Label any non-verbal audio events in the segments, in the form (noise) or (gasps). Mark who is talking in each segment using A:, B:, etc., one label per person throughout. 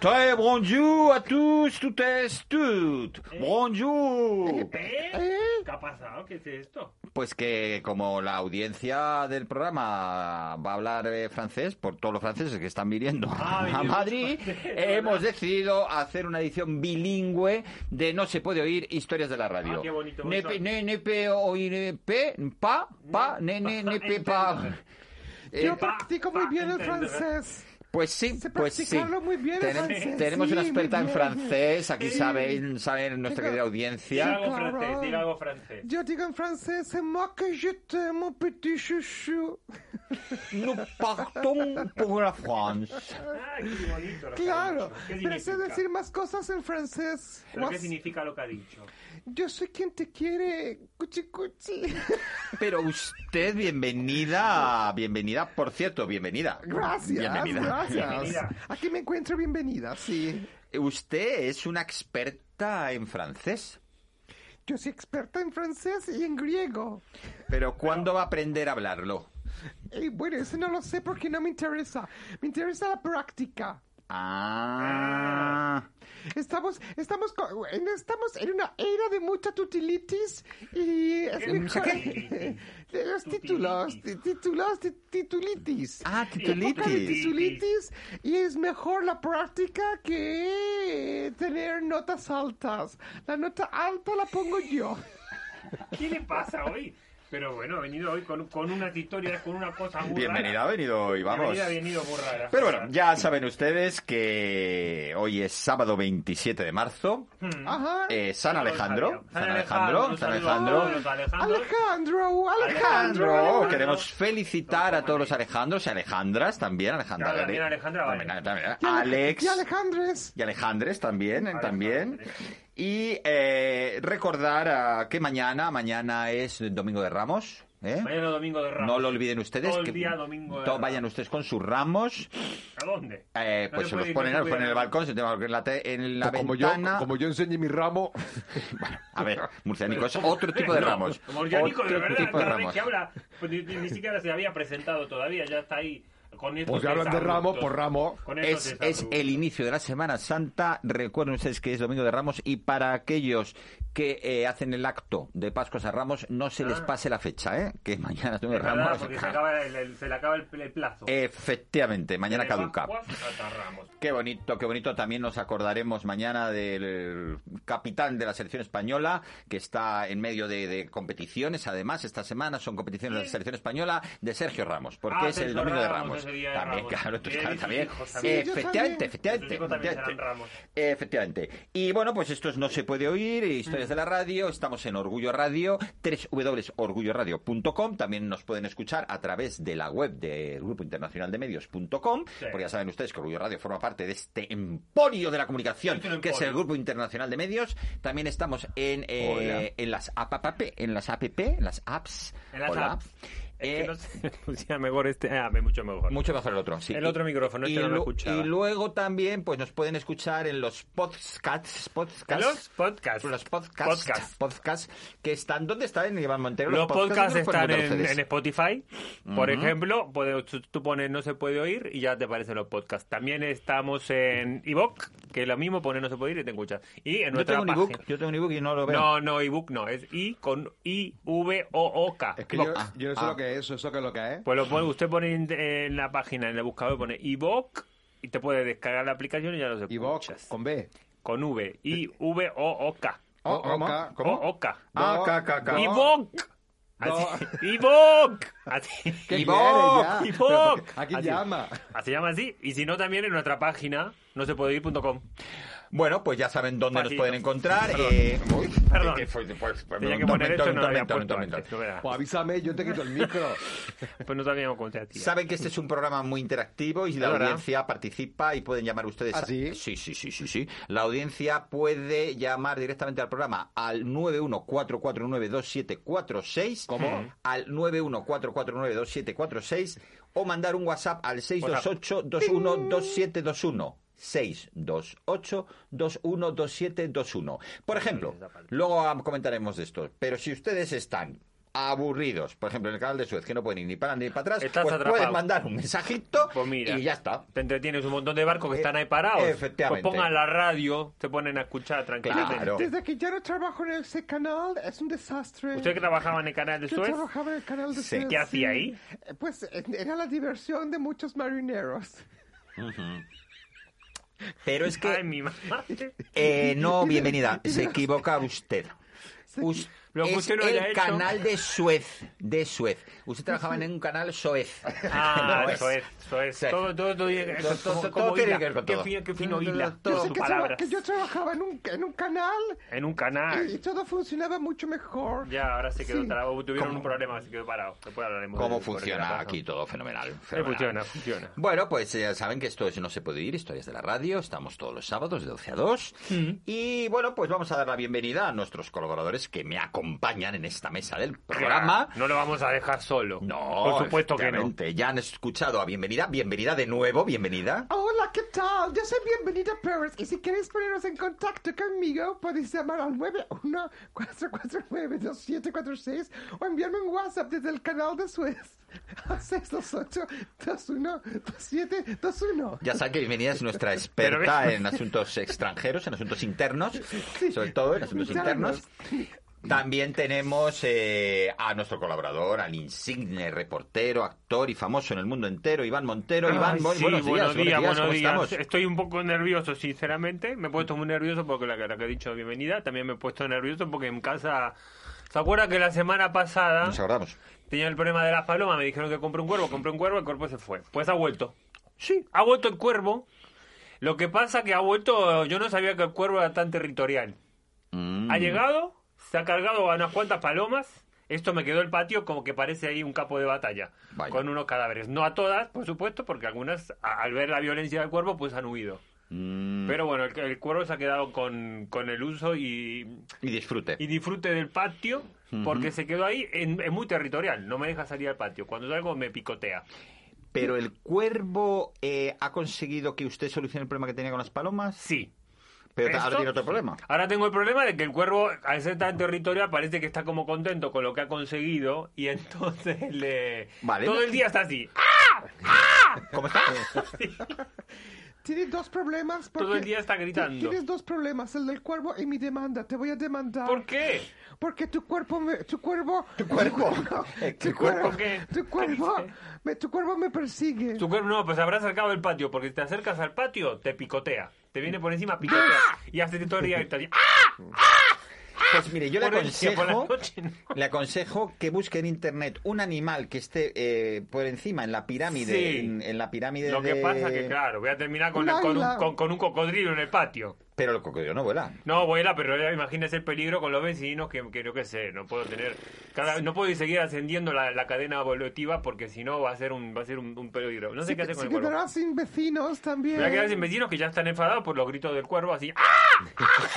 A: Très bonjour à tous, toutes et toutes. Bonjour.
B: ¿Eh? ¿Qué ha pasado? ¿Qué es esto?
A: Pues que como la audiencia del programa va a hablar eh, francés, por todos los franceses que están viniendo
B: Ah,
A: a
B: vinimos (laughs)
A: Madrid,
B: franceses,
A: hemos
B: ¿verdad?
A: decidido hacer una edición bilingüe de No se puede oír historias de la radio.
B: Ah, qué bonito,
A: Ne
B: bonito.
A: pe- ne- ne pe oír eh, pe, pa, pa, ne, ne, ne pe pa. Eh,
C: Yo practico muy
B: pa-
C: bien el
B: entender.
C: francés.
A: Pues sí,
C: Sé
A: pues sí.
C: practicarlo muy bien el
A: Tenem-
C: francés,
A: tenemos
C: sí,
A: una experta en
C: muy bien.
A: francés, aquí
C: Sí.
A: saben, saben nuestra querida
C: Tengo-
B: Dile
A: audiencia.
B: algo
C: cabrón.
B: francés, dile algo francés.
C: Yo digo en francés, moi que je t'aime, mon petit chouchou.
A: Nous partons pour la France.
B: Ah, qué bonito. lo que ha
C: Claro,
B: dicho. ¿Qué
C: pero sé
B: significa?
C: decir más cosas en francés.
B: ¿Pero qué
C: Más-
B: significa lo que ha dicho?
C: Yo soy quien te quiere, cuchi cuchi.
B: (laughs)
A: Pero usted, bienvenida, bienvenida, por cierto, bienvenida.
C: Gracias,
A: Bienvenida.
C: gracias.
B: Bienvenida.
C: Aquí me encuentro bienvenida, sí.
A: Usted es una experta en francés.
C: Yo soy experta en francés y en griego.
A: Pero ¿cuándo va a aprender a hablarlo?
C: Y bueno, eso no lo sé porque no me interesa. Me interesa la práctica.
A: Ah.
C: Estamos, estamos, co- en- estamos en una era de mucha tutilitis y es (laughs) mejor-
B: tutilitis?
C: de los títulos, de títulos, de titulitis.
A: Ah,
C: Época de
A: titulitis.
C: titulitis, y es mejor la práctica que tener notas altas. La nota alta la pongo yo.
B: ¿Qué le pasa hoy? Pero bueno, ha venido hoy con, con unas historias, con una cosa muy
A: Bienvenida, ha
B: rara.
A: venido hoy, vamos.
B: Bienvenida, ha venido muy rara.
A: Pero bueno, ya saben ustedes que hoy es sábado 27 de marzo.
B: Mm.
C: Ajá.
A: Eh, San
B: No lo
A: Alejandro,
B: sabía.
A: San Alejandro,
B: un
A: San
B: saludo
A: Alejandro.
B: a los Alejandros.
C: Alejandro, Alejandro.
A: Alejandro,
B: Alejandro.
A: queremos felicitar a todos los Alejandros y Alejandras también, Alejandra.
B: Claro, también Alejandra, vale.
A: También, también,
C: Y Ale-
A: Alex
C: Y Alejandres.
A: y Alejandres también, eh,
B: Alejandres.
A: también. Y eh, recordar ah, que mañana, mañana es Domingo de Ramos. ¿eh?
B: Mañana domingo de Ramos.
A: No lo olviden ustedes.
B: Todo el
A: que
B: día domingo de
A: to-
B: Ramos.
A: vayan ustedes con sus ramos.
B: ¿A dónde?
A: eh,
B: No se
A: pues se
B: puede
A: los
B: ir,
A: ponen,
B: no se
A: los ponen en
B: puede
A: el
B: ir.
A: balcón, se te- en la, te- en la
D: como yo,
A: ventana.
D: como yo enseñe mi ramo,
A: A
D: (laughs)
A: ver, murciánicos, otro tipo de
B: No,
A: ramos.
B: Pues, Como yo digo, de
A: Otro
B: verdad,
A: tipo de
B: cada vez
A: ramos.
B: que habla, pues, ni, ni siquiera se había presentado todavía, ya está ahí. Con estos
D: pues si hablan de ramo,
B: desabrutos.
D: por ramo.
B: Con estos
A: Es, es
B: desabrutos.
A: el inicio de la Semana Santa. Recuerden ustedes que es Domingo de Ramos y para aquellos que eh, hacen el acto de Pascuas a Ramos, no se les
B: Ah.
A: pase la fecha, ¿eh? Que mañana es Domingo
B: Es
A: de
B: verdad,
A: Ramos.
B: porque se, acaba el, el- se le acaba el, el plazo.
A: Efectivamente, mañana
B: De
A: caduca.
B: Pascuas hasta Ramos.
A: Qué bonito, qué bonito. También nos acordaremos mañana del capitán de la selección española, que está en medio de, de competiciones. Además, esta semana son competiciones de la selección española de Sergio Ramos, porque
B: Ah,
A: es el
B: Sergio
A: domingo de
B: Ramos,
A: Ramos.
B: ese día de
A: también,
B: Ramos.
A: claro, entonces,
B: Bien,
A: claro,
B: sus
A: también.
B: hijos también.
C: Sí, yo
A: Efectivamente,
C: también.
A: efectivamente.
B: Sus hijos también serán
A: efectivamente.
B: Ramos.
A: Efectivamente. Y bueno, pues esto es No se puede oír, historias de la radio, estamos en Orgullo Radio, www.orgulloradio.com, también nos pueden escuchar a través de la web del Grupo Internacional de Medios.com,
B: Sí.
A: porque ya saben ustedes que Orgullo Radio forma parte de este emporio de la comunicación,
B: Es un
A: que es
B: emporio.
A: el Grupo Internacional de Medios, también estamos en, eh, en las app, en las app, en las apps,
B: En las
A: Hola.
B: apps.
A: Eh,
E: Que no (laughs) se funciona mejor este. Ah, me- mucho mejor.
A: mucho mejor el otro, sí.
E: El otro micrófono, este no lo
A: lu-
E: escuchaba.
A: y luego también pues nos pueden escuchar en los podcasts, podcasts
E: Los podcasts.
A: los podcasts,
E: Podcasts.
A: podcasts que están ¿dónde están? En Iván Montero.
E: Los podcasts
A: ¿dónde los pueden
E: están
A: encontrar
E: en, en
A: ustedes?
E: Spotify, por ejemplo. puede- tú, tú pones no se puede oír y ya te aparecen los podcasts. También estamos en ebook, que es lo mismo, pones no se puede oír y te escuchas. Y en
A: Yo
E: nuestra
A: tengo un
E: página.
A: ebook, yo tengo un ebook y no lo veo.
E: No, no, ebook no, es i con i v o o k.
D: Es que yo,
A: Ah,
D: yo no sé
A: ah.
D: lo que es, eso que es lo que es.
E: Pues lo pone- usted pone en, en la página, en el buscador pone ebook y te puede descargar la aplicación y ya los
D: Y Vox
E: escuchas.
D: con B.
E: Con v i v o o k.
A: Oh,
D: O-
A: ¿cómo?
D: Oca,
E: O
D: ¿Cómo?
E: o k.
A: Ah, ca, ca, ca.
E: ¡Ivok!
D: No.
E: Así, ¡Ivok! Así.
D: ¿Qué
A: Ivoc,
D: quieres ya?
E: Ivoc.
D: Pero, ¿a quién
E: Así.
D: llama?
E: Así llama así. Y si no, también en nuestra página, no se puede ir.com.
A: Bueno, pues ya saben dónde nos
E: Patito.
A: pueden encontrar.
E: Perdón.
A: eh, uy,
E: Perdón.
A: que fue- fue- fue-
E: Tenía
A: un
E: que poner
A: tormento,
E: esto,
A: un
E: no lo había
A: tormento, un
E: puesto
A: tormento.
E: antes, no era.
D: Pues avísame, yo te quito el micro.
E: Pues no te habíamos contado, tía.
A: Saben que este es un programa muy interactivo y la
E: Es verdad.
A: audiencia participa y pueden llamar ustedes.
D: ¿Ah, sí?
A: sí, sí, sí, sí, sí. La audiencia puede llamar directamente al programa al 914492746.
D: ¿Cómo?
A: Al 914492746 o mandar un WhatsApp al 628212721. 628-212721. Por ejemplo, luego ah, comentaremos de esto, pero si ustedes están aburridos, por ejemplo, en el canal de Suez, que no pueden ir ni para adelante ni para atrás,
E: Estás
A: pues
E: atrapado.
A: puedes mandar un mensajito
E: Pues mira.
A: y ya está.
E: Te entretienes un montón de barcos que
A: Eh,
E: están ahí parados.
A: efectivamente.
E: Pues pongan la radio, te ponen a escuchar tranquilamente.
A: Claro.
D: Desde que yo no trabajo en ese canal, es un desastre.
E: Usted que trabajaba en el canal de
D: Yo
E: Suez,
D: trabajaba en el canal de
A: Sí.
D: Suez,
E: ¿Qué hacía
D: sí.
E: ahí?
D: Eh, Pues eh, era la diversión de muchos marineros.
A: Pero es
E: ay,
A: que,
E: mi
A: (laughs)
E: madre.
A: eh, no,
E: (laughs)
A: bienvenida, se equivoca usted. Us-
E: Lo que
A: es
E: usted no haya
A: el
E: hecho.
A: canal de Suez, de Suez. Usted trabajaba en un canal Suez.
E: Ah,
A: (laughs) No es.
E: eso es, eso es.
A: Sí.
E: Todo, todo, todo, tiene que-
A: Todo-
E: como-
A: todo-
E: como
A: todo tiene
E: hila.
A: que ver con
E: Qué
A: todo.
E: fino, qué fino hila
A: todo.
D: Yo
E: sus
D: sé que, traba-
E: palabras. Ah.
D: que yo trabajaba en un, en un canal
E: En un
D: y, y
E: canal.
D: todo funcionaba mucho mejor.
E: Ya, ahora se quedó
D: Sí.
E: trabado. Tuvieron
A: ¿Cómo?
E: un problema, se quedó parado. Después hablaremos
A: ¿Cómo
E: de- por
A: funciona
E: qué
A: aquí todo? Fenomenal.
E: pasó. Eh,
A: fenomenal.
E: funciona, funciona.
A: Bueno, pues ya saben que esto es No se puede ir, historias de la radio. Estamos todos los sábados de 12 a 2.
E: Mm.
A: Y bueno, pues vamos a dar la bienvenida a nuestros colaboradores que me acompañan en esta mesa del programa.
E: No lo vamos a dejar solo.
A: No,
E: Por supuesto que no.
A: efectivamente. Ya han escuchado a Bienvenida, Bienvenida de nuevo, Bienvenida.
D: Hola, ¿qué tal? Yo soy Bienvenida Pérez y si queréis poneros en contacto conmigo podéis llamar al 914492746 o enviarme un WhatsApp desde el canal de Suez al 628-21-2721.
A: Ya saben que Bienvenida es nuestra
E: Pero
A: experta en asuntos extranjeros, en asuntos internos, sobre todo en asuntos internos. También tenemos eh, a nuestro colaborador, al insigne reportero, actor y famoso en el mundo entero, Iván Montero. Iván,
E: Ay,
A: bu-
E: sí,
A: buenos días,
E: buenos
A: ¿cómo
E: días.
A: estamos?
E: Estoy un poco nervioso, sinceramente. Me he puesto muy nervioso porque la, que- la que he dicho bienvenida, también me he puesto nervioso porque en casa... ¿Se acuerda que la semana pasada
A: Nos acordamos.
E: tenía el problema de las palomas? Me dijeron que compré un cuervo, compré un cuervo, el cuervo se fue. Pues ha vuelto. Sí, ha vuelto el cuervo. Lo que pasa que ha vuelto... Yo no sabía que el cuervo era tan territorial.
A: Mm.
E: Ha llegado, se ha cargado a unas cuantas palomas. Esto me quedó el patio como que parece ahí un capo de batalla.
A: Vaya.
E: Con unos cadáveres. No a todas, por supuesto, porque algunas, a- al ver la violencia del cuervo, pues han huido.
A: Mm.
E: Pero bueno, el, el cuervo se ha quedado con, con el uso y,
A: Y disfrute.
E: y disfrute del patio, porque se quedó ahí. en- Es muy territorial, no me deja salir al patio. Cuando salgo me picotea.
A: Pero el cuervo eh, ha conseguido que usted solucione el problema que tenía con las palomas,
E: Sí.
A: pero
E: Esto-
A: ahora tiene otro problema.
E: Ahora tengo el problema de que el cuervo, al ser tan territorial, parece que está como contento con lo que ha conseguido y entonces (laughs) le...
A: Vale.
E: Todo el día está así.
A: ¿Cómo está?
D: Tiene dos problemas.
E: Todo
D: porque
E: el día está gritando.
D: Tienes dos problemas, el del cuervo y mi demanda. Te voy a demandar.
E: ¿Por qué?
D: Porque tu cuerpo me, tu cuervo, tu (laughs)
A: cuerpo.
D: tu
A: ¿Tu
D: cuerpo,
E: cuerpo qué?
D: tu cuervo, me, tu cuervo me persigue.
E: Tu cuervo no, pues habrá sacado el patio, porque si te acercas al patio, te picotea. Te viene por encima, picotea. Y hace todo el día está así. ¡Ah!
A: Pues mire, yo le
E: Por el día, por la
A: aconsejo,
E: noche, ¿no?
A: le aconsejo que busque en internet un animal que esté eh, por encima en la pirámide,
E: Sí.
A: en, en la pirámide
E: Lo que
A: de-
E: pasa que, claro, voy a terminar con,
D: Un
E: con, un,
D: águila.
E: con- con un cocodrilo en el patio.
A: Pero el cocodrilo no vuela.
E: No, abuela, pero ya imagínese el peligro con los vecinos que, que yo qué sé, no puedo tener... cada- no puedo seguir ascendiendo la, la cadena evolutiva porque si no va a ser un, va a ser un, un peligro. No sé
D: se,
E: qué hacer con
D: se
E: el cuervo.
D: quedará sin vecinos también.
E: Me voy a quedar sin vecinos que ya están enfadados por los gritos del cuervo, así... ¡Ah! (laughs)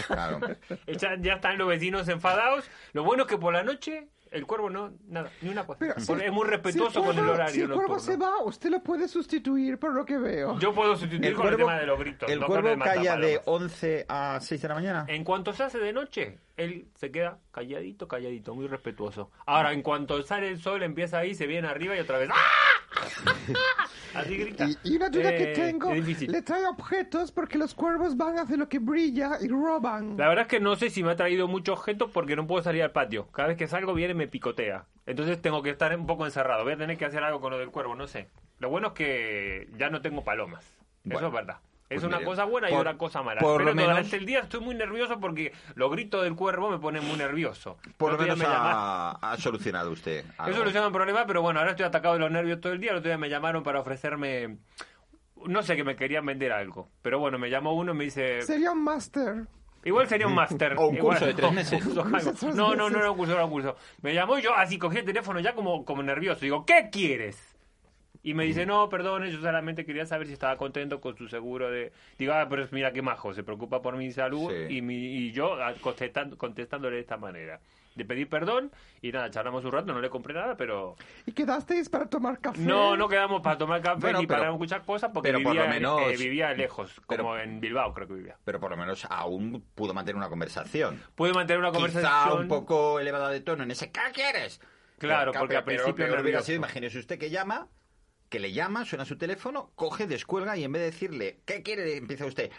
A: Claro.
E: Ya, ya están los vecinos enfadados. Lo bueno es que por la noche el cuervo no, nada, ni una cosa.
D: Pero
E: Porque
D: si-
E: es muy respetuoso
D: si
E: con el
D: cuervo-
E: horario
D: Si el cuervo
E: nocturno.
D: se va, usted lo puede sustituir por lo que veo.
E: Yo puedo sustituir con el tema de los gritos.
A: el
E: no Eh, con
A: cuervo
E: el
A: calla
E: matapalomas.
A: de 11 a 6 de la mañana.
E: En cuanto se hace de noche, él se queda calladito, calladito, muy respetuoso. Ahora, en cuanto sale el sol, empieza ahí, se viene arriba y otra vez.
D: (laughs)
E: ¡Ah! Así grita.
D: Y, y una duda que
E: Eh,
D: tengo,
E: es difícil.
D: le trae objetos porque los cuervos van hacia lo que brilla y roban.
E: La verdad es que no sé si me ha traído mucho objeto porque no puedo salir al patio. Cada vez que salgo viene y me picotea. Entonces tengo que estar un poco encerrado. Voy a tener que hacer algo con lo del cuervo, no sé. Lo bueno es que ya no tengo palomas. Eso
A: Bueno,
E: es verdad. Es
A: pues
E: una
A: mire,
E: cosa buena y
A: por-
E: una cosa mala.
A: por
E: Pero
A: lo menos-
E: durante el día estoy muy nervioso porque los gritos del cuervo me ponen muy nervioso.
A: Por
E: El
A: lo
E: otro día
A: menos
E: me llamaron-
A: ha, ha solucionado usted.
E: He
A: algo.
E: solucionado un problema, pero bueno, ahora estoy atacado de los nervios todo el día. El otro día me llamaron para ofrecerme... No sé, que me querían vender algo. Pero bueno, me llamó uno y me dice...
D: Sería un máster.
E: Igual sería un máster.
A: O un
E: Igual-
A: curso de
E: (laughs)
A: tres
E: un
A: meses.
E: curso,
D: Un curso de
E: algo.
D: tres
E: no, no, no
D: meses.
E: era un curso, era un curso. Me llamó y yo así cogí el teléfono ya como, como nervioso. Digo, ¿qué quieres? Y me dice, no, perdón, yo solamente quería saber si estaba contento con su seguro de... Digo, ah, pero mira qué majo, se preocupa por mi salud
A: Sí.
E: y, mi, y yo ah, contestan- contestándole de esta manera. De pedir perdón y nada, charlamos un rato, no le compré nada, pero...
D: ¿Y quedasteis para tomar café?
E: No, no quedamos para tomar café
A: Bueno,
E: ni
A: pero-
E: para escuchar cosas porque
A: pero por
E: vivía,
A: lo menos-
E: eh, vivía lejos,
A: pero-
E: como en Bilbao creo que vivía.
A: Pero por lo menos aún pudo mantener una conversación.
E: Pude mantener una
A: Quizá
E: conversación...
A: un poco elevada de tono en ese ¿qué quieres?
E: Claro,
A: Ca-
E: porque al
A: pero- pero
E: principio
A: peor hubiera
E: nervioso.
A: sido, imagínese usted que llama, que le llama, suena su teléfono, coge, descuelga y en vez de decirle, ¿qué quiere? Empieza usted.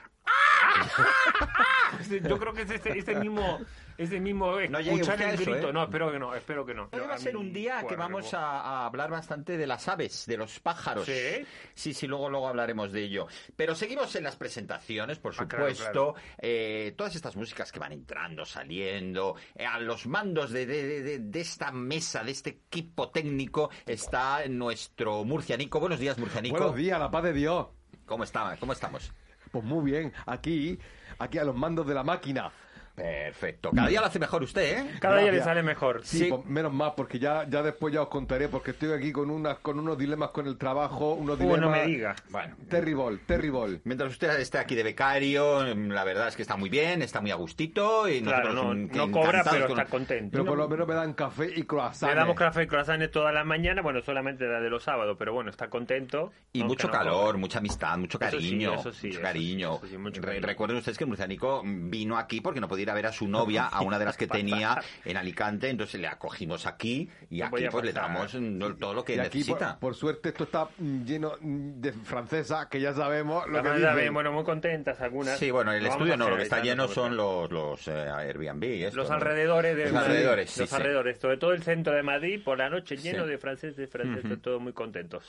E: Ese- Yo creo que es ese, ese mismo, ese mismo
A: No llegue
E: escuchar
A: usted a
E: el
A: eso,
E: grito.
A: ¿eh?
E: No, espero que no, espero que no.
A: Hoy va a ser un día que vamos a, a hablar bastante de las aves, de los pájaros.
E: ¿Sí?
A: sí, sí, luego, luego hablaremos de ello. Pero seguimos en las presentaciones, por
E: Ah, claro,
A: supuesto. Eh, todas estas músicas que van entrando, saliendo, eh, a los mandos de, de- de- de- de esta mesa, de este equipo técnico, está nuestro murcianico. Buenos días, murcianico.
D: Buenos días, la paz de Dios.
A: ¿Cómo, está, ¿Cómo estamos?
D: Pues muy bien, aquí, aquí a los mandos de la máquina.
A: Perfecto. Cada día lo hace mejor usted, ¿eh?
E: Cada día le
D: Gracias.
E: sale mejor.
D: Sí,
A: Sí.
D: pues menos mal, porque ya, ya después ya os contaré, porque estoy aquí con unas, con unos dilemas con el trabajo, unos
E: Uh,
D: dilemas.
E: no me diga.
A: Bueno,
D: Terrible, terrible.
A: Mientras usted esté aquí de becario, la verdad es que está muy bien, está muy a gustito y
E: Claro,
A: nosotros
E: no,
A: mm, que
E: no cobra,
A: encantados
E: pero
A: con-
E: está contento.
D: Pero por lo menos me dan café y croissant.
E: Le damos café y croissants toda la mañana, bueno, solamente la de los sábados, pero bueno, está contento.
A: Y
E: aunque
A: mucho
E: no
A: calor, mucha amistad, mucho
E: Eso sí,
A: cariño.
E: eso sí,
A: mucho
E: eso
A: cariño.
E: sí, eso sí, mucho
A: Re-
E: cariño.
A: Recuerden ustedes que el murcianico vino aquí porque no podía ir a ver
E: (laughs)
A: a su novia, a una de las que tenía en Alicante, entonces le acogimos aquí y
E: No
A: aquí
E: podía
A: pues le
E: faltar.
A: damos mm, todo lo que
D: Y aquí, por,
E: pues,
A: necesita.
D: por suerte, esto está mm, lleno mm, de francesa, que ya sabemos lo
E: La
D: que
E: verdad,
D: dicen.
E: bien, bueno, muy contentas algunas.
A: Sí, bueno, el
E: pues, Lo vamos
A: estudio
E: a
A: no, lo que está
E: generalizar,
A: lleno
E: no se
A: son
E: preocupe.
A: los, los eh, Airbnb. esto,
E: Los
A: ¿no?
E: alrededores de
A: Los
E: Madrid,
A: alrededores, sí,
E: los
A: sí.
E: alrededores, sobre todo el centro de Madrid, por la noche lleno
A: Sí.
E: de franceses, franceses, todos muy contentos.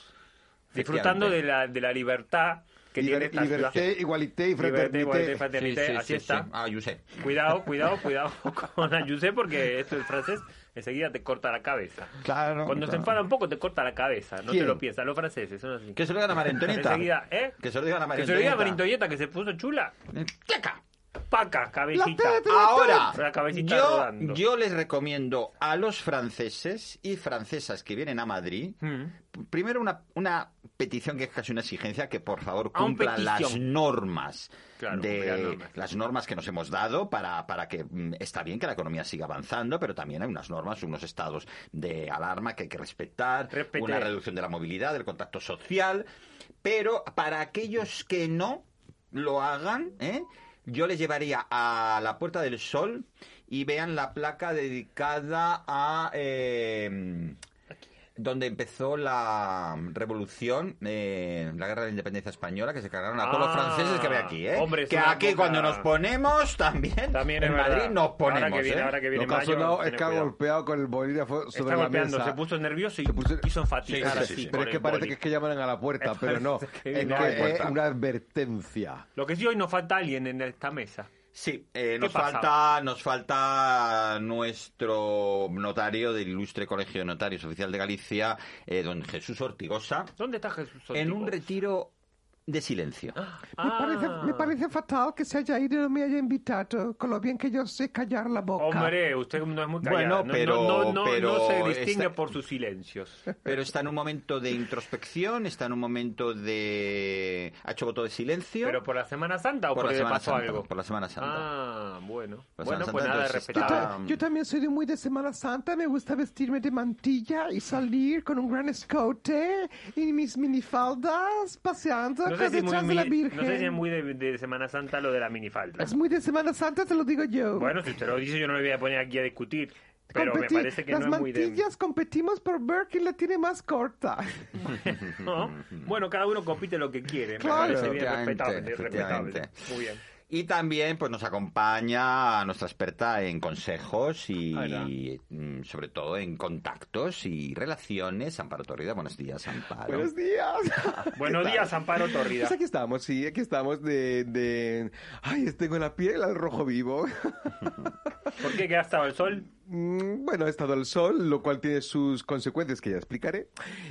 A: Efectivamente.
E: Disfrutando de la, de la libertad que
D: Liber-
E: tiene esta ciudad.
D: liberté, igualité y
E: Liberté, igualdad
A: Sí,
E: y
D: fraternité.
A: sí,
E: fraternité,
A: sí,
E: así
A: sí.
E: está.
A: Ah, yo sé.
E: Cuidado, cuidado, cuidado (laughs) con Ayuse porque esto es francés, enseguida te corta la cabeza.
D: Claro.
E: Cuando se enfada un poco te corta la cabeza, no
D: ¿Quién?
E: te lo piensas, los franceses son así.
A: Que se lo digan a María Antonieta.
E: (laughs) Enseguida, ¿eh?
A: Que se lo digan a María
E: Que se lo diga a
A: Antonieta.
E: Marintoyeta que se puso chula,
A: ¡Chaca!
E: paca, cabecita.
A: Ahora,
E: La cabecita
A: yo,
E: rodando.
A: yo les recomiendo a los franceses y francesas que vienen a Madrid,
E: Mm.
A: primero una, una petición que es casi una exigencia, que por favor
E: Ah, un
A: cumplan las
E: petición.
A: normas.
E: Claro,
A: de
E: cumplan normas.
A: las normas que nos hemos dado para, para que mm, está bien que la economía siga avanzando, pero también hay unas normas, unos estados de alarma que hay que respetar,
E: Respete.
A: una reducción de la movilidad, del contacto social, pero para aquellos que no lo hagan, ¿eh? yo les llevaría a la Puerta del Sol y vean la placa dedicada a... eh, donde empezó la revolución, eh, la guerra de la independencia española, que se cargaron a todos los
E: Ah,
A: franceses que había aquí, ¿eh?
E: hombre, es
A: que
E: una
A: aquí
E: época-
A: cuando nos ponemos también,
E: También
A: en
E: es
A: Madrid
E: verdad.
A: nos ponemos,
E: Ahora que viene,
A: ¿eh?
E: ahora que viene
D: Lo que ha
E: mayo,
D: sonado es
E: tener
D: que ha
E: cuidado.
D: golpeado con el bolígrafo sobre
E: Está
D: la
E: golpeando,
D: mesa.
E: se puso nervioso y
D: Se puso-
A: Sí,
E: quiso enfatizar
A: sí,
E: así.
A: sí, sí.
E: con
D: Pero es que
E: el
D: parece
E: boli.
D: que es que llaman a la puerta, pero
E: (laughs)
D: no.
E: Parece que
D: Es
E: viene
A: a la
D: que es
A: puerta.
D: una advertencia.
E: Lo que sí hoy nos falta alguien en esta mesa.
A: Sí, eh,
E: ¿Qué
A: nos
E: pasa?
A: falta, nos falta nuestro notario del ilustre Colegio de Notarios Oficial de Galicia, eh, don Jesús Ortigosa,
E: ¿Dónde está Jesús?
A: en
E: Ortigo?
A: un retiro de silencio.
C: Me,
E: Ah.
C: parece, me parece fatal que se haya ido y no me haya invitado, con lo bien que yo sé callar la boca.
E: Hombre, usted no es muy
A: Bueno,
E: callado. no,
A: pero-
E: no, no, no,
A: pero
E: no se distingue
A: está-
E: por sus silencios.
A: Pero está en un momento de introspección, está en un momento de... ha hecho voto de silencio.
E: ¿Pero por la Semana Santa o
A: por la
E: porque le
A: Semana
E: pasó
A: Santa,
E: algo?
A: Por la Semana Santa.
E: Ah, bueno.
A: Por la
E: bueno,
A: Semana
E: pues
A: Santa,
E: nada,
A: entonces,
C: Yo,
A: está-
E: respetable.
C: ta- yo también soy de muy de Semana Santa, me gusta vestirme de mantilla y salir con un gran escote y mis minifaldas paseando
E: No sé, si es muy,
C: detrás de la
E: mi-
C: Virgen.
E: no sé si es muy de, de Semana Santa lo de la minifalda.
C: Es muy de Semana Santa, te lo digo yo.
E: Bueno, si usted lo dice, yo no le voy a poner aquí a discutir. Pero
C: Competi-
E: me parece que
C: las
E: no es muy de...
C: mantillas competimos por ver quién la tiene más corta.
D: (laughs)
E: ¿no? Bueno, cada uno compite lo que quiere. me
C: Claro.
E: parece bien
A: Efectivamente,
E: respetable. respetable.
A: efectivamente.
E: Muy bien.
A: Y también pues nos acompaña a nuestra experta en consejos y,
E: Ah, ya.
A: mm, sobre todo en contactos y relaciones, Amparo Torrida. Buenos días, Amparo.
D: Buenos días.
E: Buenos días, Amparo Torrida.
D: Pues aquí estamos, sí, aquí estamos de... de... Ay, este tengo la piel al rojo vivo. (laughs)
E: ¿Por qué que ha estado el sol?
D: Mm, Bueno, ha estado el sol, lo cual tiene sus consecuencias que ya explicaré.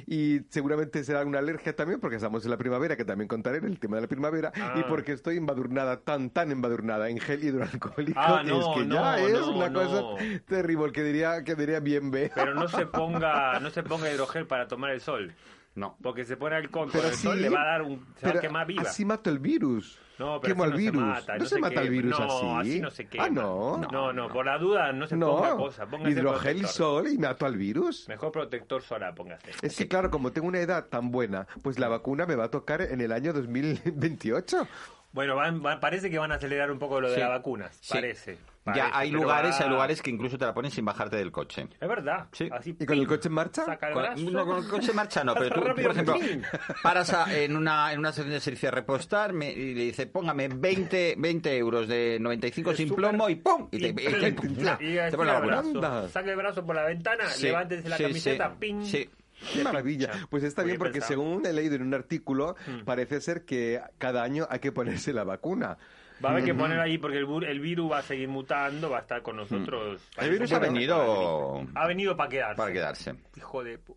D: Y seguramente será una alergia también, porque estamos en la primavera, que también contaré el tema de la primavera.
E: Ah.
D: Y porque estoy embadurnada, tan, tan embadurnada en gel hidroalcohólico.
E: Ah, no,
D: es que
E: no,
D: ya es
E: no,
D: una
E: no.
D: cosa terrible, que diría, que diría bien ve.
E: Pero no se ponga, no se ponga hidrogel para tomar el sol.
A: No.
E: Porque se pone alcohol con
D: Pero
E: el sol,
D: sí,
E: le va a dar un, se va
D: Pero
E: a quemar viva.
D: Así mato el virus.
E: No, pero
D: Quemo
E: así
D: el virus.
E: No se mata,
D: no se mata el
E: quema.
D: virus así.
E: no, así no se quema.
D: Ah, no.
E: No, no, por la duda no se
D: No.
E: ponga cosa. Póngase
D: Hidrogel y
E: protector.
D: sol y mato al virus.
E: Mejor protector solar, póngase.
D: Es que, claro, como tengo una edad tan buena, pues la vacuna me va a tocar en el año 2028.
E: Bueno, van, van- parece que van a acelerar un poco lo de
A: Sí.
E: las vacunas.
A: Sí.
E: Parece,
A: ya
E: parece,
A: hay
E: pero
A: lugares,
E: va-
A: hay lugares que incluso te la ponen sin bajarte del coche.
E: Es verdad.
A: Sí.
E: Así,
D: ¿Y con el
E: pim,
D: coche en marcha?
E: saca el
A: Con-
E: brazo.
A: no, con el coche marcha
E: (laughs)
A: no, pero tú,
E: Rápido,
A: por ejemplo,
E: pim.
A: paras a- en, una, en una estación de servicio a repostar me- y le dice, póngame 20, 20 euros de 95
E: Es
A: sin
E: súper-
A: plomo y ¡pum! Y te,
E: (laughs)
A: y te-
E: pim,
A: pum,
E: pum,
A: na,
E: y
A: te
E: estira
A: pone la
E: el
A: vacuna.
E: brazo.
D: Anda.
E: Saca el brazo por la ventana,
A: Sí,
E: levántese la
A: sí,
E: camiseta,
A: sí,
E: ping.
A: sí.
D: Qué maravilla. Pues está
E: Muy Mm.
D: bien
E: bien
D: porque
E: pensado.
D: según he leído en un artículo, parece ser que cada año hay que ponerse la vacuna.
E: Va a haber que poner ahí porque el, bu- el virus va a seguir mutando, va a estar con nosotros.
A: El virus ha venido
E: Ha venido para quedarse.
A: para quedarse.
E: Hijo
A: (laughs)
E: de pu-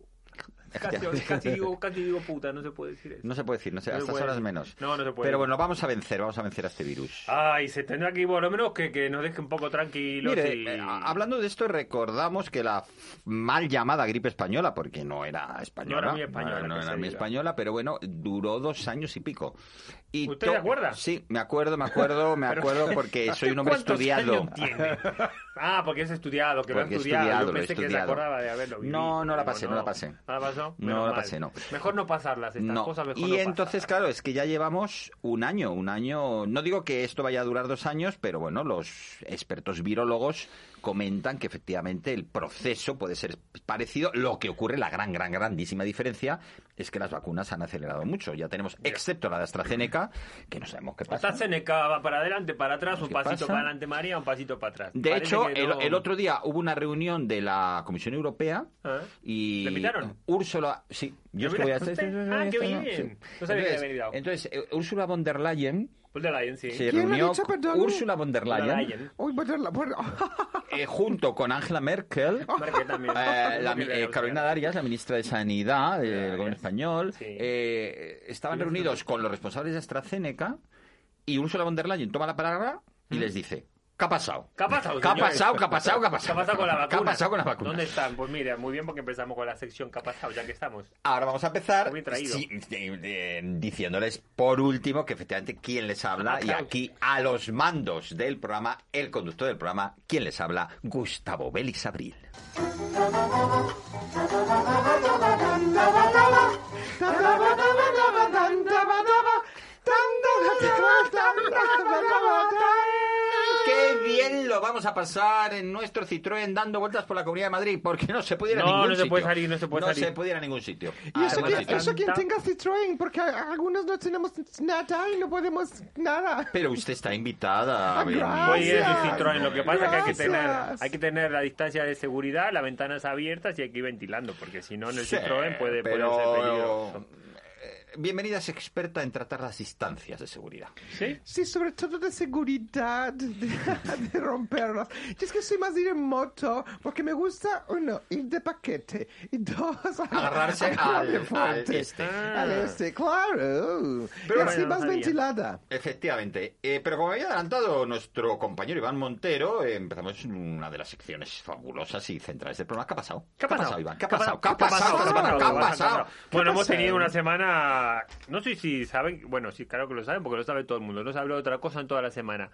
E: Casi, casi digo, casi digo puta, no se puede decir eso.
A: No se puede decir, no sé,
E: No
A: a
E: se
A: estas
E: puede
A: horas
E: decir.
A: menos.
E: No, no se puede.
A: Pero bueno, vamos a vencer, vamos a vencer a este virus.
E: Ay, se tendrá que ir por lo menos que, que nos deje un poco tranquilos.
A: Mire,
E: y-
A: eh, a- hablando de esto, recordamos que la f- mal llamada gripe española, porque no era española,
E: muy española,
A: no,
E: que
A: era
E: se
A: muy
E: diga.
A: española, pero bueno, duró dos años y pico. Y
E: ¿Usted
A: to-
E: se acuerda?
A: Sí, me acuerdo, me acuerdo, me
E: (laughs) Pero-
A: acuerdo, porque soy un hombre
E: ¿Cuántos
A: estudiado.
E: años
A: (laughs)
E: tiene? Ah, porque es estudiado, que lo ha
A: Porque he
E: estudiado.
A: estudiado,
E: Yo
A: lo he
E: pensé que se
A: estudiado.
E: acordaba de haberlo vivido.
A: No, no la
E: Digo,
A: pasé, no la pasé.
E: ¿No la pasó?
A: No
E: Menos
A: la
E: mal.
A: pasé, no.
E: Mejor no pasarlas, estas
A: No.
E: cosas mejor
A: y
E: no
A: entonces,
E: pasarlas.
A: claro, es que ya llevamos un año, un año. No digo que esto vaya a durar dos años, pero bueno, los expertos virólogos comentan que efectivamente el proceso puede ser parecido. Lo que ocurre, la gran, gran, grandísima diferencia es que las vacunas han acelerado mucho. Ya tenemos, excepto la de AstraZeneca, que no sabemos qué pasa.
E: Está Seneca, va para adelante, para atrás, un
A: ¿Qué
E: pasito
A: pasa?
E: para adelante María, un pasito para atrás.
A: De
E: Parece
A: hecho,
E: que
A: el,
E: no-
A: el otro día hubo una reunión de la Comisión Europea
E: Ah.
A: y...
E: ¿La invitaron?
A: Úrsula... Sí, yo estuve
E: mira, usted. Ah, qué bien. No sabía que había venido.
A: Entonces, eh, Úrsula von der Leyen
E: Pues de Lion, sí.
A: se
C: ¿Quién ha
A: reunió
C: dicho,
A: con-
C: perdón?
A: Úrsula von der
E: Von der
A: Leyen
E: Leyen.
C: Uy, bueno, la- bueno.
A: eh, junto con Angela
C: (laughs)
A: Merkel...
E: Marquez también.
A: Oh. eh, la mi- eh,
E: Marquez también.
A: Carolina Darias, la ministra de Sanidad del
E: Darias.
A: gobierno español,
E: Sí.
A: eh, estaban
E: Sí, es
A: reunidos con los responsables de AstraZeneca y Úrsula von der Leyen toma la palabra y les dice, ¿qué ha pasado?
E: Mm. ¿Qué ha pasado,
A: ¿Qué ha
E: señores?
A: pasado? ¿Qué ha pasado? ¿Qué ha
E: ¿Qué ha
A: pasado?
E: pasado con la vacuna?
A: ¿Qué ha pasado con la vacuna?
E: ¿Dónde están? Pues mira, muy bien porque empezamos con la sección ¿Qué ha pasado? Ya que estamos.
A: Ahora vamos a empezar
E: Muy traído.
A: sí, de- de- diciéndoles por último que efectivamente quién les habla
E: Ah,
A: y
E: claro.
A: aquí a los mandos del programa, el conductor del programa, quién les habla, Gustavo Félix Abril. Qué bien lo vamos a pasar en nuestro Citroën dando vueltas por la Comunidad de Madrid porque no se puede ir a
E: No,
A: ningún
E: no se
A: sitio.
E: puede salir, no se puede salir.
A: No se puede ir a ningún sitio. Ah,
C: Y
A: A
C: eso,
A: ningún
C: que-
A: sitio.
C: eso quien
E: Ah, tanta-
C: tenga Citroën, porque a- algunos no tenemos nada y no podemos nada.
A: Pero usted está invitada. a
C: Ah,
A: venir.
C: gracias.
E: Oye,
C: Gracias.
E: es el Citroën, lo que pasa es que hay que tener,
C: Gracias.
E: hay que tener la distancia de seguridad, las ventanas abiertas y hay que ir ventilando, porque si no en el
A: Sí,
E: Citroën puede, puede
A: pero-
E: ser peligroso.
A: eh, Bienvenida es experta en tratar las distancias de seguridad.
E: ¿Sí?
C: Sí, sobre todo de seguridad, de, de romperlos. Yo es que soy más de ir en moto, porque me gusta, uno, ir de paquete, y dos, (laughs)
A: Agarrarse
C: agarrarme
A: al-
C: fuerte.
A: al este.
C: Al este, claro.
E: Pero
C: y así
E: bueno, no
C: más
E: sabía.
C: ventilada.
A: Efectivamente. Eh, pero como había adelantado nuestro compañero Iván Montero, eh, empezamos una de las secciones fabulosas y centrales del programa. ¿Qué ha pasado?
E: ¿Qué ha pasado,
A: Iván? ¿Qué ha pasado? ¿Qué ha pasado?
E: ¿Qué
A: esta
E: ha
A: semana?
E: pasado?
A: ¿Qué
E: ¿Qué
A: ha
E: ha pasado?
A: pasado?
E: Bueno,
C: ha
E: hemos
C: pasado?
E: tenido una semana. No sé si saben. Bueno, sí, claro que lo saben, porque lo sabe todo el mundo. No se habló de otra cosa en toda la semana.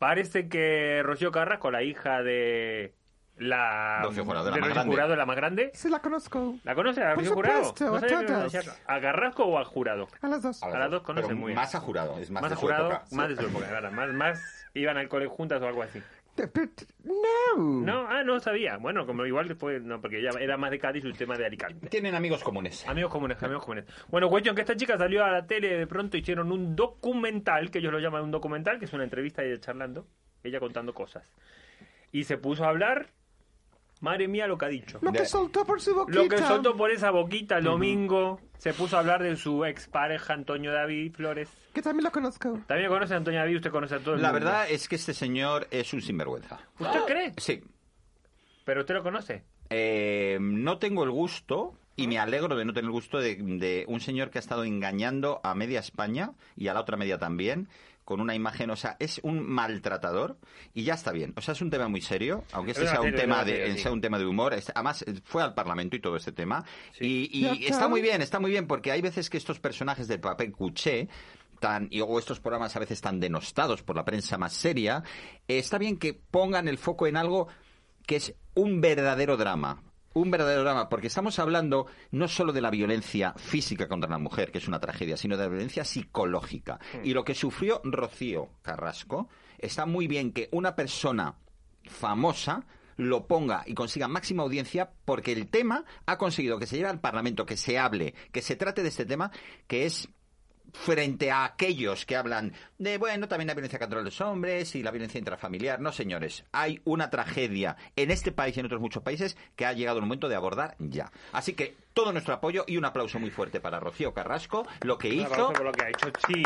E: Parece que Rocío Carrasco, la hija de la.
A: Rocío Jurado, la
E: de
A: más
E: Rocío
A: grande.
E: Jurado, la más grande.
C: Sí, la conozco.
E: ¿La conoce a
C: Por
E: Rocío Jurado?
C: supuesto,
E: No
C: a
E: sabía que
C: todas.
E: conocía- ¿A Carrasco o a Jurado?
C: A las dos.
E: A las dos conocen
A: Pero
E: muy bien.
A: Más a jurado, es más,
E: Más
A: de
E: a
A: su
E: Jurado,
A: época.
E: más de su época, ¿verdad? Más, más iban al cole juntas o algo así.
C: Te- pero- No.
A: Mm.
E: No, ah, no sabía. Bueno, como igual después, no, porque ella era más de Cádiz y el tema de Alicante.
A: Tienen amigos comunes.
E: Amigos comunes, amigos comunes. Bueno, cuestión que esta chica salió a la tele de pronto hicieron un documental, que ellos lo llaman un documental, que es una entrevista de ella charlando, ella contando cosas. Y se puso a hablar, madre mía lo que ha dicho.
C: Lo que
A: De-
C: soltó por su boquita.
E: Lo que soltó por esa boquita el domingo, se puso a hablar de su expareja Antonio David Flores.
C: Que también lo conozco.
E: También conoce a Antonio David, usted conoce a todo el
A: La
E: mundo.
A: verdad es que este señor es un sinvergüenza.
E: ¿Usted cree?
A: Sí.
E: Pero usted lo conoce.
A: Eh, no tengo el gusto
E: Ah.
A: y me alegro de no tener el gusto de, de un señor que ha estado engañando a media España y a la otra media también con una imagen, o sea, es un maltratador y ya está bien. O sea, es un tema muy serio, aunque este
E: Es
A: sea
E: una
A: un
E: serie,
A: tema
E: es una
A: de
E: serie, sí.
A: sea un tema de humor. Es- Además eh, fue al Parlamento y todo este tema y, y
C: Ya está.
A: está muy bien, está muy bien porque hay veces que estos personajes del papel cuché tan y o estos programas a veces tan denostados por la prensa más seria, eh, está bien que pongan el foco en algo que es un verdadero drama. un verdadero drama, porque estamos hablando no solo de la violencia física contra la mujer, que es una tragedia, sino de la violencia psicológica. Y lo que sufrió Rocío Carrasco, está muy bien que una persona famosa lo ponga y consiga máxima audiencia porque el tema ha conseguido que se lleve al Parlamento, que se hable, que se trate de este tema, que es frente a aquellos que hablan de, bueno, también la violencia contra los hombres y la violencia intrafamiliar. No, señores, hay una tragedia en este país y en otros muchos países que ha llegado el momento de abordar ya. Así que todo nuestro apoyo y un aplauso muy fuerte para Rocío Carrasco, lo que
E: Un
A: hizo.
E: aplauso por lo que ha hecho, sí.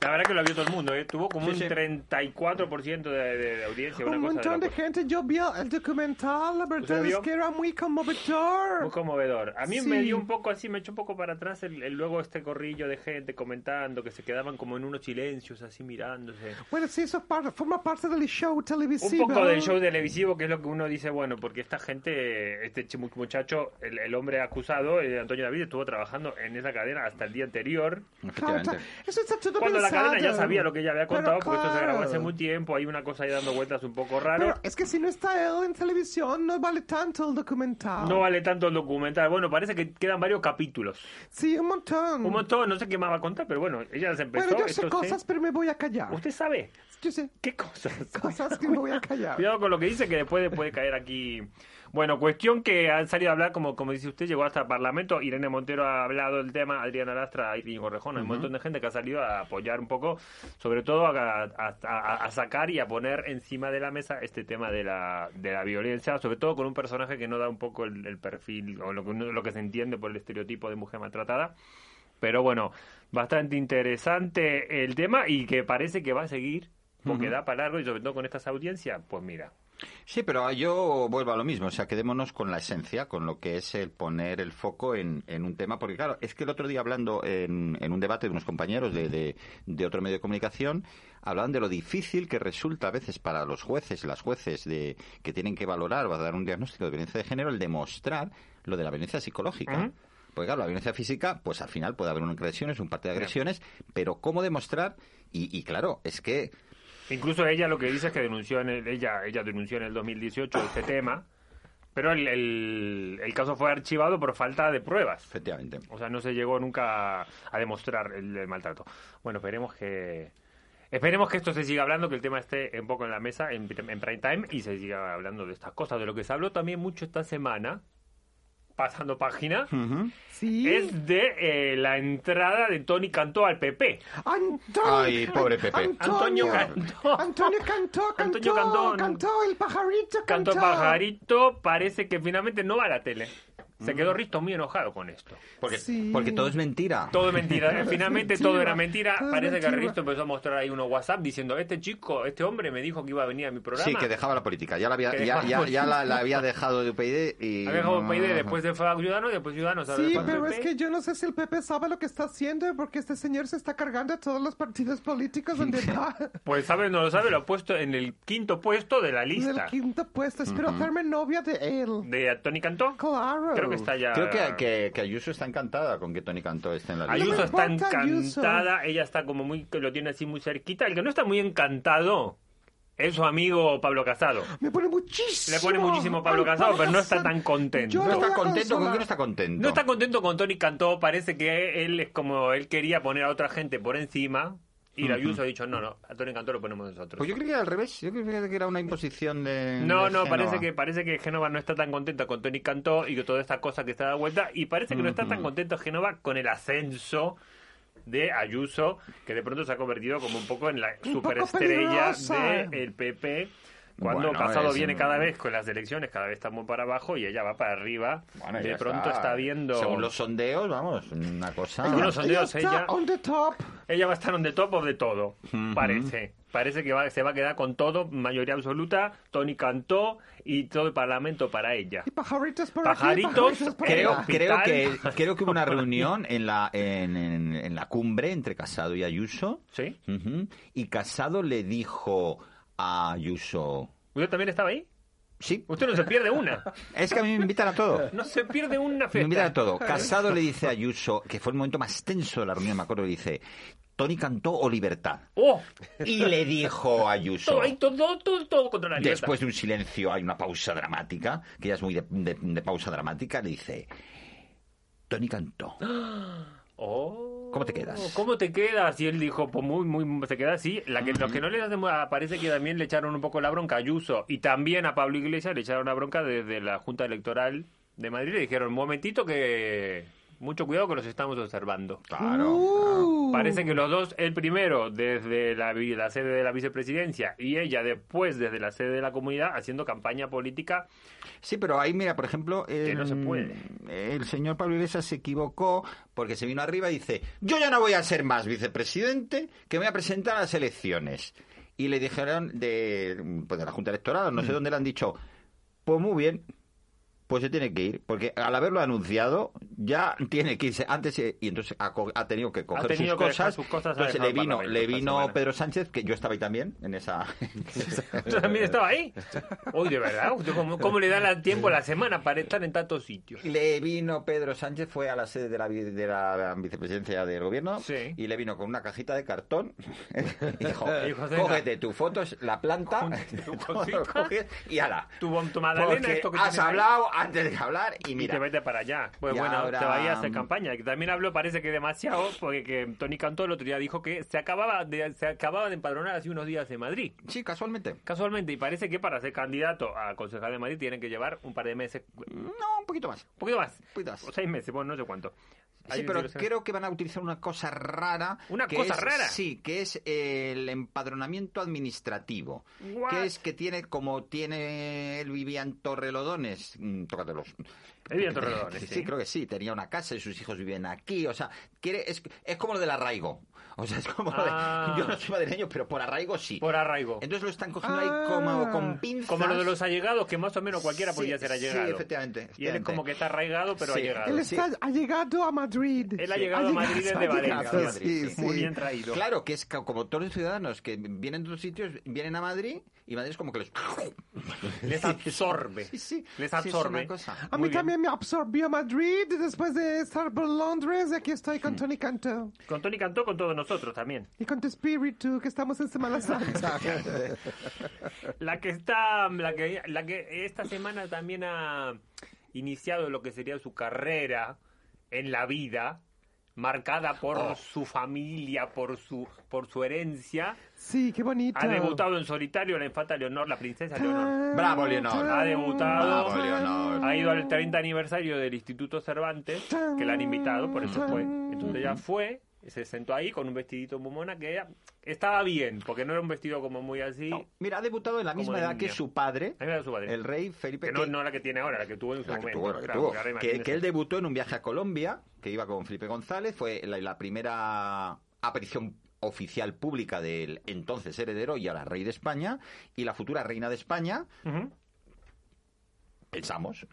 E: La verdad que lo vio todo el mundo, ¿eh? Tuvo como
A: Sí,
E: un
A: sí.
E: 34% de, de- de audiencia. una
C: Un
E: cosa
C: montón de
E: loco.
C: gente, yo vi el documental, la
E: ¿Usted
C: verdad es
E: vio?
C: que era muy conmovedor.
E: Muy conmovedor. A mí
C: Sí.
E: me dio un poco así, me echó un poco para atrás el, el luego este corrillo de gente comentando que se quedaban como en unos silencios así mirándose.
C: Bueno, sí, eso es par- forma parte del show
E: Un
C: televisivo.
E: poco del show televisivo, que es lo que uno dice, bueno, porque esta gente, este chi- muchacho, el, el hombre acusado, eh, Antonio David, estuvo trabajando en esa cadena hasta el día anterior.
C: Claro,
A: Efectivamente.
C: Eso está todo
E: Cuando la
C: pensado.
E: cadena ya sabía lo que ella había
C: Pero
E: contado, porque esto se grabó
C: claro.
E: hace muy tiempo, hay una cosa ahí dando vueltas un poco raro.
C: Pero eh, es que si no está él en televisión, no vale tanto el documental.
E: No vale tanto el documental. Bueno, parece que quedan varios capítulos.
C: Sí, un montón.
E: Un montón, no sé qué más va a contar, pero bueno, ella se empezó.
C: bueno, Mm. yo sé
E: entonces-
C: cosas, pero me voy a callar.
E: ¿Usted sabe
C: Yo sé
E: qué cosas?
C: cosas que me voy a
E: (laughs)
C: callar.
E: Cuidado con lo que dice, que después puede caer aquí. Bueno, cuestión que han salido a hablar, como, como dice usted, llegó hasta el Parlamento. Irene Montero ha hablado del tema, Adriana Lastra, Irving Correjón, hay un montón de gente que ha salido a apoyar un poco, sobre todo a, a- a- a sacar y a poner encima de la mesa este tema de la, de la violencia, sobre todo con un personaje que no da un poco el, el perfil o lo que, uno- lo que se entiende por el estereotipo de mujer maltratada. Pero bueno, bastante interesante el tema y que parece que va a seguir porque da para largo y sobre todo con estas audiencias, pues mira.
A: Sí, pero yo vuelvo a lo mismo. O sea, quedémonos con la esencia, con lo que es el poner el foco en, en un tema. Porque, claro, es que el otro día hablando en, en un debate de unos compañeros de, de- de otro medio de comunicación, hablaban de lo difícil que resulta a veces para los jueces y las jueces de, que tienen que valorar o dar un diagnóstico de violencia de género el demostrar lo de la violencia psicológica.
E: Ujú.
A: Porque claro, la violencia física, pues al final puede haber una agresiones, un parte de agresiones, pero ¿cómo demostrar? Y, y claro, es que
E: Incluso ella lo que dice es que denunció en el, ella, ella denunció en el 2018 este tema, pero el, el- el caso fue archivado por falta de pruebas.
A: Efectivamente.
E: O sea, no se llegó nunca a demostrar el, el maltrato. Bueno, esperemos que esperemos que esto se siga hablando, que el tema esté un poco en la mesa en, en prime time y se siga hablando de estas cosas, de lo que se habló también mucho esta semana, pasando página.
C: Sí.
E: es de eh, la entrada de Tony Cantó al PP.
C: Antonio.
A: Ay, pobre Pepe.
E: Antonio
C: Antonio.
E: Cantó.
C: Antonio cantó, cantó,
E: Antonio Cantó.
C: cantó, el pajarito
E: Cantó
C: cantó.
E: Pajarito, parece que finalmente no va a la tele. Se quedó Risto muy enojado con esto.
A: Porque,
C: Sí.
A: porque todo es mentira.
E: Todo mentira. Finalmente
C: mentira,
E: todo era mentira.
C: todo es
E: Parece que
C: mentira.
E: Risto empezó a mostrar ahí unos WhatsApp diciendo, este chico, este hombre me dijo que iba a venir a mi programa.
A: Sí, que dejaba la política. Ya la había,
E: Que
A: ya,
E: dejaba
A: ya-
E: la
A: ya la, la había dejado de UPyD y...
E: Había dejado
A: no,
E: PID,
A: no, no.
E: después se fue a Ciudadanos, después Ciudadanos. ahora
C: Sí,
E: fue al
C: pero
E: PP.
C: es que yo no sé si el Pepe sabe lo que está haciendo porque este señor se está cargando a todos los partidos políticos donde va.
E: Pues sabe, no lo sabe, lo ha puesto en el quinto puesto de la (laughs)
C: Del
E: lista
C: quinto puesto. Espero hacerme novia de él.
E: de Tony Cantó.
C: Claro.
E: Creo que está ya...
A: Creo que, que, que Ayuso está encantada con que Tony Cantó esté en la
C: me
E: Ayuso
A: lista.
E: está
C: importa, Ayuso.
E: encantada, ella está como muy, que lo tiene así muy cerquita. El que no está muy encantado es su amigo Pablo Casado.
C: Me pone muchísimo.
E: Le pone muchísimo Pablo
C: Ay,
E: Casado, pero no está
C: Casado.
E: tan contento.
C: Yo
A: No
C: lo
A: está
C: voy a
A: contento, ¿con
C: consolar.
A: qué no está contento?
E: No está contento con Tony Cantó, parece que él es como él quería poner a otra gente por encima y la Ayuso ha dicho, no, no, a Tony Cantó lo ponemos nosotros.
A: Pues yo creía que era al revés. Yo creía que era una imposición de...
E: No,
A: de
E: no,
A: Génova.
E: parece que parece que Génova no está tan contenta con Tony Cantó y con toda esta cosa que está de vuelta y parece que no está tan contento Génova con el ascenso de Ayuso, que de pronto se ha convertido como un poco en la
C: Un poco
E: superestrella
C: peligrosa.
E: del PP. Cuando
A: Bueno,
E: Casado
A: es
E: viene
A: un-
E: cada vez con las elecciones, cada vez está muy para abajo y ella va para arriba.
A: Bueno, ya
E: de pronto está, viendo...
A: Según los sondeos, vamos, una cosa...
E: Según los- sondeos,
C: Ella está
E: ella-
C: on the top.
E: Ella va a estar on the top of de todo, parece. Parece que va- se va a quedar con todo, mayoría absoluta. Tony cantó y todo el parlamento para ella.
C: Y pajaritos por
E: Pajaritos,
C: aquí, pajaritos por
A: Creo,
C: allá.
A: creo,
E: Hospital.
A: que, creo que hubo
E: (laughs)
A: una reunión en la, en, en- en la cumbre entre Casado y Ayuso.
E: ¿Sí?
A: Ujú. Y Casado le dijo a Ayuso...
E: ¿Usted también estaba ahí?
A: Sí,
E: Usted no se pierde una.
A: es que a mí me invitan a todo.
E: (laughs) No se pierde una
A: Me
E: fiesta.
A: mira todo. Casado le dice a Ayuso, que fue el momento más tenso de la reunión, me acuerdo, le dice, Tony Cantó o Libertad.
E: ¡Oh!
A: Y le dijo a Ayuso.
E: Todo, ahí, todo, todo, todo contra la libertad.
A: Después de un silencio hay una pausa dramática, que ya es muy de, de- de pausa dramática, le dice, Tony Cantó,
E: Oh.
A: ¿Cómo te quedas?
E: ¿Cómo te quedas? Y él dijo, pues muy, muy, se queda así. La que, Los que no le hacen, parece que también le echaron un poco la bronca a Ayuso. Y también a Pablo Iglesias le echaron la bronca desde la Junta Electoral de Madrid. Le dijeron, momentito que mucho cuidado que los estamos observando.
C: Uh.
E: Parece que los dos, el primero desde la, vi- la sede de la vicepresidencia y ella después desde la sede de la comunidad haciendo campaña política.
A: Sí, pero ahí, mira, por ejemplo, el,
E: no se puede.
A: el señor Pablo Iglesias se equivocó porque se vino arriba y dice, yo ya no voy a ser más vicepresidente, que me voy a presentar a las elecciones. Y le dijeron de, pues, de la Junta Electoral,
E: Mm.
A: no sé dónde le han dicho, pues muy bien, pues se tiene que ir, porque al haberlo anunciado ya tiene que irse antes eh, y entonces ha, co- ha tenido que coger
E: tenido
A: sus,
E: que dejar
A: cosas,
E: sus cosas, ha
A: Entonces le
E: dejado el
A: vino,
E: Parlamento
A: le
E: esta
A: vino
E: semana.
A: Pedro Sánchez, que yo estaba ahí también en
E: (laughs)
A: esa...
E: ¿Tú también
A: (laughs)
E: estaba ahí? Uy, de verdad, ¿usted ¿cómo, cómo le da la- tiempo a la semana para estar en tantos sitios?
A: Le vino Pedro Sánchez, fue a la sede de la, vi- de la vicepresidencia del gobierno
E: Sí.
A: y le vino con una cajita de cartón (laughs) y
E: (laughs)
A: dijo,
E: Hijo de
A: cógete tus fotos, la planta,
E: Junta
A: (laughs)
E: tu
A: todo
E: cosita,
A: lo coges y ala.
E: Tu bom- tu magdalena,
A: Porque
E: esto que
A: has
E: tienes ahí.
A: hablado antes de hablar y
E: Y
A: mira,
E: te vete para allá. Pues
A: Y
E: bueno,
A: ahora- um,
E: te vayas a hacer campaña. Que También habló, parece que demasiado, porque que Tony Cantó el otro día dijo que se acababa de, se acababa de empadronar hace unos días en Madrid.
A: sí, casualmente.
E: Casualmente, y parece que para ser candidato a concejal de Madrid tienen que llevar un par de meses, un
A: No, un poquito más.
E: poquito más,
A: Poquito más.
E: o seis meses, bueno, no sé cuánto.
A: Sí,
E: Hay un
A: pero
E: ciclo-
A: creo que van a utilizar una cosa rara.
E: ¿Una
A: que
E: cosa
A: es-
E: rara?
A: Sí, que es el empadronamiento administrativo.
E: What?
A: Que es que tiene, como tiene el Vivian Torrelodones, mm, tócatelos. (laughs)
E: El Vivian Torrelodones,
A: Sí,
E: sí.
A: creo que sí, tenía una casa y sus hijos vivían aquí. O sea, quiere, es, es como lo del arraigo. O sea, es como lo de-
E: Ah.
A: Yo no soy madrileño, pero por arraigo sí.
E: Por arraigo.
A: Entonces lo están cogiendo
C: Ah.
A: ahí como con pinzas.
E: Como lo de los allegados, que más o menos cualquiera
A: Sí,
E: podía ser
A: sí,
E: allegado.
A: efectivamente,
E: Y él es
A: efectivamente.
E: como que está arraigado, pero
A: Sí.
E: allegado.
C: Él
A: Él es-
C: está, ha llegado a Madrid.
E: Él ha llegado a Madrid
C: llegado,
E: desde
C: ha llegado,
E: Valencia.
A: sí,
E: Muy
C: sí.
E: bien traído.
A: Claro, que es ca- como todos los ciudadanos que vienen de otros sitios, vienen a Madrid y Madrid es como que les... (laughs)
E: Les absorbe.
A: Sí, sí.
E: Les
A: Sí, es una
E: absorbe.
A: cosa.
C: A
E: Muy
C: mí
E: bien.
C: también me absorbió Madrid después de estar por Londres. Aquí estoy con Tony Cantó
E: Con Tony Cantó, con todos nosotros también.
C: y con tu espíritu, que estamos en Semana Santa.
E: (laughs) La que está, la que, la que esta semana también ha iniciado lo que sería su carrera en la vida, marcada por
A: Oh.
E: su familia, por su, por su herencia.
C: Sí, qué bonito.
E: Ha debutado en solitario la infanta Leonor, la princesa Leonor.
A: Bravo, Leonor.
E: Ha debutado.
A: Bravo, Leonor.
E: Ha ido al 30 aniversario del Instituto Cervantes, que la han invitado, por eso fue. Entonces ella fue, se sentó ahí con un vestidito muy mona que ella estaba bien, porque no era un vestido como muy así.
A: No, Mira, ha debutado en la
E: Como
A: misma
E: de
A: edad
E: niño.
A: que su padre,
E: A mí me da su padre.
A: el rey Felipe
E: Que no,
A: que-
E: no la que tiene ahora, la que tuvo en su
A: la que
E: momento.
A: tuvo, la que
E: Claro,
A: tuvo.
E: porque ahora
A: Que-
E: imagínese.
A: que él debutó en un viaje a Colombia, que iba con Felipe González, fue la, la primera aparición oficial pública del entonces heredero y ahora rey de España, y la futura reina de España,
E: Ujú.
A: pensamos,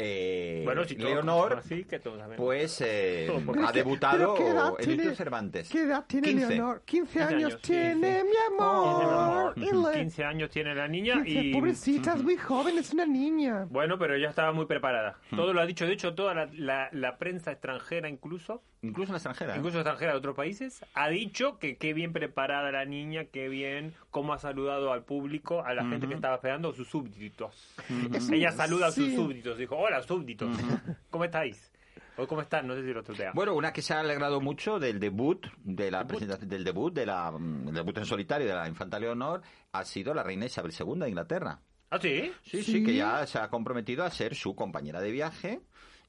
A: eh,
E: Bueno, si todos
A: Leonor,
E: son así, que todos saben.
A: pues eh,
E: Todo por-
A: ha
C: Pero qué- pero
A: debutado
C: ¿qué edad
A: en
C: tiene-
A: Instituto Cervantes.
C: ¿Qué edad tiene
A: 15.
C: Leonor? 15 años,
E: años, sí,
C: tiene, mi
E: Tiene el amor.
C: amor. Y le-
E: 15 años tiene la niña
C: 15,
E: y...
C: Pobrecita, es muy joven, es una niña.
E: Bueno, pero ella estaba muy preparada.
A: Hmm.
E: Todo lo ha dicho, de hecho, toda la, la- la prensa extranjera incluso,
A: Incluso en la extranjera. ¿eh?
E: incluso extranjera de otros países, ha dicho que qué bien preparada la niña, qué bien, cómo ha saludado al público, a la gente que estaba esperando, sus súbditos.
C: Es un-
E: Ella saluda a
C: sí.
E: sus súbditos, dijo, hola súbditos, (laughs) ¿cómo estáis? ¿O cómo están? No sé si lo tutea.
A: Bueno, una que se ha alegrado mucho del debut, de la presentación- del debut, de la, mm, el debut en solitario de la infanta Leonor, ha sido la reina Isabel II de Inglaterra.
E: ¿Ah, sí?
A: Sí, sí, que ya se ha comprometido a ser su compañera de viaje.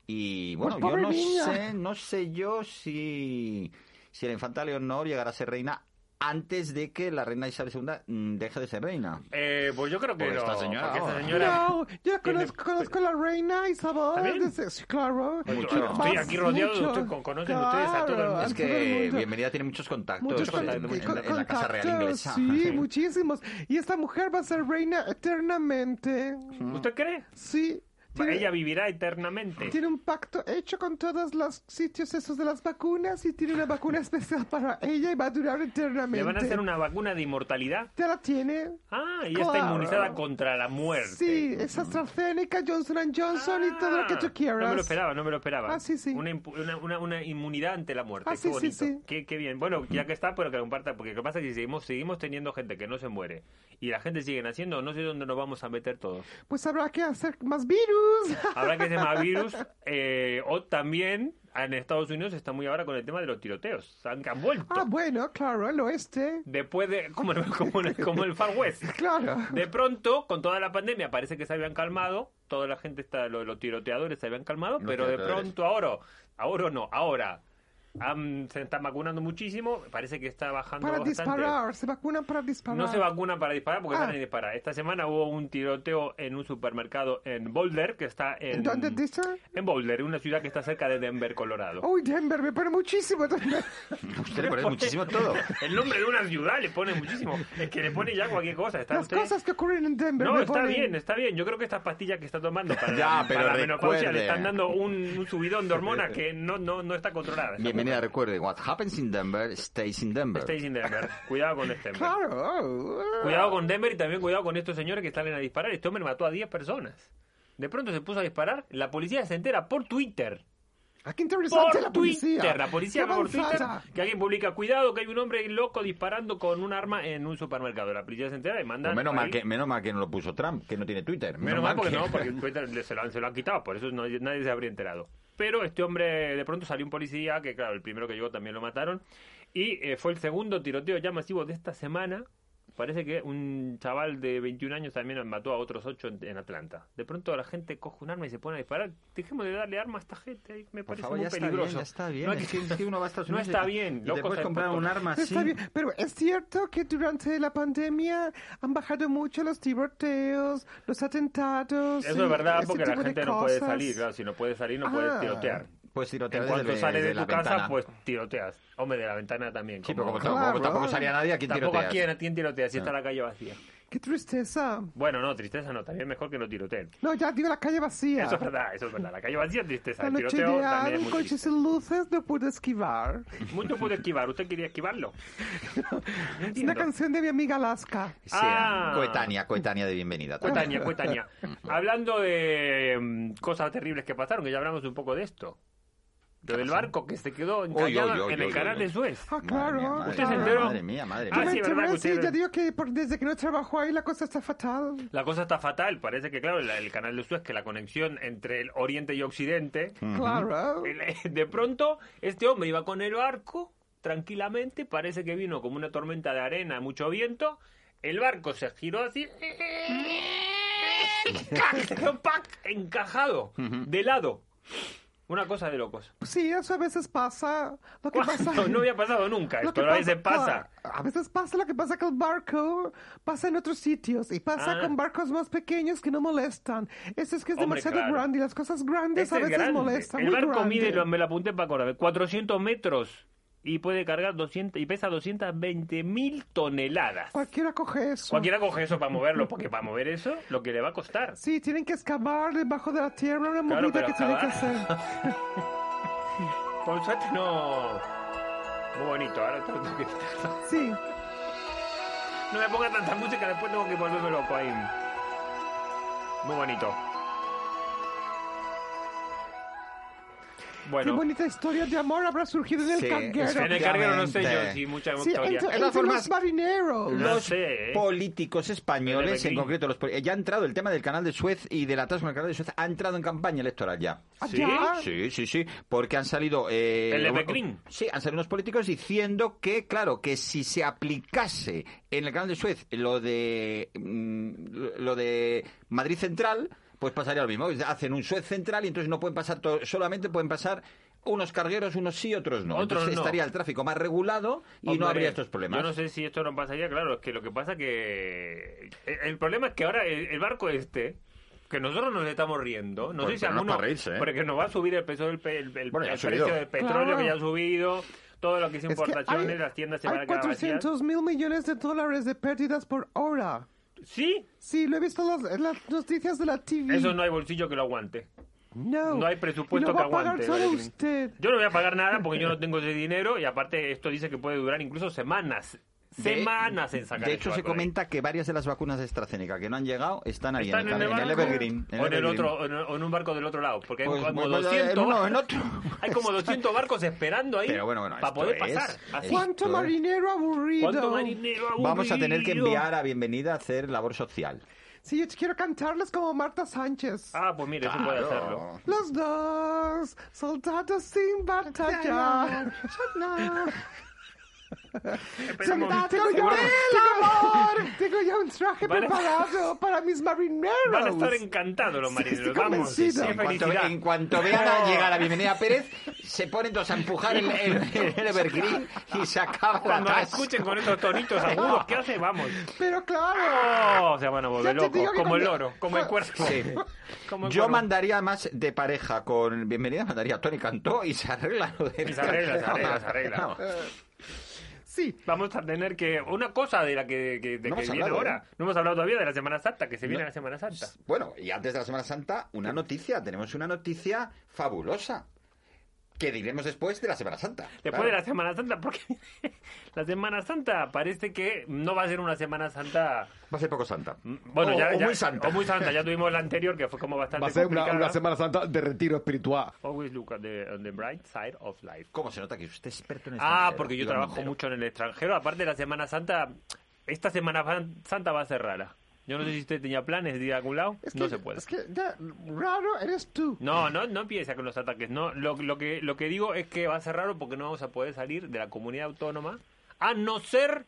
A: Y
C: Pues
A: bueno, yo
C: pobre
A: no
C: niña.
A: sé, no sé yo si, si la infanta Leonor llegará a ser reina antes de que la reina Isabel II mm, deje de ser reina.
E: Eh, pues yo creo que
A: Porque
E: no,
A: esta señora-
E: porque esta
A: ahora.
E: señora...
C: No, yo la
E: Tiene-
C: conozco, conozco a la reina Isabel.
E: ¿También?
C: desde- sí, claro.
A: Mucho.
E: Estoy aquí rodeado de
C: mucho.
E: usted- con- conocen ustedes a todo el
C: Claro,
E: mundo.
C: a
A: Es
C: todo el
A: que
C: mundo.
A: bienvenida tiene muchos contactos,
C: Muchos
A: en-
C: con-
E: contactos,
A: en, en
C: con-
A: la casa real
C: contactos,
A: inglesa.
C: Sí, muchísimos. Y esta mujer va a ser reina eternamente.
E: ¿Usted cree?
C: Sí. Tiene-
E: Ella vivirá eternamente.
C: Tiene un pacto hecho con todos los sitios esos de las vacunas y tiene una vacuna (laughs) especial para ella y va a durar eternamente.
E: Le van a hacer una vacuna de inmortalidad.
C: ¿Te la tiene?
E: Ah, ella está
C: Claro.
E: inmunizada contra la muerte.
C: Sí, es AstraZeneca, Johnson Johnson y todo lo que tú quieras.
E: Ah, No me lo esperaba, no me lo esperaba.
C: Ah, sí, sí.
E: Una, impu- una, una- una inmunidad ante la muerte.
C: Ah,
E: qué
C: sí, sí,
E: bonito.
C: sí.
E: Qué, qué bien. Bueno, ya que está, pero que lo comparta. Porque lo que pasa es que si seguimos, seguimos teniendo gente que no se muere y la gente sigue naciendo, no sé dónde nos vamos a meter todos.
C: Pues habrá que hacer más virus.
E: (laughs) Habrá que se llama virus. eh, o también en Estados Unidos está muy ahora con el tema de los tiroteos. Han, han vuelto.
C: ah, bueno, claro, el oeste.
E: Después de. (laughs) Como, el- como el- como el Far West.
C: Claro.
E: De pronto, con toda la pandemia, parece que se habían calmado. Toda la gente está, lo- los, tiroteadores se habían calmado,
A: Los
E: pero de
A: tiroteadores.
E: pronto ahora, ahora no, ahora han- se están vacunando muchísimo. Parece que está bajando
C: Para
E: bastante.
C: disparar, se vacunan para disparar.
E: No se vacunan para disparar porque
C: Ah.
E: van a disparar. Esta semana hubo un tiroteo en un supermercado en Boulder, que está en.
C: ¿Dónde dice? Oh.
E: En Boulder, una ciudad que está cerca de Denver, Colorado.
C: Uy, Denver, me pone muchísimo. Denver.
A: (laughs) Usted le pone muchísimo (laughs) todo.
E: El nombre de una ciudad le pone muchísimo. Es que le pone ya cualquier cosa. Está
C: Las
E: usted-
C: cosas que ocurren en Denver
E: No,
C: me
E: está
C: ponen-
E: bien, está bien. Yo creo que estas pastillas que está tomando para,
A: Ya,
E: la, para
A: pero
E: la menopausia le
A: recuerde.
E: están dando un, un subidón de hormonas que no, no, no está controlada. Está
A: Bienvenida, recuerde, what happens in Denver stays in Denver.
E: Estáis en Denver. Cuidado con Denver.
C: Claro.
E: Cuidado con Denver y también cuidado con estos señores que salen a disparar. Este hombre mató a 10 personas. De pronto se puso a disparar. La policía se entera por Twitter.
C: Ah, qué interesante
E: Por
C: la policía.
E: Twitter. La policía
C: Qué
E: va por Twitter.
C: avanzada.
E: Que alguien publica, cuidado que hay un hombre loco disparando con un arma en un supermercado. La policía se entera y manda...
A: Pues menos, mal
E: ahí-
A: que, menos mal que no lo puso Trump, que no tiene Twitter.
E: Menos mal porque
A: que-
E: no,
A: (laughs)
E: porque Twitter le- se, lo han, se lo han quitado, por eso no- nadie se habría enterado. Pero este hombre, de pronto salió un policía, que claro, el primero que llegó también lo mataron, y eh, fue el segundo tiroteo ya masivo de esta semana. Parece que un chaval de 21 años también mató a otros 8 en, en Atlanta. De pronto la gente coge un arma y se pone a disparar. Dejemos de darle arma a esta gente, ahí me
A: Por
E: parece
A: favor,
E: muy
A: ya está
E: peligroso.
A: bien, ya está bien.
E: No, hay
A: Es
E: que-
A: que- es que uno va a Estados
E: (laughs) no
A: Unidos y-
E: está bien.
A: y
E: loco,
A: te puedes
E: se-
A: comprar un arma así.
C: Está bien, pero es cierto que durante la pandemia han bajado mucho los tiroteos, los atentados.
E: Eso
C: y
E: es verdad,
C: ese
E: porque la
C: tipo de
E: gente no puede
C: cosas.
E: salir. Claro, si no puede salir, no
C: Ah.
E: puedes tirotear.
A: Pues tirotear
E: En
A: desde
E: cuanto
A: de-
E: sales de
A: desde la
E: tu casa,
A: ventana.
E: pues tiroteas. Hombre, de la ventana también.
A: Sí, pero como
C: Claro.
A: tampoco, tampoco salía nadie, ¿a quién Ah.
E: tampoco
A: tiroteas?
E: a quién, a quién tirotea si está la calle vacía.
C: Qué tristeza.
E: Bueno, no, tristeza no, también mejor que no tiroteen.
C: No, ya digo la calle vacía.
E: Eso es verdad, eso es verdad. La calle vacía es tristeza.
C: La
E: El
C: noche
E: tiroteo
C: ideal,
E: también es
C: un
E: muy
C: coche
E: triste.
C: sin luces, no pude esquivar.
E: Mucho pude esquivar. ¿Usted quería
A: (laughs)
E: esquivarlo? No
C: Es una
E: entiendo.
C: canción de mi amiga Alaska.
A: Sea
E: Ah.
A: coetánea, coetánea de bienvenida.
E: Coetánea, coetánea. pues, Hablando de mm, cosas terribles que pasaron, que ya hablamos un poco de esto. Lo del barco que se quedó encallado
A: uy, uy,
E: en el
A: uy,
E: canal
A: uy.
E: de Suez.
C: Ah,
A: Madre
C: claro.
A: mía, madre
E: ¿Usted se
A: mía,
E: enteró?
A: Madre mía, madre
E: Ah,
A: mía.
C: Yo me
E: sí, verdad
C: enteré,
E: que
C: sí,
E: usted-
C: ya digo que por- desde que no trabajo ahí la cosa está fatal.
E: La cosa está fatal. Parece que, claro, la- el canal de Suez, que la conexión entre el Oriente y Occidente,
C: Claro.
E: El- eh, De pronto, este hombre iba con el barco tranquilamente, parece que vino como una tormenta de arena, mucho viento. El barco se giró así. (laughs) ¡Cac! Se quedó, ¡pac! encajado, de lado. Una cosa de locos.
C: Sí, eso a veces pasa. Lo que pasa
E: ¿Cuándo? No había pasado nunca
C: Lo
E: esto,
C: que ah,
E: pero a veces pasa.
C: claro, a veces pasa lo que pasa que el barco pasa en otros sitios y pasa
E: Ah.
C: con barcos más pequeños que no molestan. Eso es que es
E: Hombre,
C: demasiado
E: claro.
C: grande y las cosas
E: (laughs)
C: grandes
E: Ese
C: a
E: es
C: veces
E: grande.
C: molestan.
E: El
C: muy
E: barco
C: grande.
E: mide, lo- me lo apunté para acordarme, 400 metros y puede cargar 200 y pesa 220 mil toneladas.
C: Cualquiera coge eso.
E: Cualquiera coge eso para moverlo, porque para mover eso, lo que le va a costar.
C: Sí, tienen que excavar debajo de la tierra una
E: Claro,
C: movida
E: pero
C: que tienen que hacer.
E: excavar. Por suerte no. Muy bonito, ahora tengo que (laughs) quitarlo.
C: Sí,
E: No me ponga tanta música, después tengo que volverme loco ahí. Muy bonito.
C: qué
E: (laughs) Bueno,
C: bonita historia de amor habrá surgido en el
A: Sí,
C: carguero.
E: en el carguero no sé yo si mucha
C: Sí,
A: De
E: historia.
C: entre,
A: todas
C: entre los
A: formas-
C: marineros.
E: No
A: Los
E: sé, ¿eh?
A: políticos
E: Pero de
A: españoles,
E: Berlín.
A: en concreto los poli- ya ha entrado el tema del canal de Suez y del atraso con el canal de Suez, ha entrado en campaña electoral ya.
C: Ah,
E: ¿Sí?
C: Allá.
A: Sí, sí, sí, porque han salido... eh,
E: El de
A: un-
E: Berlín.
A: Sí, han salido unos políticos diciendo que, claro, que si se aplicase en el canal de Suez lo de, mm, lo de Madrid Central, pues pasaría lo mismo. Hacen un Suez Central y entonces no pueden pasar, to- solamente pueden pasar unos cargueros, unos sí, otros no.
E: Otros
A: entonces
E: no.
A: estaría el tráfico más regulado y no
E: Hombre,
A: habría estos problemas.
E: Yo no sé si esto no pasaría, claro, es que lo que pasa que... El, el problema es que ahora el, el barco este, que nosotros nos estamos riendo, no
A: Pues,
E: sé si
A: pero no
E: alguno...
A: para reírse, ¿eh?
E: Porque nos va a subir el peso del pe- el, el-
A: Bueno, ya
E: el
A: ha subido.
E: precio del petróleo
C: Claro.
E: que ya ha subido, todo lo que es
C: Es que
E: importaciones, las tiendas se van a
C: hay
E: quedar vacías.
C: 400 mil millones de dólares de pérdidas por hora.
E: ¿Sí?
C: Sí, lo he visto en las, en las noticias de la TV.
E: Eso no hay bolsillo que lo aguante.
C: no.
E: no hay presupuesto
C: Y lo
E: que
C: va a pagar
E: aguante,
C: solo
E: Evelyn.
C: usted.
E: Yo no voy a pagar nada porque yo no tengo ese dinero y aparte esto dice que puede durar incluso semanas.
A: De-
E: Semanas en sacar
A: De
E: el
A: hecho, se
E: sobaco de ahí.
A: comenta que varias de las vacunas de AstraZeneca que no han llegado están ahí
E: Están en el
A: el
E: barco
A: Evergreen.
E: o en, el
A: Evergreen.
E: otro, o en- o en un barco del otro lado, porque
A: Pues,
E: hay como
A: bueno, en
E: 200,
A: uno, en otro.
E: (laughs) hay como 200 barcos esperando ahí
A: Pero bueno, bueno,
E: para
A: esto
E: poder
A: es-
E: pasar. Así.
A: es-
C: ¿Cuánto
A: Esto-
C: marinero aburrido?
E: ¿Cuánto marinero
A: Vamos a tener que
E: aburrido?
A: enviar a Bienvenida a hacer labor social.
C: Sí, yo quiero cantarles como Marta Sánchez.
E: Ah, pues mire, eso puede hacerlo.
C: Los dos, soldados sin batalla.
E: Esperemos.
C: Soldados del
E: Seguro-
C: amor. Tengo ya un traje
E: Van a-
C: preparado para mis marineros.
E: Van a estar encantados los marineros.
C: estoy
E: Vamos, qué
C: convencido.
A: En cuanto,
E: felicidad.
A: en cuanto vean a llegar a Bienvenida Pérez, se ponen todos a empujar el, el,
E: (laughs)
A: el Evergreen y se acaba la
E: Cuando la escuchen con
A: (laughs)
E: esos tonitos agudos, ¿qué hace? Vamos.
C: Pero claro.
E: Oh, se van a volver
C: Ya te
E: locos.
C: digo que
E: Como
C: cuando-
E: el loro, como el cuerpo.
A: Sí.
E: (laughs) Como el
A: Yo
E: cuervo.
A: mandaría más de pareja con Bienvenida, mandaría a Tony Cantó y se arregla lo de...
E: Y se arregla,
A: (laughs)
E: se arregla, se arregla.
C: Sí.
E: Vamos a tener que. Una cosa de la que, que- de
A: No
E: que
A: hemos
E: viene
A: hablado,
E: ahora. No hemos hablado todavía de la Semana Santa, que se viene
A: No.
E: la Semana Santa.
A: Bueno, y antes de la Semana Santa, una noticia. Tenemos una noticia fabulosa. Que diremos después de la Semana Santa.
E: Después de la Semana Santa, porque (laughs) la Semana Santa parece que no va a ser una Semana Santa.
A: Va a ser poco Santa.
E: Mm, Bueno,
A: O-
E: ya,
A: o
E: ya-
A: muy santa.
E: o muy santa. Ya tuvimos la anterior, que fue como bastante.
D: Va a ser una,
E: complicada.
D: una Semana Santa de retiro espiritual.
E: Always look at the, on the bright side of life.
A: ¿Cómo se nota que usted es experto en el
E: Ah,
A: extranjero?
E: porque yo
A: Iván
E: trabajo
A: Montero.
E: mucho en el extranjero. Aparte de la Semana Santa, esta Semana Fan- Santa va a ser rara. Yo no sé si usted tenía planes de ir a algún lado.
C: Es
E: no
C: que-
E: se puede.
C: Es que ya, raro eres tú.
E: No, no, no empieza con los ataques. No, lo, lo que lo que digo es que va a ser raro porque no vamos a poder salir de la comunidad autónoma a no ser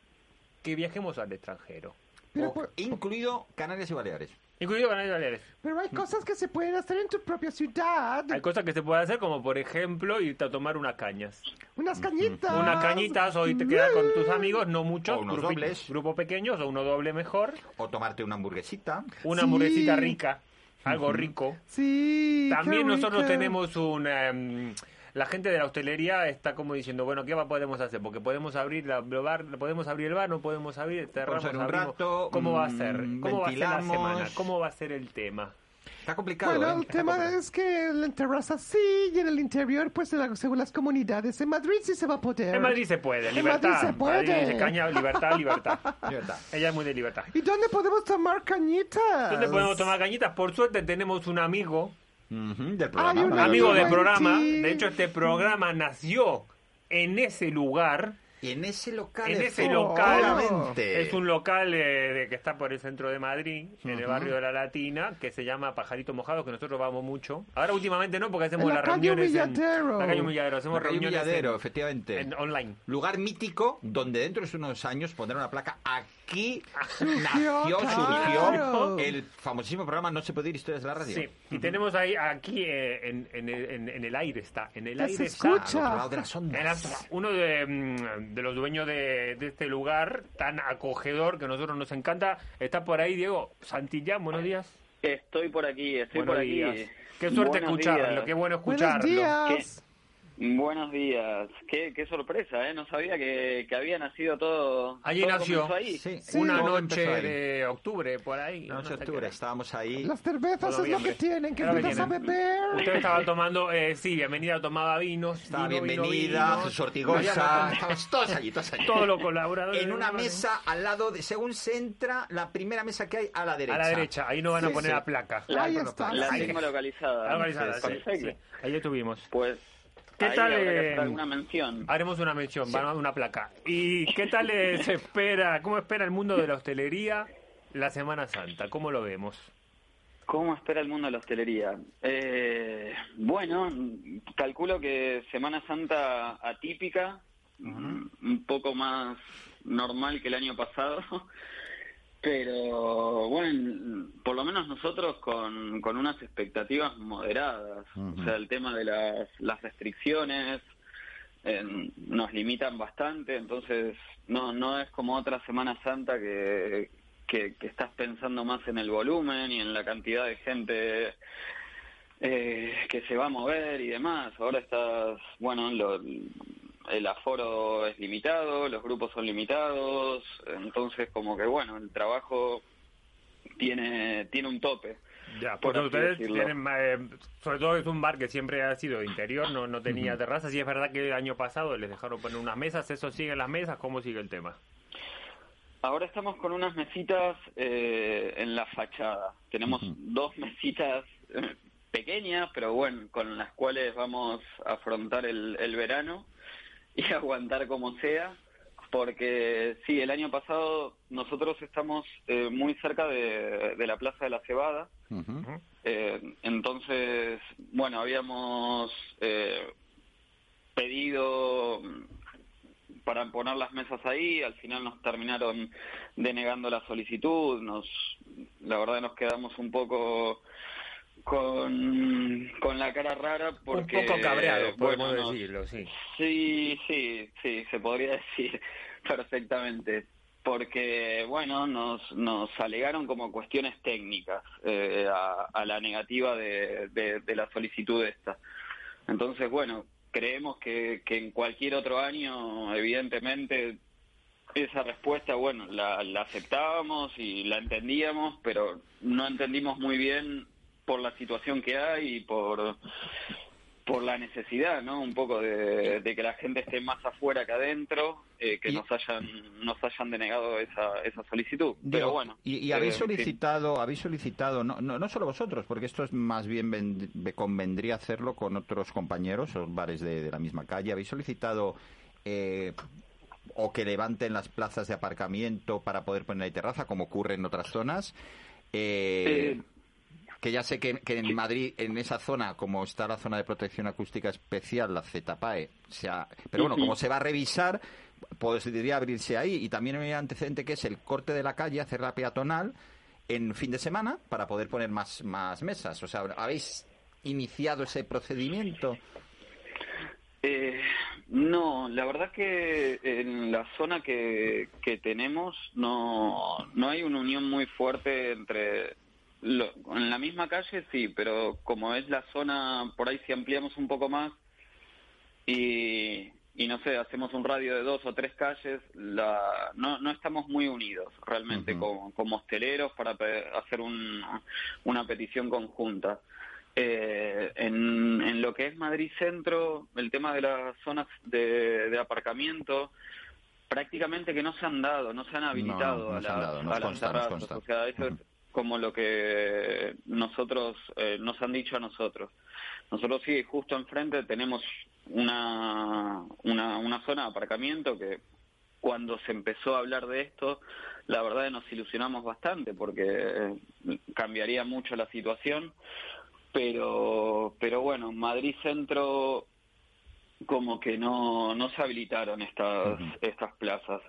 E: que viajemos al extranjero.
C: Pero,
A: O-
C: por-
A: (laughs) Incluido Canarias y Baleares.
E: Incluido Canarias y Baleares.
C: pero hay cosas que se pueden hacer en tu propia ciudad.
E: Hay cosas que se puede hacer como por ejemplo irte a tomar unas cañas.
C: Unas cañitas.
E: Unas cañitas o te quedas con tus amigos, no muchos,
A: O unos
E: grupi-
A: dobles.
E: grupos pequeños o uno doble mejor,
A: O tomarte una hamburguesita.
E: una
C: Sí.
E: hamburguesita rica, algo rico.
C: Sí.
E: También
C: qué
E: nosotros
C: rico.
E: tenemos un... em, la gente de la hostelería está como diciendo, bueno, ¿qué va- podemos hacer? Porque podemos abrir la el bar, podemos abrir el bar, no podemos abrir, cerramos,
A: hacer un
E: abrimos.
A: rato,
E: ¿Cómo va a
A: mm,
E: ser? ¿Cómo va a ser la
A: ventilamos.
E: semana? ¿Cómo va a ser el tema?
A: Está complicado.
C: Bueno,
A: ¿eh?
C: el
A: Está
C: tema
A: complicado.
C: es que en la terraza sí y en el interior, pues en la- según las comunidades. En Madrid sí se va a poder.
E: En Madrid se puede,
C: En
E: libertad.
C: Madrid se puede.
E: Madrid, caña, libertad, libertad.
A: Libertad.
E: Ella es muy de
C: (laughs)
E: libertad.
C: ¿Y dónde podemos tomar cañitas?
E: ¿Dónde podemos tomar cañitas? Por suerte tenemos un amigo
A: Ujú, del
C: Hay una-
A: programa.
E: amigo del
C: Buen
E: programa.
C: día.
E: De hecho, este programa nació en ese lugar.
A: Y en ese local.
E: En ese
C: Oh.
A: efectivamente.
E: local es un local eh, de- que está por el centro de Madrid, en el barrio de la Latina, que se llama Pajarito Mojado, que nosotros vamos mucho. Ahora últimamente no, porque hacemos
C: En la
E: las
C: calle
E: reuniones en
C: Humilladero.
E: la calle Humilladero, hacemos
A: La calle
E: reuniones
A: Humilladero,
E: en-
A: efectivamente.
E: en online.
A: Lugar mítico donde dentro de unos años pondrán una placa. Aquí (laughs) nació, surgió
C: claro.
A: el famosísimo programa No se puede ir historias de la radio.
E: Sí, y tenemos ahí aquí eh, en, en el- en- en el aire está, en el
C: Que
E: aire
C: se
E: está.
A: Al otro
C: Escucha.
A: lado de las ondas.
E: Era uno de, mm, de los dueños de, de este lugar tan acogedor que a nosotros nos encanta. Está por ahí, Diego Santillán, buenos días.
F: Estoy por aquí, estoy
E: buenos
F: por aquí.
E: días. Qué suerte
F: Buenos
E: escucharlo,
F: días.
E: qué bueno
C: Buenos
E: escucharlo.
C: días.
F: Buenos días. Qué, qué sorpresa, ¿eh? No sabía que, que había nacido todo.
E: Allí
F: todo
E: nació.
F: comenzó ahí.
A: Sí,
E: Una
A: todo
E: noche
A: empezó ahí.
E: de octubre, por ahí.
A: La noche de
E: no sé
A: octubre,
E: qué.
A: estábamos ahí.
C: Las cervezas
E: Todo
C: es lo
E: bien,
C: que
E: hombre.
C: tienen, que
E: Claro que
C: invitas a
E: tienen.
C: beber.
E: Usted estaba tomando, eh, sí, bienvenida, tomaba vinos.
A: Estaba
E: vino, vino,
A: bienvenida,
E: vino.
A: Sortigosa. Estábamos todos allí, todos allí.
E: Todos los colaboradores.
A: en una mesa al lado de. Según se entra, la primera mesa que hay a la derecha.
E: A la derecha, ahí no van a
A: Sí,
E: poner
A: sí.
E: la placa.
F: La-
C: Ahí está.
F: La
C: Ahí.
F: tengo localizada.
E: Organizada, sí,
F: Perfecto.
E: sí. Ahí estuvimos.
F: Pues.
E: ¿Qué
F: ahí
E: tal,
F: habrá que
E: eh,
F: hacer alguna mención.
E: Haremos una mención, van a una placa. ¿Y qué tal eh, se espera? ¿Cómo espera el mundo de la hostelería la Semana Santa? ¿Cómo lo vemos?
F: ¿Cómo espera el mundo de la hostelería? Eh, bueno, calculo que Semana Santa atípica, un poco más normal que el año pasado, (laughs) pero bueno, por lo menos nosotros con, con unas expectativas moderadas. O sea, el tema de las, las restricciones eh, nos limitan bastante, entonces no, no es como otra Semana Santa que, que, que estás pensando más en el volumen y en la cantidad de gente eh, que se va a mover y demás. Ahora estás, bueno, lo- el aforo es limitado, los grupos son limitados, entonces como que bueno, el trabajo tiene, tiene un tope.
E: Ya,
F: por
E: pues
F: así
E: ustedes
F: decirlo.
E: tienen, eh, sobre todo es un bar que siempre ha sido de interior, no, no tenía terrazas y es verdad que el año pasado les dejaron poner unas mesas, eso sigue en las mesas, ¿cómo sigue el tema?
F: Ahora estamos con unas mesitas eh, en la fachada. Tenemos dos mesitas eh, pequeñas, pero bueno, con las cuales vamos a afrontar el, el verano y (laughs) aguantar como sea, porque sí, el año pasado nosotros estamos eh, muy cerca de, de la Plaza de la Cebada,
A: Ujú.
F: eh, entonces, bueno, habíamos eh, pedido mm, para poner las mesas ahí, al final nos terminaron denegando la solicitud, nos, la verdad nos quedamos un poco con, con la cara rara porque...
E: un poco cabreado, podemos
F: bueno, nos-
E: decirlo, sí.
F: Sí, sí, sí, se podría (laughs) decir perfectamente. Porque, bueno, nos, nos alegaron como cuestiones técnicas eh, a, a la negativa de, de- de la solicitud esta. Entonces, bueno, creemos que, que en cualquier otro año, evidentemente, esa respuesta, bueno, la, la aceptábamos y la entendíamos, pero no entendimos muy bien por la situación que hay y por, por la necesidad, ¿no? Un poco de, de que la gente esté más afuera que adentro, eh, que
A: Y-
F: nos hayan nos hayan denegado esa, esa solicitud. Pero
A: Digo,
F: bueno.
A: Y, y
F: eh,
A: habéis
F: en fin.
A: solicitado, habéis solicitado, no, no, no solo vosotros, porque esto es más bien ven- me convendría hacerlo con otros compañeros o bares de, de la misma calle. ¿Habéis solicitado eh, o que levanten las plazas de aparcamiento para poder poner ahí terraza, como ocurre en otras zonas? Eh,
F: Eh,
A: que ya sé que, que en Madrid, en esa zona, como está la zona de protección acústica especial, la ZPAE, se ha- pero bueno,
F: Ujú.
A: como se va a revisar, podría abrirse ahí. Y también hay un antecedente que es el corte de la calle, hacer la peatonal en fin de semana para poder poner más, más mesas. O sea, ¿habéis iniciado ese procedimiento?
F: Eh, no, la verdad que en la zona que, que tenemos no, no hay una unión muy fuerte entre... lo- en la misma calle sí, pero como es la zona, por ahí si ampliamos un poco más y, y no sé, hacemos un radio de dos o tres calles, la, no, no estamos muy unidos realmente
A: Ujú.
F: como, como hosteleros para pe- hacer un- una petición conjunta. Eh, en, en lo que es Madrid Centro, el tema de las zonas de, de aparcamiento prácticamente que no se han dado, no se han habilitado
A: no
F: a,
A: se han
F: las-
A: dado, nos
F: a las
A: consta, nos
F: terrazas.
A: consta.
F: O sea, eso es
A: Ujú.
F: como lo que nosotros eh, nos han dicho a nosotros. Nosotros sí, justo enfrente tenemos una, una, una zona de aparcamiento que cuando se empezó a hablar de esto, la verdad que nos ilusionamos bastante porque eh, cambiaría mucho la situación. Pero, pero bueno, Madrid Centro como que no, no se habilitaron estas,
A: Ujú.
F: estas plazas.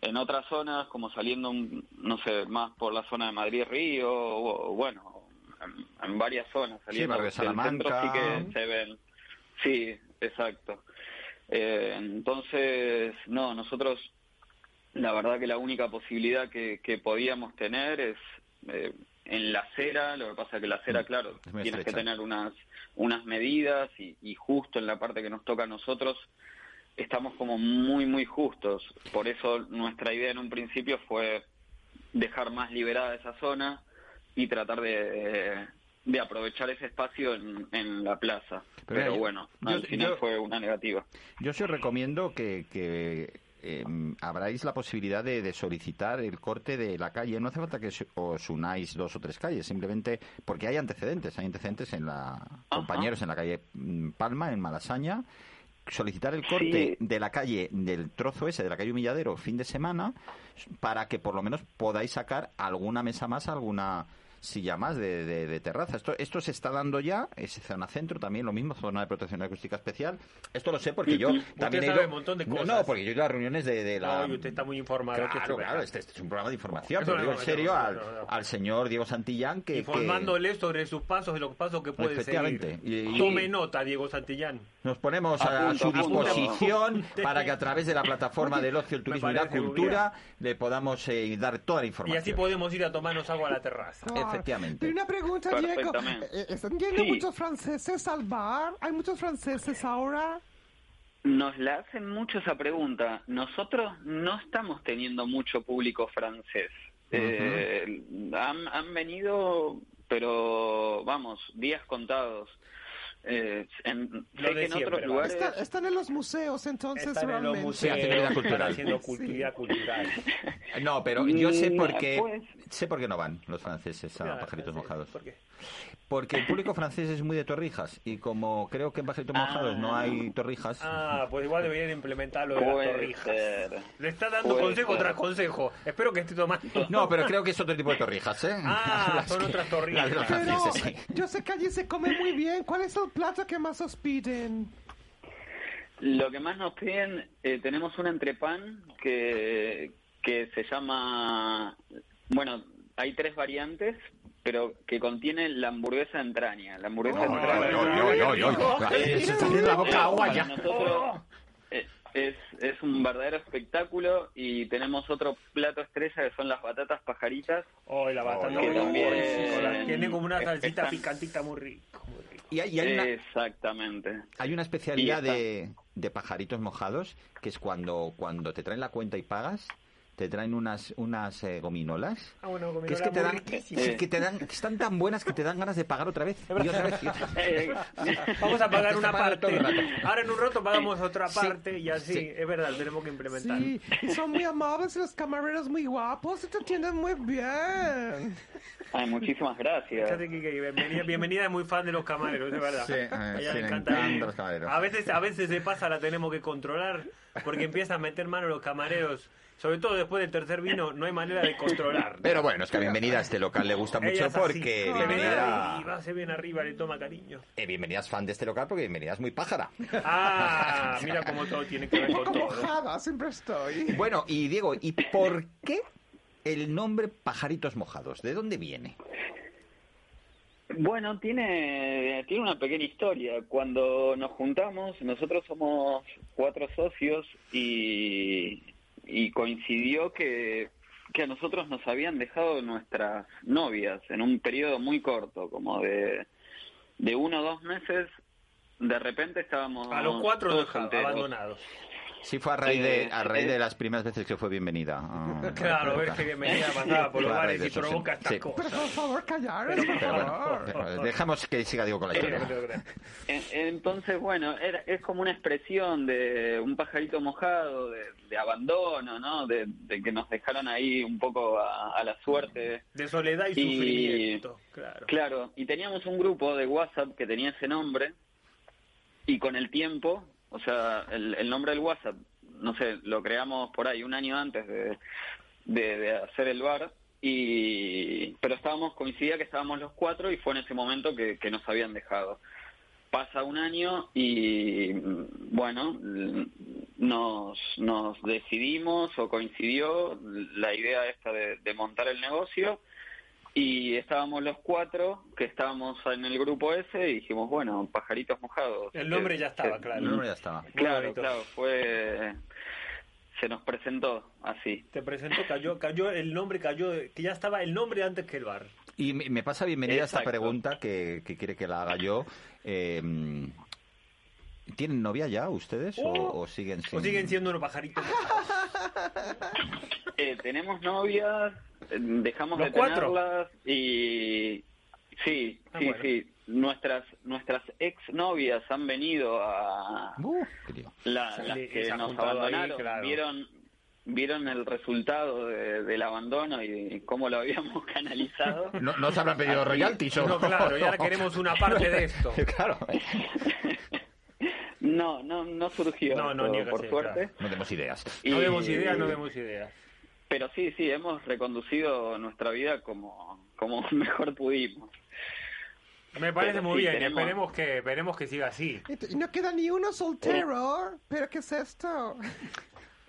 F: En otras zonas, como saliendo, un- no sé, más por la zona de Madrid-Río, o, o bueno, en, en varias zonas, saliendo
A: barrio de
F: del centro
A: Salamanca.
F: sí que se ven. Sí, exacto. Eh, entonces, no, nosotros la verdad que la única posibilidad que, que podíamos tener es eh, en la acera, lo que pasa que la acera, claro,
A: Mm, es muy
F: tienes que
A: estrecha.
F: tener unas, unas medidas y, y justo en la parte que nos toca a nosotros estamos como muy, muy justos. Por eso nuestra idea en un principio fue dejar más liberada esa zona y tratar de, de aprovechar ese espacio en, en la plaza. Pero,
A: Pero mira, yo-
F: bueno,
A: yo-
F: al final
A: yo-
F: fue una negativa.
A: Yo sí os recomiendo que, que eh, abráis la posibilidad de, de solicitar el corte de la calle. No hace falta que se- os unáis dos o tres calles, simplemente porque hay antecedentes. Hay antecedentes en la. compañeros en la calle mm, Palma, en Malasaña. Solicitar el corte
F: Sí.
A: de la calle, del trozo ese, de la calle Humilladero, fin de semana, para que por lo menos podáis sacar alguna mesa más, alguna silla más de, de- de terraza. Esto, esto se está dando ya, es zona centro también, lo mismo, zona de protección acústica especial. Esto lo sé porque yo también he
E: sabe
A: ido-
E: un montón de
A: No, No,
E: cosas.
A: porque yo he ido a reuniones de, de la...
E: No, y usted está muy informado.
A: Claro,
E: que
A: claro,
E: estupendo.
A: este, este es un programa de información.
E: Eso
A: pero
E: no,
A: digo en
E: no,
A: serio
E: no,
A: al,
E: no, no.
A: al señor Diego Santillán que... que
E: Informándole sobre sus pasos y los pasos que puede
A: Efectivamente.
E: seguir.
A: Y- y-
E: Tome nota, Diego Santillán.
A: Nos ponemos a,
F: Apunto,
A: su
F: apunto.
A: disposición
E: (laughs)
A: para que a través de la plataforma del ocio, el turismo y la
E: parece muy
A: cultura le podamos eh, dar toda la
E: Y
A: información.
E: así podemos ir a tomarnos agua a la terraza.
C: Claro.
A: Efectivamente.
C: Pero una pregunta, Diego.
F: Perfectamente.
C: Eh, ¿Están yendo
F: Sí.
C: muchos franceses al bar? ¿Hay muchos franceses ahora?
F: Nos la hacen mucho esa pregunta. Nosotros no estamos teniendo mucho público francés. Eh, han, han venido, pero vamos, días contados. Eh, en,
E: Lo de
F: sé que en otros
E: siempre, va.
F: lugares...
C: Está- están en los museos, entonces,
E: Están en los
C: realmente.
A: Sí,
E: museos,
A: hacen vida
E: están
A: cultural.
E: haciendo
C: Sí.
E: cultura cultural.
A: No, pero yo sé
F: Mm,
A: por qué,
F: pues.
A: sé por qué no van los franceses a
E: Mira,
A: Pajaritos
E: sí,
A: Mojados.
E: ¿Por qué?
A: Porque el público francés es muy de torrijas y como creo que en Pajaritos Mojados no hay torrijas,
E: Ah, pues igual deberían implementar lo de las
F: Puede
E: torrijas.
F: ser.
E: Le está dando
F: Puede
E: consejo
F: ser.
E: tras consejo. Espero que esté tomando.
A: (laughs) No, pero creo que es otro tipo de torrijas, ¿eh?
E: Ah, son
A: que-
E: otras torrijas.
A: (laughs) las de los
C: Pero
A: franceses, sí.
C: yo sé que allí se come muy bien. ¿Cuál es el plato que más os piden?
F: Lo que más nos piden, eh, tenemos un entrepan que, que se llama, bueno, hay tres variantes, pero que contiene la hamburguesa entraña. La hamburguesa
C: Oh,
A: No, no,
F: entraña.
A: no, no, no, no, no. Eh, Se está haciendo la boca agua
F: Para
A: ya.
F: nosotros eh, es, es un verdadero espectáculo y tenemos otro plato estrella que son las batatas pajaritas.
E: Oh, y la batata.
A: Ay,
E: Uy,
A: también.
E: sí, con la- Tiene como una
F: Están-
E: salsita picantita muy rica. Muy rica.
A: Y hay, y hay una,
F: Exactamente.
A: hay una especialidad
F: Eh, Y está.
A: de, de pajaritos mojados que es cuando, cuando te traen la cuenta y pagas, te traen unas, unas eh, gominolas.
E: Ah, bueno,
A: Que es que te dan, (laughs)
F: riquísima.
A: que te dan, que están tan buenas que te dan ganas de pagar otra vez. Y otra vez. y otra vez. (laughs)
F: Eh,
E: Vamos a pagar una
A: pagando todo
E: parte.
A: el rato.
E: Ahora en un rato pagamos otra
A: Sí,
E: parte y así.
A: sí.
E: Es verdad, tenemos que implementar.
C: Sí, y son muy amables y los camareros muy guapos y te atienden muy bien.
F: ay, muchísimas gracias.
E: Fíjate que- que bienvenida, bienvenida es muy fan de los camareros, es verdad.
A: Sí, eh,
E: A ella
A: sí,
E: le
A: le
E: encanta.
A: encantan los camareros.
E: A veces, a veces se pasa, la tenemos que controlar, porque empiezan a meter mano los camareros. Sobre todo después del tercer vino, no hay manera de controlar.
A: Pero bueno, es que a Bienvenida a este local le gusta
E: Ella
A: mucho
E: es así. Ah,
A: porque
E: Se viene
A: Bienvenida,
E: arriba, se viene arriba, le toma cariño.
A: eh, Bienvenida es fan de este local porque Bienvenida es muy pájara. (laughs)
E: Ah, mira cómo todo tiene que ver
C: Un
E: con
C: poco
E: todo.
C: mojada, siempre estoy.
A: Bueno, y Diego, ¿y por qué el nombre Pajaritos Mojados? ¿De dónde viene?
F: Bueno, tiene, tiene una pequeña historia. Cuando nos juntamos, nosotros somos cuatro socios y, y coincidió que, que a nosotros nos habían dejado nuestras novias en un periodo muy corto, como de, de uno o dos meses. De repente estábamos...
E: A los cuatro
F: todos
E: dejados,
F: solteros.
E: abandonados.
A: Sí fue a raíz de,
F: Eh,
A: a raíz de
F: eh.
A: las primeras veces que fue Bienvenida. Ah,
E: Claro, a ver qué bienvenida pasaba por los
A: Claro,
E: bares
A: de
E: y
A: eso, sí.
E: provoca estas
A: Sí.
C: Pero (laughs)
E: cosas.
C: por favor, callaros, por
A: Pero bueno,
C: favor.
A: pero dejamos que siga Diego con la historia.
F: En- Entonces, bueno, era- es como una expresión de un pajarito mojado, de, de abandono, ¿no? De, de que nos dejaron ahí un poco a, a la suerte.
E: De soledad y
F: Y-
E: sufrimiento, claro.
F: Claro, y teníamos un grupo de WhatsApp que tenía ese nombre y con el tiempo, o sea, el, el nombre del WhatsApp, no sé, lo creamos por ahí un año antes de, de- de hacer el bar. Y, pero estábamos, coincidía que estábamos los cuatro y fue en ese momento que, que nos habían dejado. Pasa un año y, mm, bueno, l- nos, nos decidimos o coincidió la idea esta de- de montar el negocio y estábamos los cuatro que estábamos en el grupo ese y dijimos, bueno, pajaritos mojados.
E: El nombre ya estaba,
F: Eh,
E: claro.
A: El nombre ya estaba.
E: Muy
F: Claro,
E: bonito.
F: claro, fue... Se nos presentó así.
E: Te presento, cayó, cayó, el nombre cayó, que ya estaba el nombre antes que el bar.
A: Y me me pasa bienvenida a esta
F: Exacto.
A: pregunta que, que quiere que la haga yo. Eh, ¿Tienen novia ya ustedes o,
E: Oh.
A: o siguen sin-
E: O siguen siendo unos pajaritos.
F: Eh, tenemos novias, eh, dejamos
E: ¿Los
F: de
E: cuatro?
F: tenerlas y... Sí,
E: Ah,
F: sí,
E: bueno.
F: sí. Nuestras, nuestras ex novias han venido a...
A: Uh, qué lío. (laughs)
F: La-
E: Sí,
F: las
E: y
F: que
E: se ha
F: nos
E: juntado ahí,
F: abandonaron
E: claro.
F: vieron vieron el resultado de- del abandono y cómo lo habíamos (laughs) canalizado
A: No, no se habrán pedido royalties o
E: No, claro, y ahora queremos una parte de esto.
A: claro.
F: no no no surgió
E: No, no,
F: esto,
E: ni que
F: por
E: sea,
F: suerte
A: No tenemos ideas.
E: No
F: Y-
E: vemos ideas, no vemos ideas.
F: pero sí sí hemos reconducido nuestra vida como como (laughs) mejor pudimos
E: Me parece
F: Pero
E: muy
F: sí,
E: bien,
F: tenemos-
E: esperemos que esperemos que siga así.
C: Y t- y no queda ni uno soltero. ¿Pero qué es esto?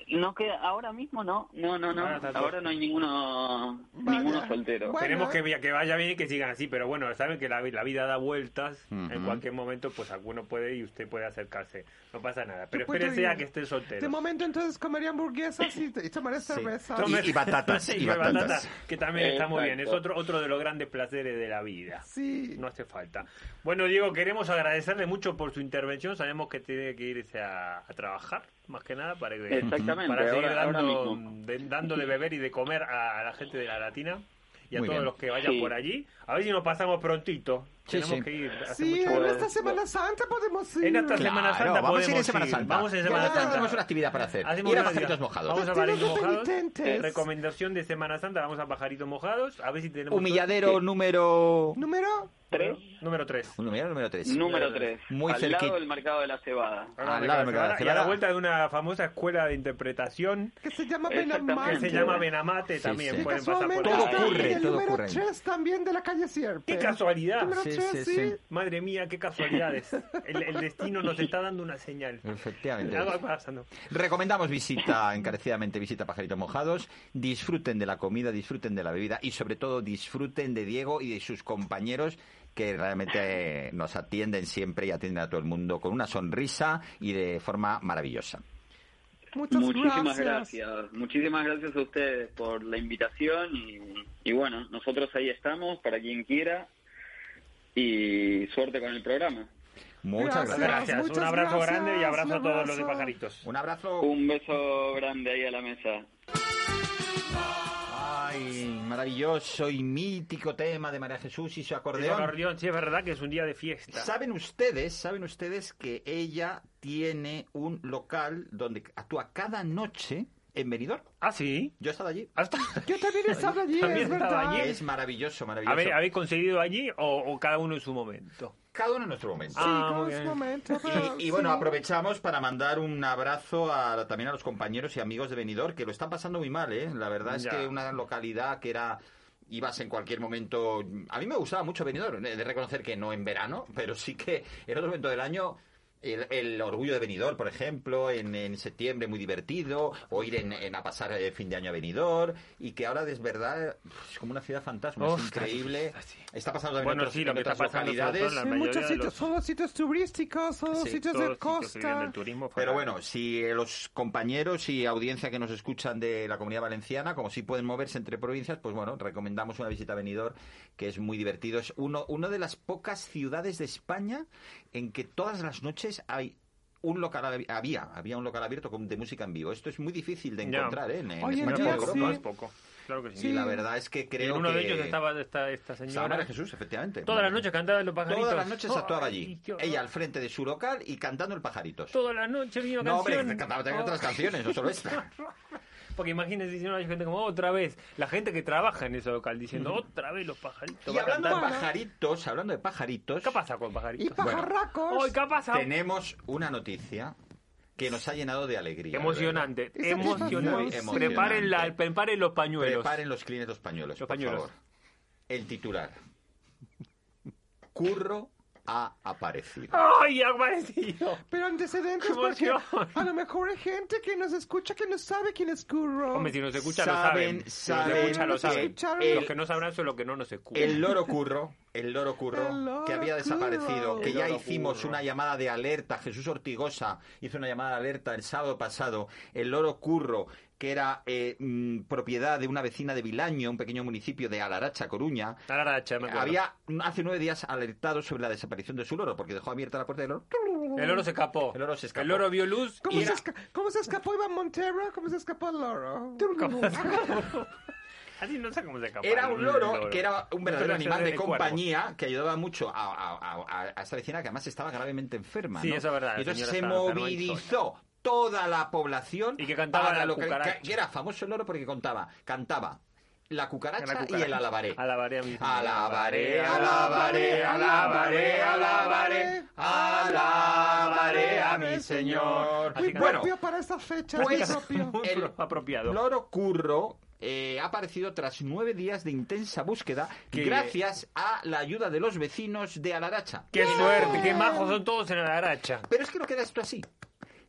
F: no que ahora mismo no no no no
E: Ahora está todo.
F: ahora no hay ninguno
C: Vaya.
F: ninguno soltero
C: Bueno.
E: Esperemos que, que vaya bien y que sigan así, pero bueno, saben que la, vi- la vida da vueltas, en
A: Ujú.
E: cualquier momento pues alguno puede y usted puede acercarse, no pasa nada, pero
C: Yo puedo
E: espérese
C: ir.
E: a que esté
C: De
E: soltero.
C: momento entonces comería hamburguesas y, y tomaré cerveza.
A: Tome- Y- y
E: (laughs)
A: batatas, y
E: batata,
A: batatas.
E: pues que también está muy bien, es
F: Exacto.
E: otro otro de los grandes placeres de la vida.
C: Sí.
E: No hace falta. Bueno, Diego, queremos agradecerle mucho por su intervención. Sabemos que tiene que irse a, a trabajar, más que nada, para, que-
F: Exactamente,
E: para seguir
F: ahora- ahora
E: dando,
F: mismo.
E: de, dando de beber y de comer a, a la gente de la Latina y y a
A: Muy
E: todos
A: bien.
E: los que vayan
F: Sí.
E: por allí. A ver si nos pasamos prontito.
A: Sí,
E: Tenemos
A: sí.
E: que ir. Hace
C: Sí,
E: mucho-
C: en
F: calor.
C: esta Semana Santa podemos ir.
E: En esta
A: Claro,
E: Semana Santa
A: vamos a ir en
E: podemos
A: Semana
E: ir.
A: Santa.
E: Vamos en
A: Ya
E: Semana Santa.
A: Tenemos una actividad para hacer.
E: Hacemos
A: ir a
E: una
A: pajaritos
E: actividad.
A: mojados.
E: Vamos a
C: Vestidos
E: pajaritos
C: de
E: mojados.
C: penitentes.
E: Eh, recomendación de Semana Santa, vamos a pajaritos mojados. A ver si tenemos...
A: Humilladero número...
C: Número.
F: Tres,
E: Número 3.
A: Humilladero número 3.
F: número tres.
A: Muy
F: al
A: cerquita.
F: lado del mercado de la cebada.
A: Al lado del mercado de la
E: Y a la
A: cebada.
E: vuelta de una famosa escuela de interpretación
C: Que se llama
F: Exactamente.
E: que
C: Benamante.
E: se llama Benamate
A: Sí,
E: también.
A: sí.
E: Pueden pasar por
C: Casualmente
A: Todo
C: está
F: ahí.
A: ocurre,
C: en el
A: todo
C: número
A: ocurre.
C: 3 también de la calle Sierpe.
E: ¡Qué casualidad!
C: Número
A: Sí,
C: 3,
A: sí,
C: sí.
A: sí.
E: Madre mía, qué casualidades. El, el destino nos está dando una señal.
A: Efectivamente.
E: Algo está pasando.
A: Recomendamos visita, (laughs) encarecidamente visita Pajaritos Mojados. Disfruten de la comida, disfruten de la bebida y sobre todo disfruten de Diego y de sus compañeros que realmente eh, nos atienden siempre y atienden a todo el mundo con una sonrisa y de forma maravillosa.
C: Muchas
F: Muchísimas
C: gracias.
F: gracias. Muchísimas gracias a ustedes por la invitación y, y bueno, nosotros ahí estamos para quien quiera y suerte con el programa.
A: Muchas
C: Gracias.
A: gracias.
E: Gracias.
C: muchas
E: Un abrazo
C: gracias.
E: grande y abrazo a
C: Un
E: todos los de
C: abrazo.
E: pajaritos.
A: Un
C: Oh.
A: abrazo.
F: Un beso grande ahí a la mesa.
A: Ay, maravilloso y mítico tema de María Jesús y su
E: El
A: acordeón.
E: acordeón, sí, es verdad que es un día de fiesta.
A: Saben ustedes, saben ustedes que ella tiene un local donde actúa cada noche en Benidorm.
E: Ah, sí. ¿Ah,
A: Yo he estado allí.
E: Hasta...
C: Yo también estaba allí,
E: También
C: es
E: estaba
C: verdad.
E: allí.
A: Es maravilloso, maravilloso.
E: A ver, ¿habéis conseguido allí o, o cada uno en su momento?
A: Cada uno en nuestro momento.
C: Sí,
E: Ah, muy
C: con
E: bien.
C: su momento. pero
A: Y, y bueno,
C: sí.
A: aprovechamos para mandar un abrazo a- también a los compañeros y amigos de Benidorm, que lo están pasando muy mal, ¿eh? La verdad es
E: Ya.
A: que una localidad que era... Ibas en cualquier momento... A mí me gustaba mucho Benidorm, he de reconocer que no en verano, pero sí que en otro momento del año... El, el orgullo de Benidorm, por ejemplo, en, en septiembre muy divertido, o ir en, en a pasar el fin de año a Benidorm, y que ahora es verdad es como una ciudad fantasma, es
E: Ostras,
A: increíble.
E: ostras, sí.
A: Está pasando también
E: Bueno,
A: en otros-
E: sí, lo
A: en
E: que está
A: otras
E: pasando sobre todo en
A: localidades.
E: la
C: En
E: mayoría
C: muchos
E: de
C: sitios,
E: los-
C: son los sitios turísticos, son los
A: Sí,
C: sitios
E: Todos
C: de
E: los sitios que viven
C: costa.
E: del turismo,
A: Pero
E: fatal.
A: bueno, si eh, los compañeros y audiencia que nos escuchan de la comunidad valenciana, como sí pueden moverse entre provincias, pues bueno, recomendamos una visita a Benidorm, que es muy divertido. Es uno, una de las pocas ciudades de España en que todas las noches hay un local abi- había había un local abierto con- de música en vivo esto es muy difícil de
E: Ya.
A: encontrar ¿eh? en, en
C: Hoy
A: España
E: No
C: en
A: y
E: es
C: día
A: Europa.
E: poco,
C: sí.
E: no es poco. Claro que sí.
A: y la verdad es que creo
E: en uno
A: que
E: de ellos estaba esta, esta
A: estaba
E: señora.
A: María Jesús efectivamente
E: Todas las noches cantaba los pajaritos.
A: todas las noches actuaba
E: Ay,
A: allí
E: qué horror.
A: ella al frente de su local y cantando el pajaritos
E: Todas las noches vino
A: no hombre
E: canción.
A: cantaba también
E: Oh.
A: otras canciones no solo
E: (laughs)
A: esta
E: Porque imagínense si no hay gente como otra vez. La gente que trabaja en ese local diciendo otra vez los
A: Y
E: pajaritos. va a
A: hablando de
E: cantar".
A: pajaritos, hablando de pajaritos,
E: ¿Qué pasa con
C: Y
E: pajaritos?
C: pajarracos.
E: Hoy, ¿qué ha pasado?
A: tenemos una noticia que nos ha llenado de alegría.
E: Emocionante,
C: Es
E: emocionante.
A: satisfactorio, sí.
E: Preparen, la- preparen los
A: de
E: pañuelos.
A: verdad. Preparen los clientes los pañuelos,
E: Los
A: por
E: pañuelos.
A: favor. El titular. Curro ha aparecido.
E: ¡Ay, ha aparecido!
C: Pero antecedentes,
E: ¡Qué
C: porque
E: emoción!
C: a lo mejor hay gente que nos escucha que no sabe quién es Curro.
E: Hombre, si nos escuchan,
A: Saben, saben
E: lo saben. si nos escuchan, lo
A: que
E: saben.
C: el-
E: los que no sabrán son los que no nos escuchan.
A: El loro curro, el loro curro,
C: El loro
A: que había
C: Curro.
A: desaparecido, que
E: El
A: ya
E: loro
A: hicimos
E: Curro.
A: una llamada de alerta. Jesús Ortigosa hizo una llamada de alerta el sábado pasado. El loro curro, que era eh, mm, propiedad de una vecina de Vilaño, un pequeño municipio de Alaracha, Coruña,
E: Tararacha, me acuerdo.
A: había hace nueve días alertado sobre la desaparición de su loro, porque dejó abierta la puerta del loro.
E: El oro se escapó.
A: El oro se escapó.
E: El oro vio luz.
C: ¿Cómo,
E: y
C: se
E: era-
C: esca- cómo se escapó Iván Montero? ¿Cómo se escapó el loro?
E: Así no sé cómo se escapó.
A: Era un loro, que era un
E: No
A: verdadero
E: se le
A: animal
E: hace
A: de
E: el cuerpo.
A: compañía que ayudaba mucho a, a- a- a esta vecina que además estaba gravemente enferma.
E: Sí,
A: ¿no?
E: eso es verdad, la
A: Entonces
E: señora
A: se
E: estaba enferma y
A: movilizó toda la población.
E: Y que cantaba
A: para
E: la
A: lo que,
E: cucaracha.
A: que era famoso el loro porque contaba, cantaba la cucaracha,
E: La cucaracha.
A: y el alabaré.
E: Alabaré a mí.
A: Alabaré, alabaré, alabaré, alabaré, alabaré a mi señor.
E: Así
C: Muy
E: que-
A: Bueno,
C: propio para esta fecha, muy
A: pues
C: propio.
E: Muy
A: el
E: apropiado.
A: loro curro eh, ha aparecido tras nueve días de intensa búsqueda
E: Que-
A: gracias a la ayuda de los vecinos de Alaracha.
E: ¡Qué suerte! ¡Qué majos son todos en la aracha!
A: Pero es que no queda esto así.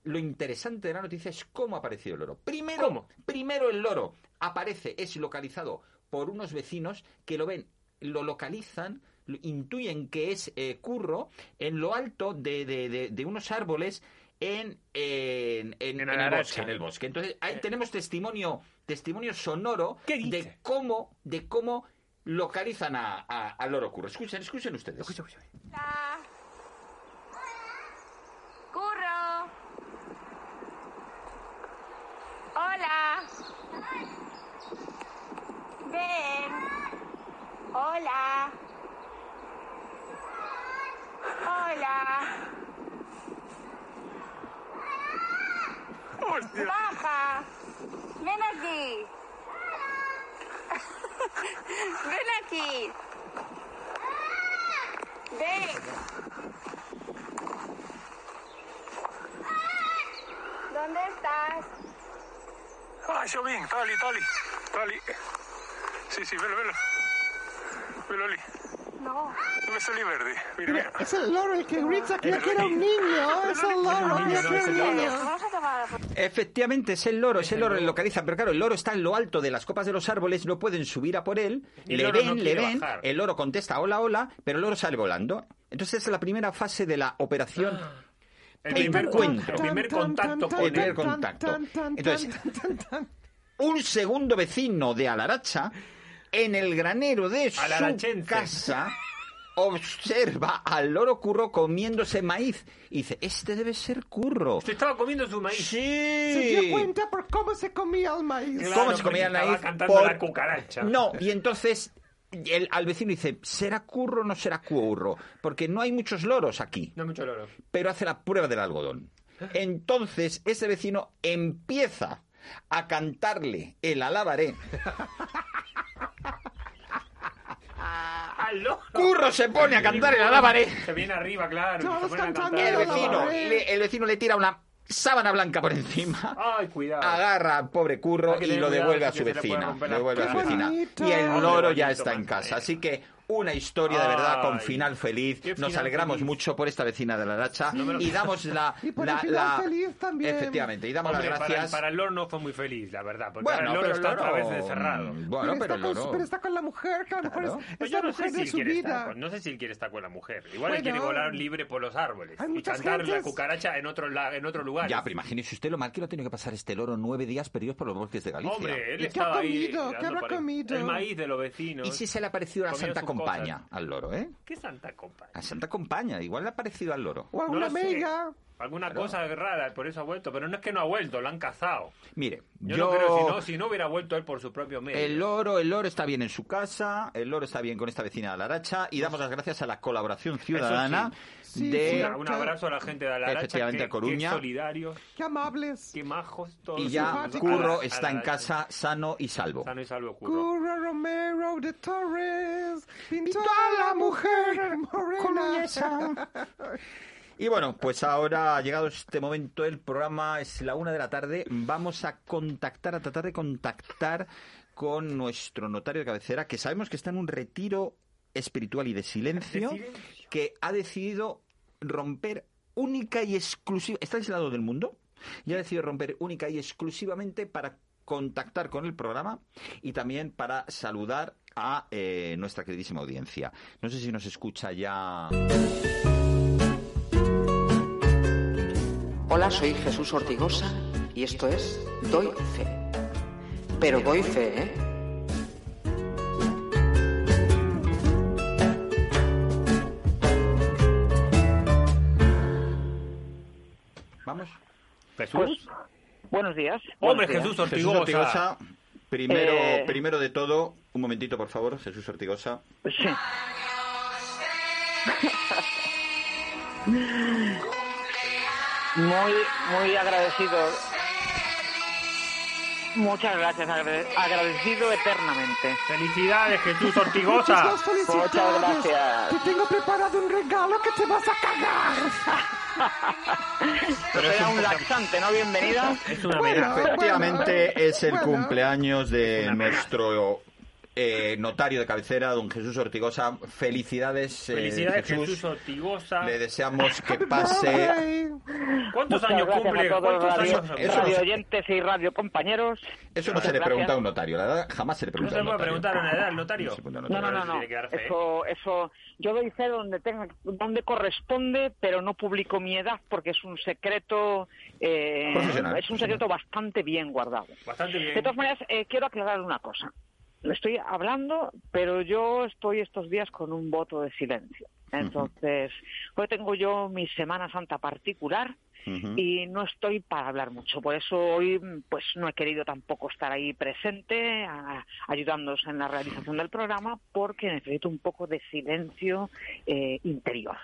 A: Lo interesante de la noticia es cómo ha aparecido el loro. Primero,
E: ¿Cómo?
A: primero el loro aparece, es localizado por unos vecinos que lo ven, lo localizan, lo- intuyen que es eh, curro en lo alto de, de- de- de unos árboles en, en, en- en el
E: Araracha.
A: bosque, en el bosque. Entonces ahí tenemos testimonio, testimonio sonoro
E: Eh. ¿Qué dice?
A: de cómo, de cómo localizan a- a- al loro curro. Escuchen, escuchen ustedes.
G: Hola. Curro. Hola. Ven. Hola. Hola. Baja. Ven aquí. (laughs) Ven aquí. Ven. ¿Dónde estás?
H: Ah, yo bien, está ali, está ali, está ali. Sí, sí, velo, velo. Velo ali.
G: No.
H: Debe ser ali verde. Mira, mira.
C: Es el loro el que grita que era
E: (laughs)
C: un niño. Es el loro, mira que era un niño.
G: Vamos a tomar la foto.
A: Efectivamente, es el loro, es el loro, le localizan, pero claro, el loro está en lo alto de las copas de los árboles, no pueden subir a por él,
E: El
A: le
E: loro
A: ven,
E: no
A: le
E: quiere
A: ven,
E: bajar.
A: el loro contesta hola, hola, pero el loro sale volando. Entonces es la primera fase de la operación
E: Ah. El
A: Ey,
E: primer
A: pero-
E: encuentro. El primer contacto con
A: tan,
E: él.
A: primer contacto. Entonces- un segundo vecino de Alaracha en el granero de su
E: Alarachense.
A: casa observa al loro curro comiéndose maíz y dice, este debe ser curro.
E: Se estaba comiendo su maíz.
C: Se
A: Sí.
C: dio cuenta por cómo se comía el maíz.
E: Claro,
A: ¿Cómo se comía
E: porque
A: la
E: estaba
A: maíz?
E: cantando la cucaracha.
A: No, y entonces el, al vecino dice, ¿será curro o no será curro? Porque no hay muchos loros aquí,
E: No mucho loro.
A: pero hace la prueba del algodón. Entonces ese vecino empieza a cantarle el alabaré.
E: ¡Ah, loro!
A: Curro se pone a cantar el alabaré.
E: Se viene arriba, claro.
C: Todos
E: se ponen a
C: cantando
E: cantar.
A: El
C: el
A: vecino,
C: alabaré.
A: le, el vecino le tira una sábana blanca por encima.
E: Ay, cuidado.
A: Agarra al pobre curro
E: Hay que
A: y
E: tener
A: lo
E: cuidado,
A: devuelve a
E: así
A: su
E: que se le puede
A: vecina.
E: romper
A: lo
E: la-
A: devuelve a su
C: ¡Qué
A: vecina.
C: bonito!
A: Y el loro ya está en
E: Bonito,
A: casa.
E: man.
A: Así que una historia de verdad con
E: Ay,
A: final feliz.
E: qué
A: Nos
E: final
A: alegramos
E: feliz.
A: mucho por esta vecina de la racha
E: me lo
A: y damos la.
C: (laughs) Y por
A: la,
C: el final
A: la-
C: feliz también.
A: Efectivamente, y damos
E: Hombre,
A: las
E: para-
A: gracias.
E: Para, el loro no fue muy feliz, la verdad. Porque
A: Bueno,
E: ahora el loro
A: pero el
E: está otra
A: loro- mm,
E: vez encerrado.
A: Bueno,
C: pero,
A: pero
C: está
A: el
C: con,
A: loro-
C: pero está con la mujer, que a lo mejor es- es,
E: Pues
C: la
E: yo no sé,
C: mujer
E: si
C: de
E: él
C: su
E: quiere estar
C: vida.
E: con, no sé si él quiere estar con la mujer. Igual él
C: Bueno.
E: quiere volar libre por los árboles
C: Hay
E: y
C: muchas
E: cantar la
C: gentes.
E: cucaracha en otro, la- en otro lugar.
A: Ya, pero imagínese usted lo mal que lo ha tenido que pasar este loro nueve días perdidos por los bosques de Galicia.
E: Hombre, él
C: ¿Y qué
E: estaba
C: ha
E: ahí
C: comido? ¿Qué
E: mirando
C: habrá
E: para-
C: comido?
E: El maíz de los vecinos.
A: ¿Y si se le ha parecido a la
E: Comía
A: Santa
E: sus
A: Compaña
E: cosas.
A: al loro, eh?
E: ¿Qué santa compañía?
A: A Santa Compaña, igual le ha parecido al loro.
C: O alguna
E: No lo sé.
C: amiga.
E: Alguna cosa rara, por eso ha vuelto. Pero no es que no ha vuelto, lo han cazado.
A: Mire, yo,
E: Yo, no creo, si no, si no hubiera vuelto él por su propio medio.
A: el loro, el loro está bien en su casa, el loro está bien con esta vecina de Laracha y damos las gracias a la colaboración ciudadana
C: Pues Sí,
A: de
E: Una- un abrazo a la gente de Alaracha.
A: eh, Efectivamente,
E: que-
A: a Coruña.
E: Qué solidarios,
C: Qué amables.
E: qué majos todos.
A: y ya
C: simpático.
A: Curro
E: Ala-
A: está en
E: Alaracha.
A: casa sano y salvo.
E: Sano y salvo, Curro.
C: Curro Romero de Torres pintó a la mujer morena.
A: Y bueno, pues ahora ha llegado este momento, el programa es la una de la tarde, vamos a contactar, a tratar de contactar con nuestro notario de cabecera, que sabemos que está en un retiro espiritual y de silencio,
E: De silencio.
A: que ha decidido romper única y exclusiva, está aislado del mundo, y ha decidido romper única y exclusivamente para contactar con el programa y también para saludar a eh, nuestra queridísima audiencia. No sé si nos escucha ya.
I: Hola, soy Jesús Ortigosa y esto es Doy Fe. Pero doy fe, ¿eh?
A: Vamos.
E: Jesús.
J: Buenos días.
E: Hombre,
J: Buenos días.
E: Jesús
A: ¿eh? Jesús
E: Ortigosa.
A: Ortigosa, primero,
J: Eh.
A: primero de todo, un momentito por favor, Jesús Ortigosa.
J: Sí. Muy, muy agradecido. Muchas gracias, agrade- agradecido eternamente.
E: Felicidades, Jesús
C: Muchas
E: Ortigosa.
C: más felicidades.
J: Muchas gracias.
C: Te tengo preparado un regalo que te vas a cagar.
J: Pero era un laxante, ¿no? Bienvenida.
E: es una
C: Bueno,
E: amenaza.
A: Efectivamente,
C: bueno,
A: es el
C: bueno.
A: cumpleaños de nuestro eh, notario de cabecera, don Jesús Ortigosa. Felicidades, eh,
E: Felicidades,
A: Jesús.
E: Jesús, Ortigosa.
A: Le deseamos que
C: Happy
A: pase.
C: birthday.
E: ¿Cuántos
J: Muchas
E: años
J: gracias
E: cumple?
J: a todos
E: ¿Cuántos
J: radio,
E: años?
A: Eso-
J: radio oyentes y radio compañeros.
A: Eso no se le
J: Gracias.
A: pregunta a un notario, la verdad, jamás se le
E: No
A: pregunta
E: se
A: a un
E: puede
A: notario.
E: preguntar una edad al notario.
A: No se pregunta a un
J: No,
A: notario.
J: no,
E: Pero eso
J: no, no.
E: tiene que dar fe.
J: Eso, eso, yo doy fe donde tenga, donde corresponde, pero no publico mi edad porque es un secreto, eh,
A: Profesional.
J: es un secreto bastante bien guardado.
E: Bastante bien.
J: De todas maneras, eh, quiero aclarar una cosa. Estoy hablando, pero yo estoy estos días con un voto de silencio. Entonces, hoy tengo yo mi Semana Santa particular
A: Ujú.
J: y no estoy para hablar mucho. Por eso hoy pues no he querido tampoco estar ahí presente, a- ayudándoos en la realización del programa, porque necesito un poco de silencio eh, interior.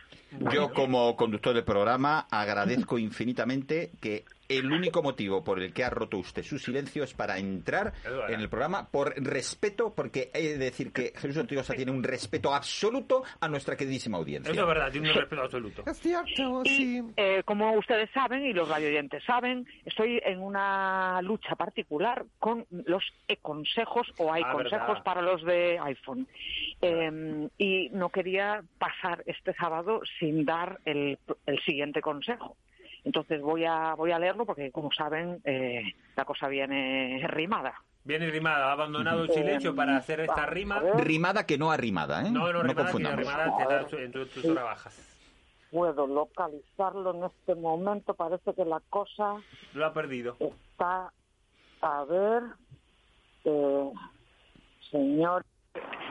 A: Yo, como conductor del programa, agradezco infinitamente que el único motivo por el que ha roto usted su silencio es para entrar en el programa por respeto, porque he de decir que Jesús Ortigosa tiene un respeto absoluto a nuestra queridísima audiencia.
E: Eso es verdad, tiene un respeto absoluto.
C: Es cierto, sí.
J: Eh, como ustedes saben y los radioyentes saben, estoy en una lucha particular con los consejos o hay
E: Ah,
J: consejos
E: verdad.
J: para los de iPhone. Eh, y no quería pasar este sábado sin dar el, el siguiente consejo. Entonces voy a, voy a leerlo porque, como saben, eh, la cosa viene rimada.
E: Viene rimada, ha abandonado el silencio para hacer esta rima.
A: Rimada que no arrimada, ¿eh?
E: No, no, rimada, sino
A: confundamos.
E: rimada te da su- en tu- tus horas bajas.
J: Puedo localizarlo en este momento. Parece que la cosa
E: Lo ha perdido.
J: está a ver eh, señor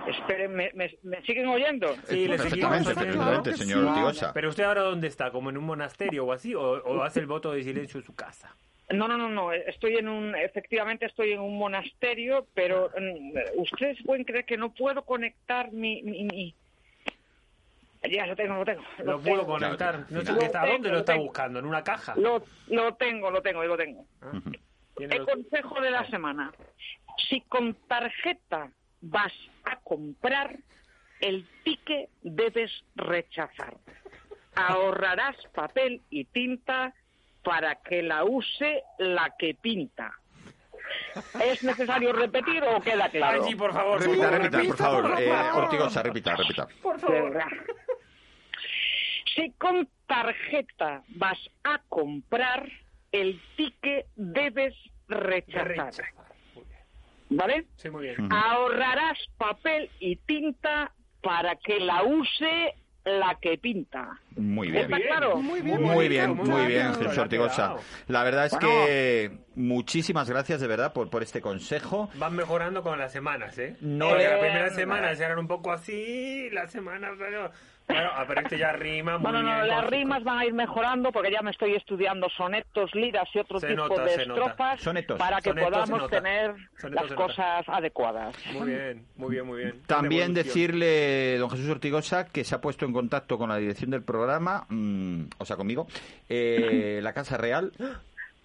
J: esperen me, me- me siguen oyendo
A: Eh,
E: Sí, le seguimos
A: Perfectamente,
E: haciendo-
A: perfectamente, señor
C: Claro que sí.
A: Ortigosa.
E: Pero usted ahora dónde está, como en un monasterio o así, o, o hace el voto de silencio en su casa.
J: no no no no estoy en un efectivamente estoy en un monasterio pero mm, ustedes pueden creer que no puedo conectar mi, mi, mi- ya lo tengo lo tengo
E: Lo puedo conectar. No sé
A: Lo
E: qué está, ¿a dónde
J: tengo,
E: lo
J: lo
E: está
J: tengo.
E: buscando? ¿En una caja?
J: lo, lo tengo lo tengo lo tengo
E: Tiene
J: El
E: los- Ah.
J: consejo de la semana. Si con tarjeta vas a comprar, el tique debes rechazar. Ahorrarás papel y tinta para que la use la que pinta. ¿Es necesario repetir o queda claro?
E: Ay, sí, por favor.
A: Repita,
E: por favor.
A: repita, por favor. Eh, Ortigosa, repita, repita.
J: De verdad. Si con tarjeta vas a comprar, el tique debes rechazar.
E: Rechazar. Muy bien.
J: ¿Vale?
E: Sí, muy
J: Mm.
E: bien.
J: Ahorrarás papel y tinta para que la use la que pinta.
A: Muy bien.
J: ¿Está claro?
C: Muy bien,
A: Muy bien,
C: bonito,
A: muy bien,
C: claro.
A: Jesús Ortigosa. La verdad es que muchísimas gracias de verdad por, por este consejo.
E: Van mejorando con las semanas, ¿eh?
A: No
E: Porque
A: le-
E: la primera semana eran un poco así, la semana... Bueno, ah, pero este ya rima muy
J: Bueno, no,
E: bien.
J: las
E: con-
J: rimas van a ir mejorando porque ya me estoy estudiando sonetos, liras y otro
E: Se
J: tipo
E: nota,
J: de
E: se nota.
J: estrofas
A: Sonetos,
J: para que
E: sonetos se
J: podamos
E: nota.
J: tener
E: Sonetos se
J: las
E: nota.
J: cosas adecuadas.
E: Muy bien, muy bien, muy bien.
A: También
E: Una evolución.
A: decirle, don Jesús Ortigosa, que se ha puesto en contacto con la dirección del programa, mm, o sea, conmigo,
C: (coughs)
A: eh, la Casa Real,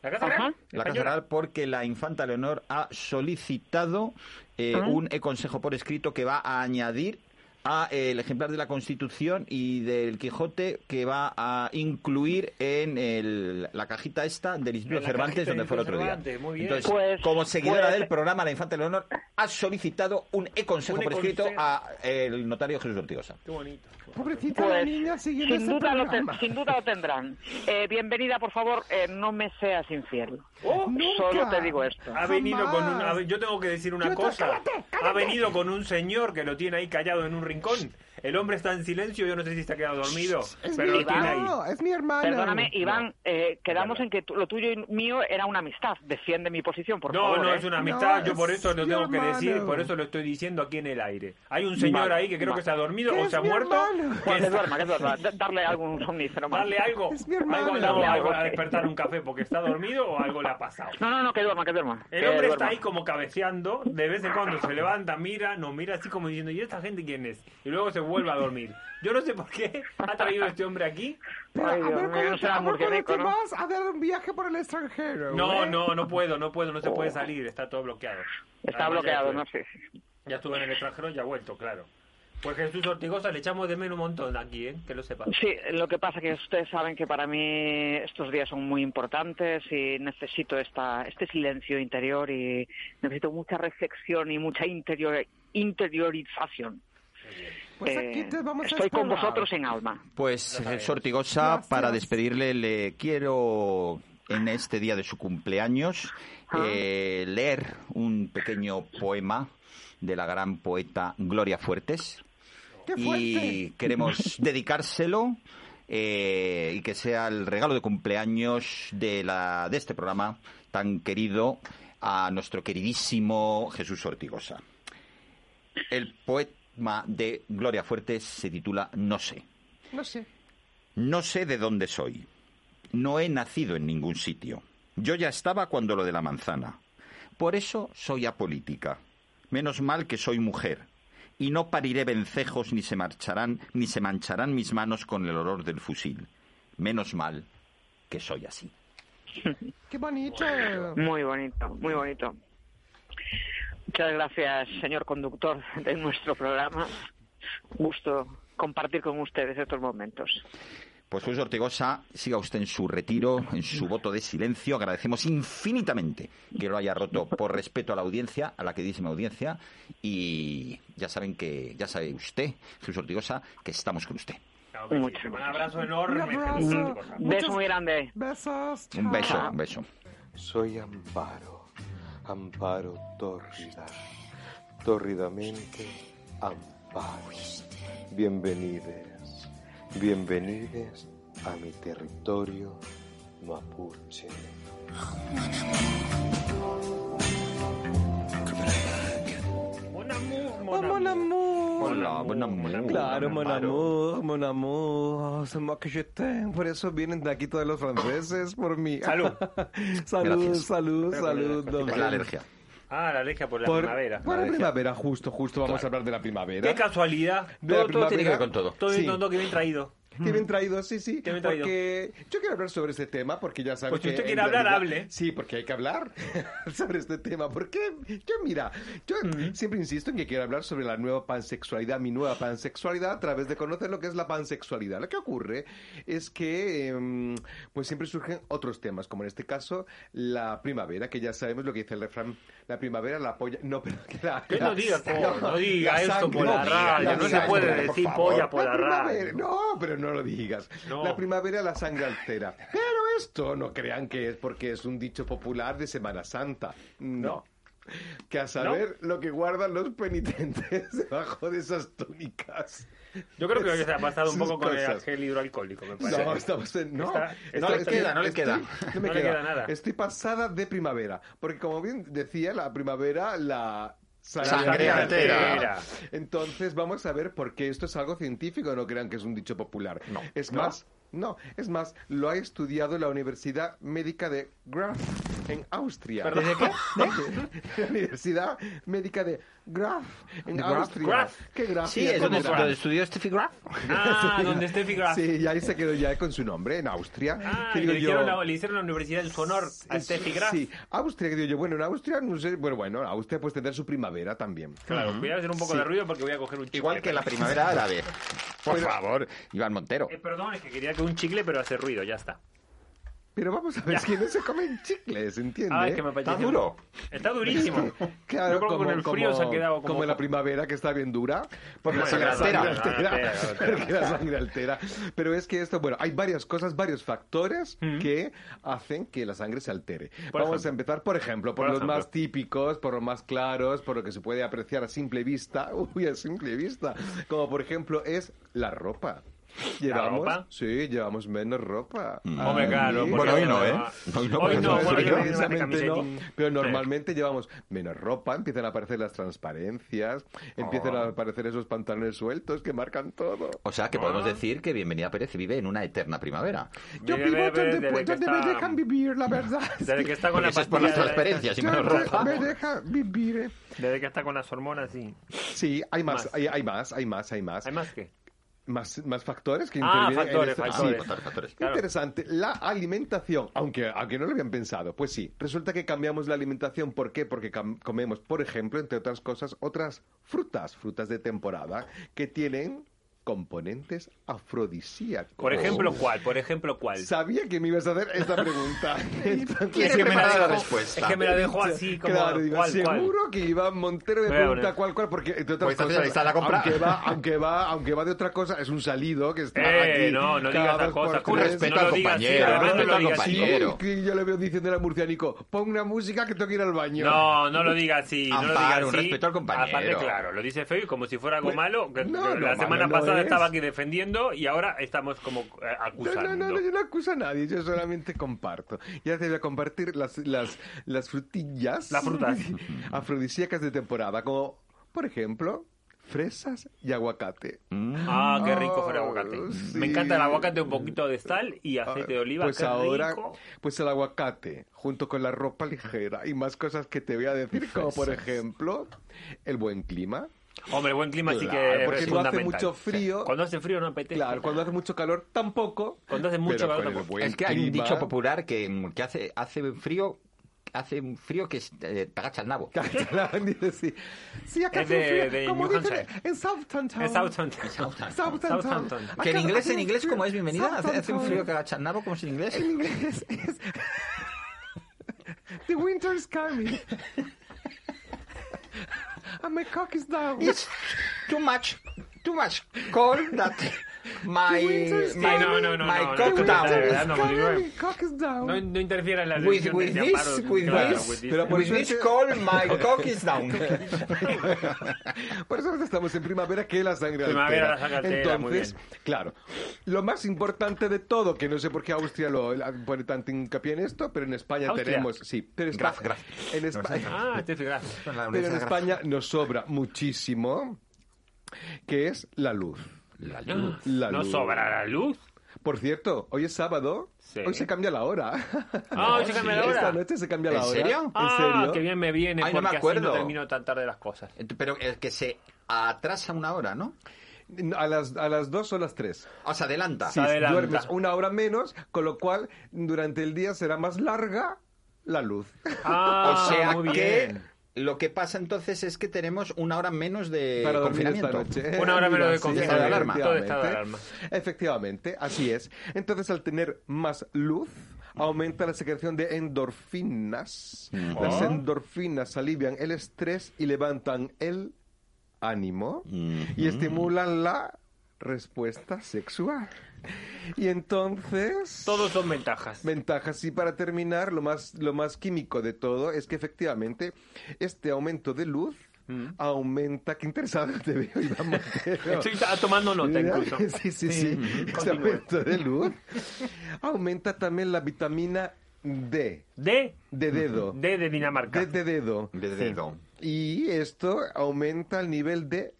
E: ¿La casa
J: Ajá.
E: real?
A: la Casa
E: Española.
A: Real, porque la infanta Leonor ha solicitado eh,
E: Ah.
A: un consejo por escrito que va a añadir a eh, el ejemplar de la Constitución y del Quijote que va a incluir en el- la cajita esta del Instituto
E: En la
A: Cervantes
E: cajita
A: donde
E: del
A: fue el
E: Instituto
A: otro día.
E: Cervantes, muy bien.
A: Entonces,
J: Pues-
A: como seguidora
J: pues-
A: del programa, la infanta Leonor ha solicitado un e-consejo
E: Un
A: por escrito
E: e-consejo.
A: a eh, el notario Jesús Ortigosa.
E: Qué bonito.
C: Pobrecita la
J: Pues,
C: niña siguiendo
J: sin,
C: ese
J: duda lo te-
C: programa.
J: sin duda lo
E: (laughs)
J: tendrán. Eh, bienvenida, por favor, eh, no me seas infiel.
E: Oh,
J: Oh,
C: Nunca.
J: Solo te digo esto.
E: Ha venido
C: Jamás.
E: con un... a ver, yo tengo que decir una
C: Yo te-
E: cosa.
C: cállate, cállate.
E: Ha venido con un señor que lo tiene ahí callado en un rincón. El hombre está en silencio, yo no sé si está quedado dormido,
C: Es
E: pero
C: mi
E: lo tiene ahí.
C: hermano, es mi hermano.
J: Perdóname, Iván, eh, quedamos
E: Claro.
J: en que tu- lo tuyo y mío era una amistad. Defiende mi posición, por
E: no,
J: favor.
E: no
J: ¿eh?
E: es una amistad,
C: No,
E: yo por
C: es
E: eso lo
C: mi
E: tengo que
C: hermano.
E: decir, por eso lo estoy diciendo aquí en el aire. Hay un señor
J: Vale,
E: ahí que creo
J: vale.
E: que se ha dormido
C: ¿Qué
E: o
C: es
E: se ha
C: mi
E: muerto.
C: hermano?
E: que
J: Que es
E: está-
J: duerma, que es duerma. Da- Darle algún somnífero más.
E: Darle algo,
C: Es mi hermano.
E: algo,
J: Darle
E: no, algo
J: algo,
E: a
J: sí.
E: despertar un café porque está dormido o algo le ha pasado.
J: No, no, no, que duerma, que duerma.
E: El
J: que
E: hombre está
J: duerma.
E: ahí como cabeceando, de vez en cuando se levanta, mira, nos mira así como diciendo, ¿y esta gente quién es? Y luego se vuelve a dormir. Yo no sé por qué ha traído este hombre aquí.
C: Pero,
J: Ay,
C: a
J: Dios
C: ver
J: mío,
C: cuándo
J: no
C: te,
J: será
C: a ver cuándo
J: murciélago,
C: te
J: ¿no?
C: vas a dar un viaje por el extranjero.
E: No,
C: ¿eh?
E: no, no puedo, no puedo, no se puede salir, está todo bloqueado. Además,
J: Está
E: ya
J: bloqueado,
E: estuve-
J: no sé.
E: Ya estuve en el extranjero y ha vuelto, claro. Pues Jesús Ortigosa le echamos de menos un montón aquí, ¿eh? Que lo sepas.
J: Sí, lo que pasa que ustedes saben que para mí estos días son muy importantes y necesito esta, este silencio interior y necesito mucha reflexión y mucha interior, interiorización.
C: Pues
J: Eh,
C: aquí te vamos a
J: estoy con
C: explorar.
J: vosotros en alma.
A: Pues
E: sabes.
A: Sortigosa,
C: Gracias.
A: para despedirle, le quiero en este día de su cumpleaños
J: Ah.
A: eh, leer un pequeño poema de la gran poeta Gloria Fuertes
C: ¡Qué fuerte! (laughs)
A: y queremos dedicárselo eh, y que sea el regalo de cumpleaños de la de este programa tan querido a nuestro queridísimo Jesús Ortigosa. El poema de Gloria Fuertes se titula No sé.
C: No sé.
A: No sé de dónde soy. No he nacido en ningún sitio. Yo ya estaba cuando lo de la manzana. Por eso soy apolítica. Menos mal que soy mujer. Y no pariré vencejos ni se marcharán, ni se mancharán mis manos con el olor del fusil. Menos mal que soy así.
C: Qué bonito.
J: Muy bonito, muy bonito. Muchas gracias, señor conductor de nuestro programa. Gusto compartir con ustedes estos momentos.
A: Pues Jesús Ortigosa, siga usted en su retiro, en su voto de silencio. Agradecemos infinitamente que lo haya roto por respeto a la audiencia, a la queridísima audiencia. Y ya saben que, ya sabe usted, Jesús Ortigosa, que estamos con usted.
B: Claro que sí.
J: Muchas
B: Un
J: gracias.
B: abrazo
C: Un
B: enorme.
C: abrazo.
J: Beso
C: Muchos
J: muy grande.
C: Besos.
A: Un beso,
J: Chao.
A: un beso.
D: Soy Amparo, Amparo tórrida, tórridamente Amparo. Bienvenides, bienvenides a mi territorio mapuche.
B: Mon amour, mon
C: Oh, mon
B: amour.
C: amor.
A: Hola, buen amor.
D: Claro, mon
A: Amparo.
D: amour, mon amour, c'est moi que je t'aime. Por eso vienen de aquí todos los franceses por mí.
E: Salud.
D: (laughs) salud,
A: Gracias.
D: salud, salud. don
A: Es la alergia.
E: Ah, la alergia por la
D: Por,
E: primavera.
D: por la primavera, justo, justo vamos a hablar de la primavera.
E: Qué casualidad.
D: De la
E: Todo, todo tiene que ver
D: primavera.
E: con todo. Todo
D: Sí.
E: tiene con todo que bien traído.
D: Qué bien traído, sí, sí.
E: Qué bien traído.
D: Porque yo quiero hablar sobre este tema, porque ya sabes
E: Pues si
D: que
E: usted
D: en
E: quiere hablar,
D: realidad-
E: hable.
D: Sí, porque hay que hablar (laughs) sobre este tema. Porque yo, mira, yo siempre insisto en que quiero hablar sobre la nueva pansexualidad, mi nueva pansexualidad, a través de conocer lo que es la pansexualidad. Lo que ocurre es que, em, pues siempre surgen otros temas, como en este caso, la primavera, que ya sabemos lo que dice el refrán, la primavera la polla... No, pero (laughs) que la...
E: Que no diga,
D: la-
E: no diga
D: la
E: esto
D: sangre,
E: por la radio,
D: la
E: no se
D: sangre,
E: puede
D: por
E: decir
D: favor.
E: polla por la radio.
D: primavera, no, pero no lo digas.
E: No.
D: La primavera la sangre altera. Pero esto no crean que es porque es un dicho popular de Semana Santa. No. Que a saber lo que guardan los penitentes (laughs) debajo de esas túnicas.
E: Yo creo que hoy se ha pasado un
D: Sus
E: poco con el
D: cosas.
E: gel hidroalcohólico, me parece.
D: No, estamos en. No,
E: Está-
A: no le queda, no le
D: estoy-
A: queda.
D: no me
E: No le
D: queda.
E: queda nada.
D: Estoy pasada de primavera. Porque, como bien decía, la primavera la.
A: Sangre altera.
D: Entonces vamos a ver por qué esto es algo científico, no crean que es un dicho popular.
A: No.
D: Es más, no, es más, lo ha estudiado la Universidad Médica de Graz en Austria.
E: ¿Perdón? ¿De qué?
D: (laughs) La Universidad Médica de Graz en
A: Graz?
D: Austria.
E: Graz.
D: Qué gracia.
A: Sí, es donde
D: ¿cómo
A: donde estudió Steffi Graf.
E: Ah, donde esté Figueroa.
D: Sí, y ahí se quedó ya con su nombre, en Austria.
E: Ah,
D: Que
E: y
D: digo
E: le,
D: yo- ah,
E: hicieron la, le hicieron la universidad en su honor a
D: Sí,
E: Steffi Graf.
D: Sí, Austria, que digo yo, bueno, en Austria, no sé, bueno, bueno, Austria puede tener su primavera también.
E: Claro, voy a hacer un poco
D: Sí.
E: de ruido porque voy a coger un chicle.
A: Igual que la primavera árabe. Por favor, Iván Montero.
E: Eh, perdón, es que quería que un chicle, pero hace ruido, ya está.
D: Pero vamos a ver, es que no se comen chicles, ¿entiendes?
E: Ah, es que me
A: Está
E: apetece.
A: duro.
E: Está durísimo.
D: (laughs) Claro,
E: Yo creo que
D: como,
E: con el frío
D: como-
E: se ha quedado como...
D: como en la primavera que está bien dura, porque
E: Bueno,
D: la
E: la
D: sangre
E: sangre
D: altera,
E: altera, altera.
D: porque (laughs) la sangre altera. Pero es que esto, bueno, hay varias cosas, varios factores que hacen que la sangre se altere.
E: Por
D: Vamos
E: ejemplo.
D: a empezar, por ejemplo,
E: Por
D: por, los
E: ejemplo.
D: más típicos, por los más claros, por lo que se puede apreciar a simple vista, (laughs) uy, a simple vista, como por ejemplo es la ropa. Llevamos,
E: ropa?
D: sí, llevamos menos ropa. Ah,
E: Hombre, claro,
D: Ay,
E: porque-
A: Mm. Bueno, hoy no, ¿eh?
E: Hoy
A: Hoy
E: no,
A: no,
E: hoy
A: porque
E: no.
A: no,
E: Bueno,
A: porque
E: yo me llevo una
D: Curiosamente no,
E: camiseta.
D: pero normalmente llevamos menos ropa, empiezan a aparecer las transparencias, empiezan
A: Oh.
D: a aparecer esos pantalones sueltos que marcan todo.
A: O sea, que podemos decir que Bienvenida Pérez vive en una eterna primavera.
C: Yo
E: Ve,
C: vivo
E: ve, ve,
C: donde,
E: desde
C: pu-
E: que
C: donde me
E: está-
C: dejan vivir, la verdad.
E: (laughs) Desde que está
A: Porque
E: con la
A: eso es por las
E: pastilla de-
A: transparencias y
C: Yo-
A: menos
C: yo-
A: ropa.
C: me deja vivir. eh.
E: Desde que está con las hormonas, sí.
D: Sí, hay más,
E: Más.
D: Hay, hay más, hay más, hay más.
E: ¿Hay más que?
D: Más, más factores que
E: Ah,
D: intervienen en
E: factores,
D: este-
E: factores.
D: Sí.
A: Otros factores.
E: Claro.
D: Interesante, la alimentación, aunque, aunque no lo habían pensado, pues sí, resulta que cambiamos la alimentación, ¿por qué? Porque cam- comemos, por ejemplo, entre otras cosas, otras frutas, frutas de temporada, que tienen componentes afrodisíacos. Oh.
E: Por ejemplo, ¿cuál? Por ejemplo, ¿cuál?
D: Sabía que me ibas a hacer
E: (laughs)
D: esta pregunta.
A: ¿Quieres que me la dé la respuesta?
E: Es que me la dejo así, como...
D: Claro, digo,
E: ¿Cuál, cuál?
D: seguro que Iván Montero me
E: Voy a
D: pregunta
E: poner.
D: cuál, cuál, porque entre otras
A: Pues,
D: cosas,
A: ahí está la compra.
D: Aunque, va, aunque, va, aunque va de otra cosa, es un salido que está
E: Eh,
D: aquí.
E: no, no
D: cada
E: digas esas
D: dos por
E: cosas.
A: Con
E: No
D: tres.
A: respeto
E: lo
A: al
E: digas así,
A: compañero,
E: además no
A: respeto
E: lo
A: al
E: digas así.
A: compañero.
D: que yo le veo diciendo al murciánico, pon una música que tengo que ir al baño.
E: No, no lo diga así, no lo diga
A: Amparo,
E: así.
A: un respeto al compañero.
E: Aparte, claro, lo dice feo y como si fuera algo
D: Pues,
E: malo. que-
D: no,
E: que
D: no,
E: la
D: malo
E: semana
D: no
E: pasada
D: es.
E: estaba aquí defendiendo y ahora estamos como eh,
D: No,
E: acusando.
D: no, no, no, yo no acuso a nadie, yo solamente comparto. Ya te voy a compartir las, las, (laughs) las frutillas.
E: Las frutas.
D: fresas y aguacate.
E: Ah, qué rico fuera aguacate.
D: Oh, sí.
E: Me encanta el aguacate, un poquito de sal y aceite de oliva.
D: Pues
E: qué
D: ahora,
E: rico.
D: pues el aguacate, junto con la ropa ligera y más cosas que te voy a decir, como por ejemplo, el buen clima.
E: Hombre, buen clima sí
D: Claro,
E: que
D: porque
E: es
D: no hace
E: fundamental.
D: mucho frío.
E: Sí. Cuando hace frío no apetece.
D: Claro, cuando hace mucho calor tampoco.
E: Cuando hace mucho
D: pero
E: calor
D: con el
E: tampoco.
D: buen
A: Es que Pues hay un
D: clima-
A: dicho popular que, que hace, hace frío hace un frío que es- eh, te agacha el nabo.
D: Catalán dice sí.
C: Sí, acá
E: Es
C: hace un
E: de-
C: frío,
E: de
C: como
E: New
C: dicen
E: Hampshire.
C: en Southampton.
E: Es Southampton.
C: Southampton.
E: Southampton.
C: Acá
A: Que en inglés,
C: hace
A: en
C: un
A: inglés,
C: frío-
A: como es bienvenida, hace, hace un
C: Southampton.
A: frío que agacha el nabo, como es en inglés.
C: En inglés es... The winter is coming. (laughs) And my cock is down.
A: It's too much, too much cold that my,
C: Winter's
A: my,
E: Sí, no, no, no,
A: my
E: no, no,
A: cock
C: The
E: no,
A: down.
E: no,
C: winter
E: verdad,
C: is
E: no,
C: coming.
E: Manuel.
C: My cock is down.
E: No, no interfiera en la
A: With,
E: decisión
A: with
E: de
A: this,
E: Amparo,
A: with
E: claro,
A: this,
E: with this.
A: pero por
D: With
A: this
D: this-
A: cold my cock is down.
D: (laughs) Por eso ahorita estamos en primavera que la sangre
E: Primavera,
D: altera.
E: la sangre altera, muy
D: Entonces, claro, lo más importante de todo, que no sé por qué Austria lo la- pone tanto hincapié en esto, pero en España
E: Austria.
D: tenemos, sí, pero está-
A: Graf, graf.
D: en España,
E: Ah, te fijas.
D: pero en España nos sobra muchísimo, que es la luz.
A: La luz.
D: La
E: ¿No
D: luz.
E: sobra la luz?
D: Por cierto, hoy es sábado,
E: Sí.
D: hoy se cambia la hora.
E: Ah, hoy se cambia la
D: Esta
E: hora.
D: noche se cambia la
A: ¿En
D: hora.
A: serio?
D: ¿En serio?
E: Ah, que bien me viene,
A: Ay, no me
E: porque así
A: acuerdo.
E: no termino tan tarde las
D: (laughs)
E: cosas.
A: Pero el que se atrasa una hora, ¿no?
D: A las, a las dos o las tres.
A: O sea, adelanta.
D: Sí,
E: adelanta.
D: duermes una hora menos, con lo cual durante el día será más larga la luz.
A: o
E: Ah,
A: sea
E: muy
A: que
E: bien.
A: lo que pasa entonces es que tenemos una hora menos de
D: para dormir esta
A: Eh, confinamiento.
D: noche.
E: Una hora menos de
D: Sí,
A: Estado
E: confinamiento.
A: de alarma.
D: efectivamente.
E: Todo estado de alarma.
D: Efectivamente, así es. Entonces, al tener más luz, aumenta la secreción de endorfinas. Las endorfinas alivian el estrés y levantan el ánimo
A: Mm.
D: y estimulan la respuesta sexual. Y entonces...
E: Todos son ventajas.
D: Ventajas. Y para terminar, lo más, lo más químico de todo es que efectivamente este aumento de luz aumenta. Qué interesado te veo, Iván
E: (laughs)
D: Montero.
E: Estoy ta- tomando nota incluso.
D: (laughs) Sí, sí, sí. Este
E: continúe.
D: aumento de luz aumenta también la vitamina D,
E: D,
D: de dedo.
E: D de Dinamarca.
D: D de dedo.
A: De dedo.
D: Y esto aumenta el nivel de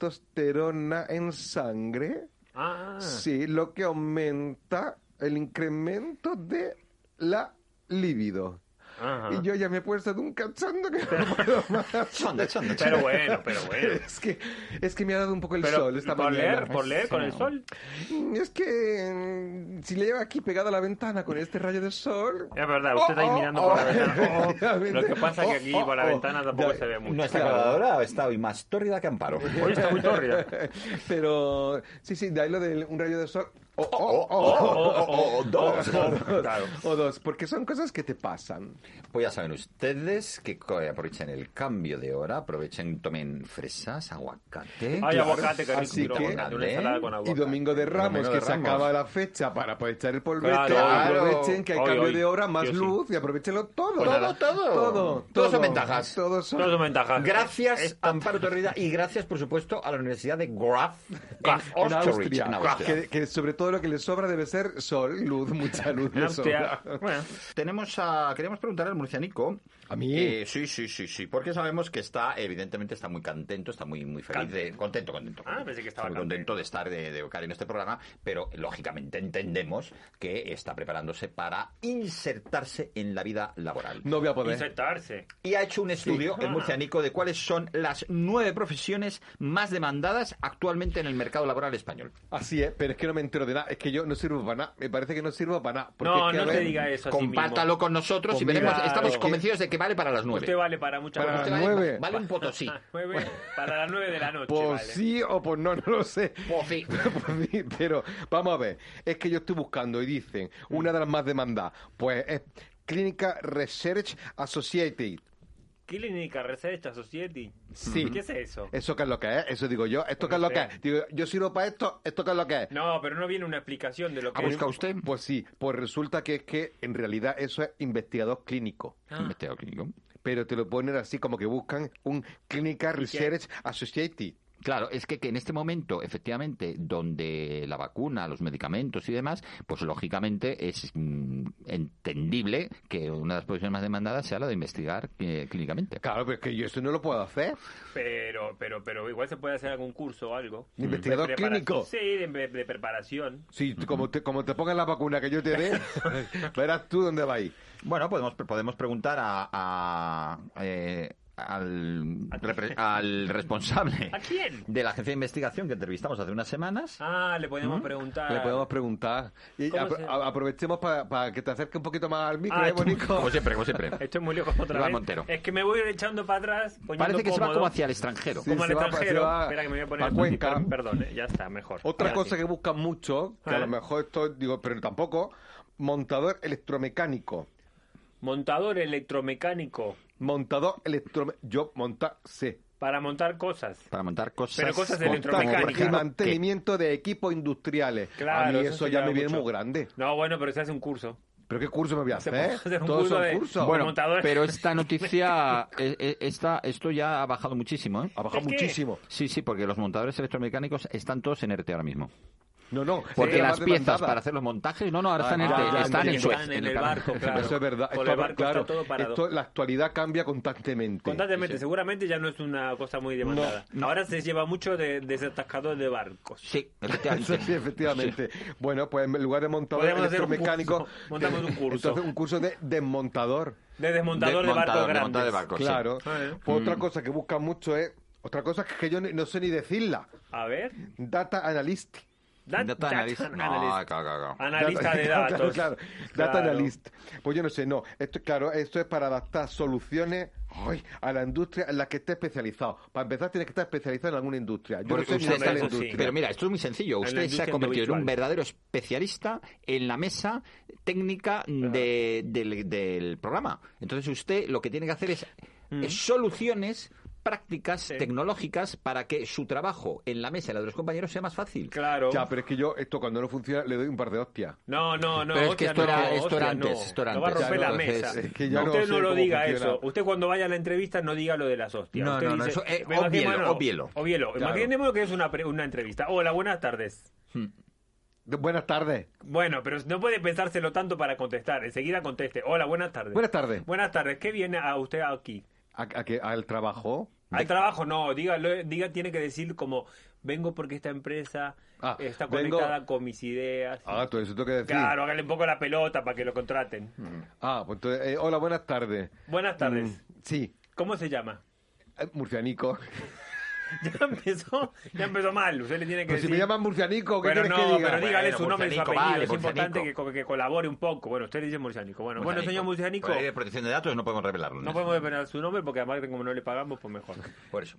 D: testosterona en sangre.
E: Ah,
D: Sí, lo que aumenta el incremento de la libido.
E: ajá.
D: Y yo ya me he puesto de un cachondo que no puedo más.
A: Chonda, chonda, chonda.
E: Pero
D: (laughs)
E: bueno, (laughs) pero bueno.
D: Es que, es que me ha dado un poco el
E: Pero
D: sol esta
E: por
D: mañana.
E: leer, por leer con el sol.
D: Es que mm, si le llevo aquí pegada a la ventana con este rayo
E: (laughs)
D: de sol...
E: Es verdad, usted está ahí
D: Oh, oh,
E: mirando
D: oh,
E: por la ventana. Oh,
D: efectivamente. (laughs)
E: Lo que pasa es que
D: Oh,
E: aquí
D: oh,
E: por la
D: oh.
E: ventana tampoco
D: Ya,
E: se ve mucho.
A: Nuestra grabadora está hoy más tórrida que Amparo.
E: Hoy está muy tórrida.
D: Pero sí, sí, de ahí lo de un rayo de sol. Oh, oh,
A: oh, oh, dos.
D: Claro. O dos, porque son cosas que te pasan.
A: Pues ya saben ustedes que co- aprovechen el cambio de hora, aprovechen, tomen fresas, aguacate.
E: Ay, aguacate, que rico,
D: Así
E: quiero
D: que-
E: aguacate, una ensalada con
D: Y
E: aguacate.
D: Domingo de Ramos,
A: Domingo de
D: que se
A: Ramos.
D: acaba la fecha para poder echar el polvete.
E: Claro.
D: aprovechen que hay
E: Hoy,
D: cambio
E: hoy.
D: de hora, más
E: Yo sí.
D: luz, y aprovechenlo todo.
E: Pues
A: Todo,
E: nada.
A: todo.
D: Todo,
A: Todos son
D: todo.
A: ventajas.
D: Todos son-
E: Todas son ventajas.
A: Gracias,
E: Es-
A: Amparo Torrida, y gracias, por supuesto, a la Universidad de Graf
E: Graf,
A: en
D: En
A: Osterreich,
D: Austria, Ah,
A: en Austria.
D: Que, que sobre todo lo que les sobra debe ser sol, luz, (laughs) mucha luz.
E: En
D: les
E: Austria.
D: sobra.
E: Bueno,
A: Tenemos a, queremos preguntar al murcianico.
D: ¿A mí?
A: Eh, sí, sí, sí, sí. Porque sabemos que está, evidentemente, está muy contento, está muy, muy feliz. de- contento, contento.
E: Ah, pensé que estaba
A: Está muy contento de estar, de, de tocar en este programa. Pero, lógicamente, entendemos que está preparándose para insertarse en la vida laboral.
D: No voy a poder.
E: insertarse.
A: Y ha hecho un estudio,
E: Ah.
A: el murcianico, de cuáles son las nueve profesiones más demandadas actualmente en el mercado laboral español.
D: Así es, pero es que no me entero de nada. Es que yo no sirvo para nada. Me parece que no sirvo para nada. porque
E: No,
D: es que, a
E: no te
D: ver,
E: diga eso. a sí mismo.
A: Compártalo con nosotros y
D: Conmigo.
A: veremos.
E: Claro.
A: Estamos convencidos de que vale para las nueve.
E: Usted vale para muchas
D: Para
E: cosas.
A: Usted
D: las
A: vale-
D: nueve.
A: vale un
E: (laughs)
A: potosí.
E: Nueve, Ah, para las nueve de la noche,
D: Pues
E: vale.
D: sí o pues no, (laughs) no lo sé.
A: Pues
D: (laughs)
A: sí.
D: Pues sí, Pero vamos a ver, es que yo estoy buscando y dicen, una de las más demandadas, pues es Clinical Research Associated.
E: Clínica Research Society.
D: Sí. Eh.
E: ¿Qué es eso?
D: ¿Eso qué es lo que es? Eso digo yo, ¿esto qué es lo que es? Digo, yo sirvo para esto, ¿esto qué es lo que es?
E: No, pero no viene una explicación de lo que
A: ¿Ha buscado usted?
D: Pues sí, pues resulta que es que en realidad eso es investigador clínico.
E: Ah.
A: Investigador clínico.
D: Pero te lo ponen así como que buscan un Clinical Research Associated.
A: Claro, es que, que en este momento, efectivamente, donde la vacuna, los medicamentos y demás, pues lógicamente es mm, entendible que una de las profesiones más demandadas sea la de investigar eh, clínicamente.
D: Claro, pero es que yo esto no lo puedo hacer.
E: Pero, pero, pero igual se puede hacer algún curso o algo.
D: ¿De investigador
E: preparación-
D: clínico?
E: Sí, de, de- de preparación.
D: Si como, te, como te pongan la vacuna que yo te
E: (laughs)
D: dé, verás tú dónde va a ir.
A: Bueno, podemos, podemos preguntar a, a, eh, al, repre- al responsable
E: ¿A quién?
A: de la agencia de investigación que entrevistamos hace unas semanas.
E: Ah, le podemos preguntar.
D: Mm. Le podemos preguntar. Y
E: ¿Cómo
D: apro-
E: se-
D: a- aprovechemos para que te acerque un poquito más al micro,
E: Ah,
D: ¿eh,
E: tú-
D: Bonico?
A: Como siempre, como siempre.
E: Estoy muy lejos otra
A: Iván
E: vez.
A: Montero.
E: Es que me voy echando para atrás. poniendo
A: Parece que se va
E: cómodo.
A: como hacia el extranjero.
D: Sí,
E: como al
D: se va pa- se
E: extranjero.
D: va
E: Espera que me voy a poner
D: pa' Cuenca.
E: perdón, Perdón, eh, ya está, mejor.
D: Otra
E: Ahora
D: cosa
E: sí.
D: que buscan mucho, que
E: A
D: a, lo
E: ver.
D: mejor esto, digo, pero tampoco, montador electromecánico.
E: Montador electromecánico
D: Montador electromecánico. Yo montar sé.
E: para montar cosas.
A: Para montar cosas.
E: Pero cosas
A: como-
E: electromecánicas.
A: como, por
D: Y
A: ejemplo,
D: mantenimiento de equipos industriales.
E: Claro,
D: a mí
E: eso
D: eso,
E: se
D: ya
E: lleva
D: me viene
E: mucho.
D: muy grande.
E: No, bueno, pero se hace un curso.
D: ¿Pero qué curso me voy a
E: Se
D: hacer?
E: puede hacer un
D: Todos
E: curso
D: son
E: de-
A: que-
D: cursos.
E: Bueno,
A: Bueno,
E: montador.
A: pero
E: (laughs)
A: esta noticia, eh, eh, esta, esto ya ha bajado muchísimo, ¿eh?
D: ha bajado
E: ¿El qué?
D: muchísimo.
A: Sí, sí, porque los montadores electromecánicos están todos en ERTE ahora mismo.
D: No, no.
A: Porque
D: es la
A: las
D: más
A: piezas
D: demandada.
A: para hacer los montajes, no, no, ahora están en
D: Ah,
A: ERTE,
D: ya, ya,
A: están
D: ya,
A: en
D: ya,
A: Suez.
E: están en el barco, claro.
D: Eso es verdad.
E: Con
D: Esto-
E: el barco está
D: claro,
E: todo parado.
D: esto- la actualidad cambia constantemente.
E: Constantemente, seguramente ya no es una cosa muy demandada. Ahora se lleva mucho de desatascador de barcos.
A: Sí,
D: Eso
A: efectivamente.
D: (laughs)
E: (laughs)
D: sí, efectivamente. Bueno, pues en lugar de montador
E: Podríamos hacer un
D: electromecánico,
E: curso. Montamos un curso.
D: Entonces, un curso de desmontador.
E: De desmontador de, barcos
A: montador, de
E: grandes.
A: montador de barcos, sí.
D: Claro.
E: Ah,
D: Pues Otra cosa que buscan mucho es. Otra cosa que yo ni- no sé ni decirla.
E: A ver.
D: Data analyst.
E: Da-
A: Data
E: data
A: analyst. No, claro, (laughs)
E: analyst.
A: claro, claro.
E: Analista
D: Data-
E: de
D: (laughs) claro,
E: datos.
D: Claro, Data
E: Claro.
D: analyst. Pues yo no sé, no. Esto, claro, esto es para adaptar soluciones ay, a la industria en la que esté especializado. Para empezar, tiene que estar especializado en alguna industria. Yo
A: Porque
D: no sé ni
A: usted
E: no
D: dónde
A: está-
D: es la
E: eso sí.
D: industria.
A: Pero mira, esto es muy sencillo.
E: la
A: Usted se ha
E: industria
A: convertido en un
E: audiovisual.
A: verdadero especialista en la mesa técnica de- del, del programa. Entonces usted lo que tiene que hacer es
E: Mm.
A: eh, soluciones prácticas, tecnológicas, para que su trabajo en la mesa y la de los compañeros sea más fácil.
E: Claro.
D: Ya, pero es que yo, esto cuando no funciona, le doy un par de hostias.
E: No, no, no.
A: Pero es que
E: hostia,
A: esto era-
E: no,
A: esto era
E: hostia, no.
A: antes, esto era
E: Lo va a
A: antes. eh,
E: romper
D: Ya,
E: la
D: no, es-
E: mesa.
D: es que ya no
E: Usted
D: sé
E: no, lo
D: cómo
E: diga
D: funciona.
E: eso. Usted cuando vaya a la entrevista no diga lo de las hostias.
A: No,
E: Usted
A: no, no,
E: dice,
A: eso, eh,
E: me imagino-
A: obvielo,
E: no,
A: obvielo.
E: Obvielo.
D: Claro.
E: Imaginemos que es una, pre- una entrevista. Hola, buenas tardes.
D: De- Buenas tardes.
E: Bueno, pero no puede pensárselo tanto para contestar. Enseguida conteste. Hola, buenas tardes.
D: Buenas tardes.
E: Buenas tardes. ¿Qué viene a usted aquí?
D: ¿A, a qué- ¿Al trabajo?
E: Al trabajo, no, dígalo, diga, tiene que decir como, vengo porque esta empresa
D: Ah,
E: está
D: vengo-
E: conectada con mis ideas.
D: Ah, todo eso tengo que decir.
E: claro, hágale un poco la pelota para que lo contraten.
D: Ah, pues entonces, eh, hola, buenas tardes.
E: Buenas tardes.
D: Mm, sí,
E: ¿Cómo se llama? (laughs)
D: eh, murcianico.
E: Ya empezó, ya empezó mal, usted le tiene que
D: Pero si
E: decir.
D: me llaman murcianico, ¿qué
E: pero
D: quieres
E: no,
D: que diga?
E: pero dígale
A: Bueno,
E: su nombre y su apellido.
A: Murcianico, vale,
E: es importante que,
A: Murcianico.
E: co- que colabore un poco. Bueno, usted le dice Murcianico. Bueno, bueno señor Murcianico,
A: Por ley de protección de datos no podemos revelarlo.
E: no podemos dependerar su nombre porque además como no le pagamos, pues mejor.
A: Por eso.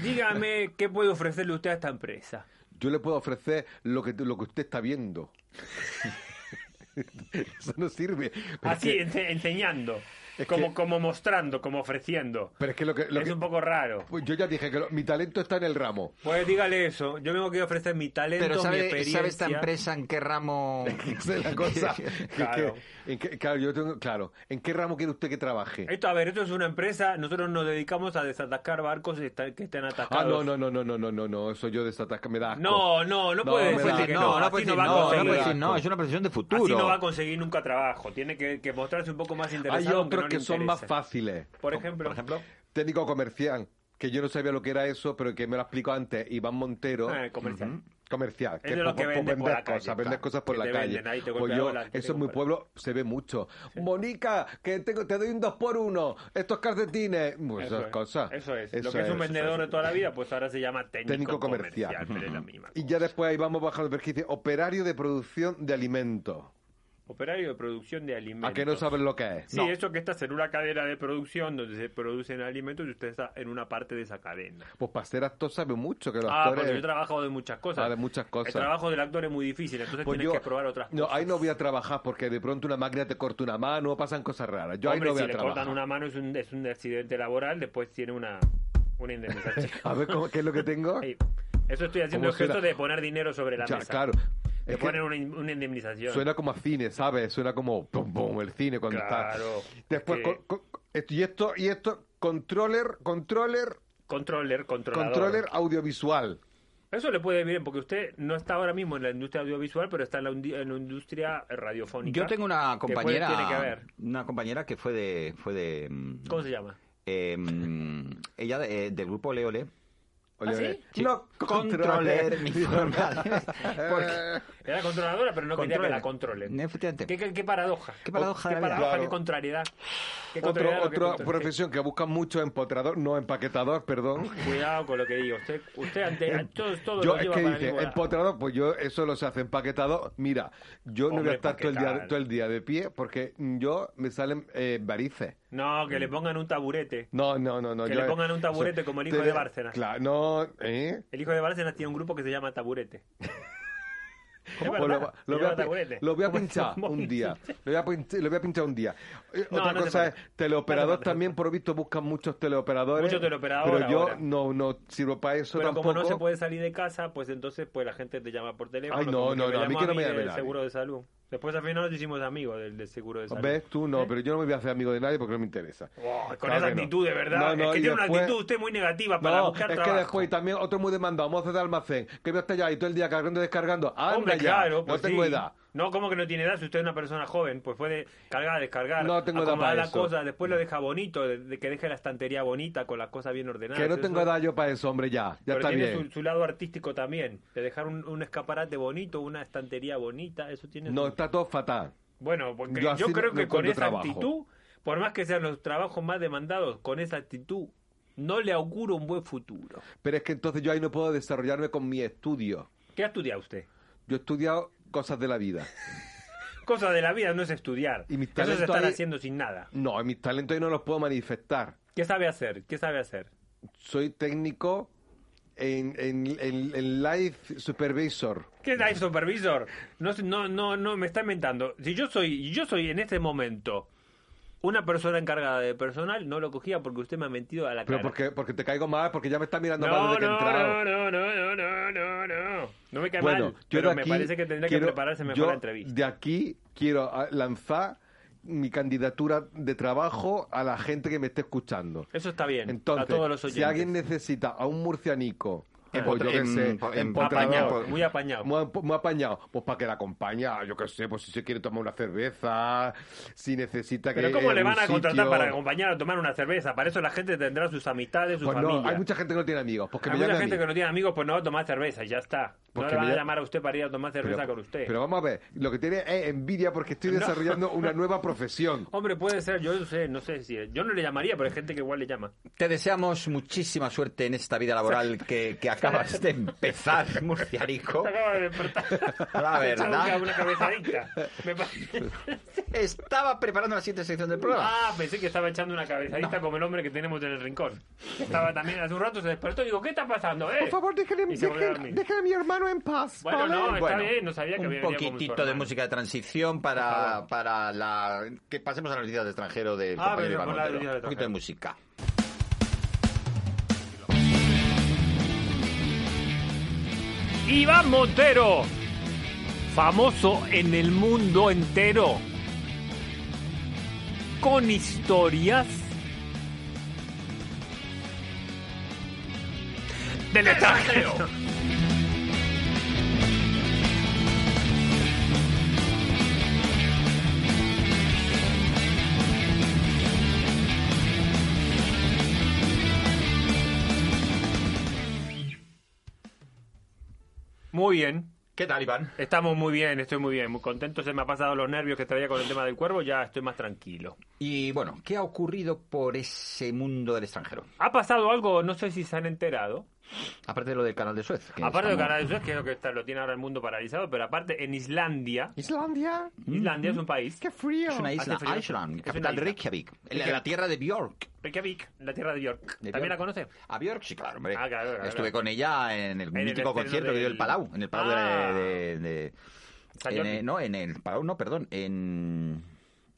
E: Dígame qué puede ofrecerle usted a esta empresa.
D: Yo le puedo ofrecer lo que, lo que usted está viendo.
E: (laughs)
D: (laughs) eso no sirve. Pero
E: Así,
D: es. que-
E: ense- enseñando.
D: es
E: como,
D: que-
E: como mostrando, como ofreciendo.
D: Pero es que lo que... lo
E: es
D: que-
E: un poco raro.
D: Pues yo ya dije que lo- mi talento está en el ramo. (laughs)
E: Pues dígale eso. Yo vengo aquí a ofrecer mi talento,
A: Pero
E: mi
A: ¿sabe,
E: experiencia.
A: ¿sabe esta empresa en qué ramo?
E: (laughs)
D: Esa es la cosa. Que-
E: Claro.
D: (laughs) que- en qué- claro, yo tengo... Claro. ¿En qué ramo quiere usted que trabaje?
E: Esto, a ver, esto es una empresa. Nosotros nos dedicamos a desatascar barcos esta- que están
D: Ah,
E: atascados.
D: no, no, no, no, no, no, no, no. Eso yo desatasca, me da asco.
E: No, no, no puede
D: me
E: decir
D: da
E: que
D: asco.
E: no, así
A: puede
E: no
A: decir
E: va a
A: Pues, no, no
E: conseguir.
A: puede decir no, es una profesión de futuro.
E: Así no va a conseguir nunca trabajo. Tiene que, que mostrarse un poco más
D: Hay
E: interesado. aunque
D: otros
E: no le
D: que son más
E: interese.
D: fáciles.
E: Por ejemplo,
A: Por ejemplo,
D: Técnico comercial, que yo no sabía lo que era eso, pero que me lo explicó antes Iván Montero.
E: ah, el comercial.
D: Comercial,
E: Es de los que venden por la calle,
D: cosas, vender
E: claro.
D: cosas por
E: Que
D: la
E: te
D: calle.
E: venden ahí, te
D: Pues
E: golpea
D: yo,
E: la- que
D: eso
E: te
D: en mi
E: compras.
D: pueblo se ve mucho. Monica, que tengo, te doy un dos por uno, estos calcetines, pues
E: Eso
D: esas
E: es.
D: cosas.
E: Eso es. Lo que es un vendedor de toda la vida, pues ahora se llama técnico,
D: Técnico comercial.
E: comercial. pero es la misma
D: Y
E: cosa.
D: ya después ahí vamos bajando el perfil, dice, operario de producción de alimentos.
E: Operario de producción de alimentos.
D: ¿A que no sabes lo que es?
E: Sí, eso que estás en una cadena de producción donde se producen alimentos y usted está en una parte de esa cadena.
D: Pues para ser actor sabe mucho que los
E: Ah, porque yo he
D: actores...
E: trabajado de muchas cosas.
D: Ah, de muchas cosas.
E: El trabajo del actor es muy difícil, entonces
D: Pues
E: tienes que probar otras cosas.
D: No, ahí no voy a trabajar porque de pronto una máquina te corta una mano, pasan cosas raras. Yo
E: Hombre,
D: ahí no voy
E: si
D: a
E: le
D: trabajar.
E: cortan una mano es un, es un accidente laboral, después tiene una, una indemnización.
D: (laughs) A ver, ¿cómo- ¿qué es lo que tengo?
E: (laughs) Ahí. Eso estoy haciendo
D: ¿Cómo
E: el gesto
D: suena?
E: de poner dinero sobre la
D: Ya,
E: mesa.
D: claro.
E: De
D: Es que
E: poner una, in- una indemnización.
D: suena como a cine, ¿sabes? Suena como pum, pum, el cine cuando está.
E: Claro.
D: Después,
E: Es que-
D: con- con- esto- y esto, y esto, controller, controller,
E: Controller, controlador.
D: Controller audiovisual.
E: Eso le puede bien porque usted no está ahora mismo en la industria audiovisual, pero está en la, undi- en la industria eh, radiofónica.
A: Yo tengo una
E: que puede-
A: compañera.
E: tiene que haber.
A: Una compañera que fue de. Fue de mm,
E: ¿Cómo se llama?
A: eh, mm, ella de- del grupo Leole.
D: Ole,
E: ¿Ah, sí?
D: ole.
A: No controler (laughs)
D: (laughs)
A: mi forma de- porque-
E: Era controladora, pero no quería que la
A: Controller.
E: controlen.
A: Efectivamente.
E: ¿Qué, qué, qué paradoja.
A: Qué paradoja de
E: Qué
A: la vida.
E: paradoja,
D: Claro.
E: qué contrariedad. Qué
D: Otro-
E: contrariedad a lo que
D: otra
E: contra-
D: profesión que busca mucho empotrador, no empaquetador, perdón.
E: que- Cuidado con lo que digo. Usted, usted ante a- todo, todo
D: Yo,
E: lo
D: es
E: lleva
D: que
E: para
D: dice,
E: mí, bueno.
D: empotrador, pues yo eso los hace empaquetado. Mira, yo no voy
E: Hombre, pues,
D: a estar todo el, día,
E: empaquetar.
D: todo el día de pie porque yo me salen eh, varices.
E: No, que le pongan un taburete.
D: No, no, no, no.
E: Que
D: yo-
E: le pongan un taburete como el hijo
D: te-
E: de Bárcenas.
D: Claro, no, ¿eh?
E: El hijo de Bárcenas tiene un grupo que se llama Taburete. ¿Cómo?
D: Pues lo, lo voy a, pin-
E: taburete.
D: lo voy a
E: (laughs) Como-
D: pinchar
E: como-
D: un día. Lo voy a, pinch- lo voy a pinchar un día. Eh,
E: No,
D: Otra
E: no te
D: cosa es,
E: falta. No
D: teleoperador
E: te falta.
D: también, por visto, buscan muchos teleoperadores.
E: Muchos teleoperadores
D: Pero yo
E: ahora.
D: no, no sirvo para eso
E: Pero
D: tampoco.
E: como no se puede salir de casa, pues entonces pues la gente te llama por teléfono.
D: Ay, no,
E: como
D: no, no, a mí
E: llamó
D: que no me
E: del
D: llame nadie.
E: seguro de salud. Después al final nos hicimos amigos del, del seguro de salud.
D: ¿Ves? Tú no, pero yo no me voy a hacer amigo de nadie porque no me interesa.
E: Wow, con
D: Claro
E: esa
D: que no.
E: actitud, de verdad.
D: No, no,
E: es que
D: y
E: tiene una
D: después-
E: actitud usted muy negativa para
D: No,
E: buscar
D: es
E: trabajo.
D: que después también otro muy demandado, mozo de almacén, que voy a estar ya ahí todo el día cargando y descargando. Anda
E: Hombre,
D: ya,
E: claro,
D: no
E: pues
D: tengo
E: sí.
D: edad.
E: No, ¿cómo que no tiene edad? Si usted es una persona joven, pues puede cargar, descargar,
D: No tengo edad
E: acomodar
D: para
E: la
D: eso.
E: cosa, después lo deja bonito, de, de que deje la estantería bonita con las cosas bien ordenadas.
D: Que no
E: eso-
D: tengo edad yo para eso, hombre, ya. Ya
E: pero
D: está
E: tiene
D: bien.
E: Su, su lado artístico también, de dejar un, un escaparate bonito, una estantería bonita, eso tiene...
D: No,
E: su-
D: está todo fatal.
E: Bueno, porque
D: Yo
E: yo,
D: así
E: creo
D: no
E: que con
D: encuentro
E: esa
D: trabajo.
E: actitud, por más que sean los trabajos más demandados, con esa actitud no le auguro un buen futuro.
D: Pero es que entonces yo ahí no puedo desarrollarme con mi estudio.
E: ¿Qué ha estudiado usted?
D: Yo he estudiado cosas de la vida.
E: Cosas de la vida no es estudiar.
D: Y mi
E: Eso es
D: talento
E: estar
D: ahí-
E: haciendo sin nada.
D: No, mis talentos ahí no los puedo manifestar.
E: ¿Qué sabe hacer? ¿Qué sabe hacer?
D: Soy técnico en, en, en- en Life Supervisor.
E: ¿Qué tal, supervisor? No, sé, no, no, no, me está inventando. Si yo soy, yo soy en este momento una persona encargada de personal, no lo cogía porque usted me ha mentido a la
D: Pero
E: cara.
D: porque, porque te caigo mal, porque ya me está mirando mal
E: No,
D: desde que he
E: no,
D: entrado.
E: no, no, no, no, no, no. No me cae
D: Bueno,
E: mal,
D: yo
E: pero
D: de
E: me
D: aquí
E: parece que tendría
D: quiero-
E: que prepararse mejor
D: yo
E: la entrevista.
D: De aquí quiero ah, lanzar mi candidatura de trabajo a la gente que me esté escuchando.
E: Eso está bien.
D: Entonces,
E: a todos los oyentes.
D: si alguien necesita a un murcianico,
A: En
D: o
A: pot-
D: yo qué
A: en-
D: sé,
A: po- en
D: empotrador,
E: apañado, muy apañado.
D: muy ap- muy apañado, pues para que la acompaña, yo qué sé, pues si se quiere tomar una cerveza, si necesita que...
E: Pero ¿cómo
D: en
E: le
D: un
E: van a contratar
D: sitio-
E: para acompañar a tomar una cerveza? Para eso la gente tendrá sus amistades, sus
D: Pues no,
E: familias.
D: hay mucha gente que no tiene amigos, porque
E: Hay
D: me
E: mucha
D: llame a
E: gente
D: mí.
E: que no tiene amigos, pues no va a tomar cerveza, y ya está.
D: Porque
E: no le van
D: me
E: a
D: llama-
E: llamar a usted para ir a tomar cerveza
D: pero,
E: con usted.
D: pero vamos a ver, lo que tiene es envidia porque
E: (laughs)
D: estoy desarrollando una nueva profesión.
E: Hombre, puede ser, yo no sé, no sé si... Yo no le llamaría, pero hay gente que igual le llama.
A: Te deseamos muchísima suerte en esta vida laboral que, que acabas
E: (laughs)
A: de empezar, murciarico.
E: Se acaba de
D: (laughs)
E: despertar.
A: La
E: (laughs) Se echa
A: verdad.
E: Una cabezadita. Me parece-
A: Estaba preparando la siguiente sección del programa.
E: Ah, pensé que estaba echando una cabezadita como el hombre que tenemos en el rincón. Estaba también hace un rato, se despertó y digo, ¿qué está pasando, eh?
C: Por favor, déjenle,
E: Y se volvió a
C: dejen-
E: dormir.
C: dejen a mi hermano en paz,
E: Bueno,
C: ¿vale?
E: no, está
A: Bueno,
E: bien, no sabía que
A: Un
E: había venido como su
A: poquitito de
E: hermano.
A: música de transición para, para la que pasemos a las noticias de extranjero de
E: Ah,
A: compañero
E: venga,
A: Iván
E: con la
A: Montero.
E: noticia de
A: Un poquito de
E: extranjero.
A: música.
E: Iván Montero, famoso en el mundo entero, con historias del extranjero. Muy bien.
A: ¿Qué tal, Iván?
E: Estamos muy bien, estoy muy bien, muy contento. Se me ha pasado los nervios que traía con el tema del cuervo, ya estoy más tranquilo.
A: Y bueno, ¿qué ha ocurrido por ese mundo del extranjero?
E: Ha pasado algo, no sé si se han enterado.
A: Aparte de lo del canal de Suez. que
E: aparte de
A: estamos-
E: Canadá del Sur, que es lo que está- lo tiene ahora el mundo paralizado, pero aparte en Islandia,
C: Islandia,
E: Islandia es un país,
C: qué frío.
A: Es una isla,
E: Hace frío.
A: Iceland,
E: Es
A: capital
E: una isla.
A: Reykjavik, la, la tierra de Björk.
E: Reykjavik, la tierra de Björk.
A: ¿De
E: ¿También
A: Björk?
E: la conoce?
A: A Björk, sí, claro, hombre.
E: Ah, claro, claro,
A: Estuve
E: claro.
A: con ella en el
E: el
A: mítico
E: estreno
A: concierto que dio el
E: del-
A: Palau, en el Palau de-
E: Ah.
A: de... de-
E: San
A: en
E: Jordi.
A: el- no, en el Palau, no, perdón, en...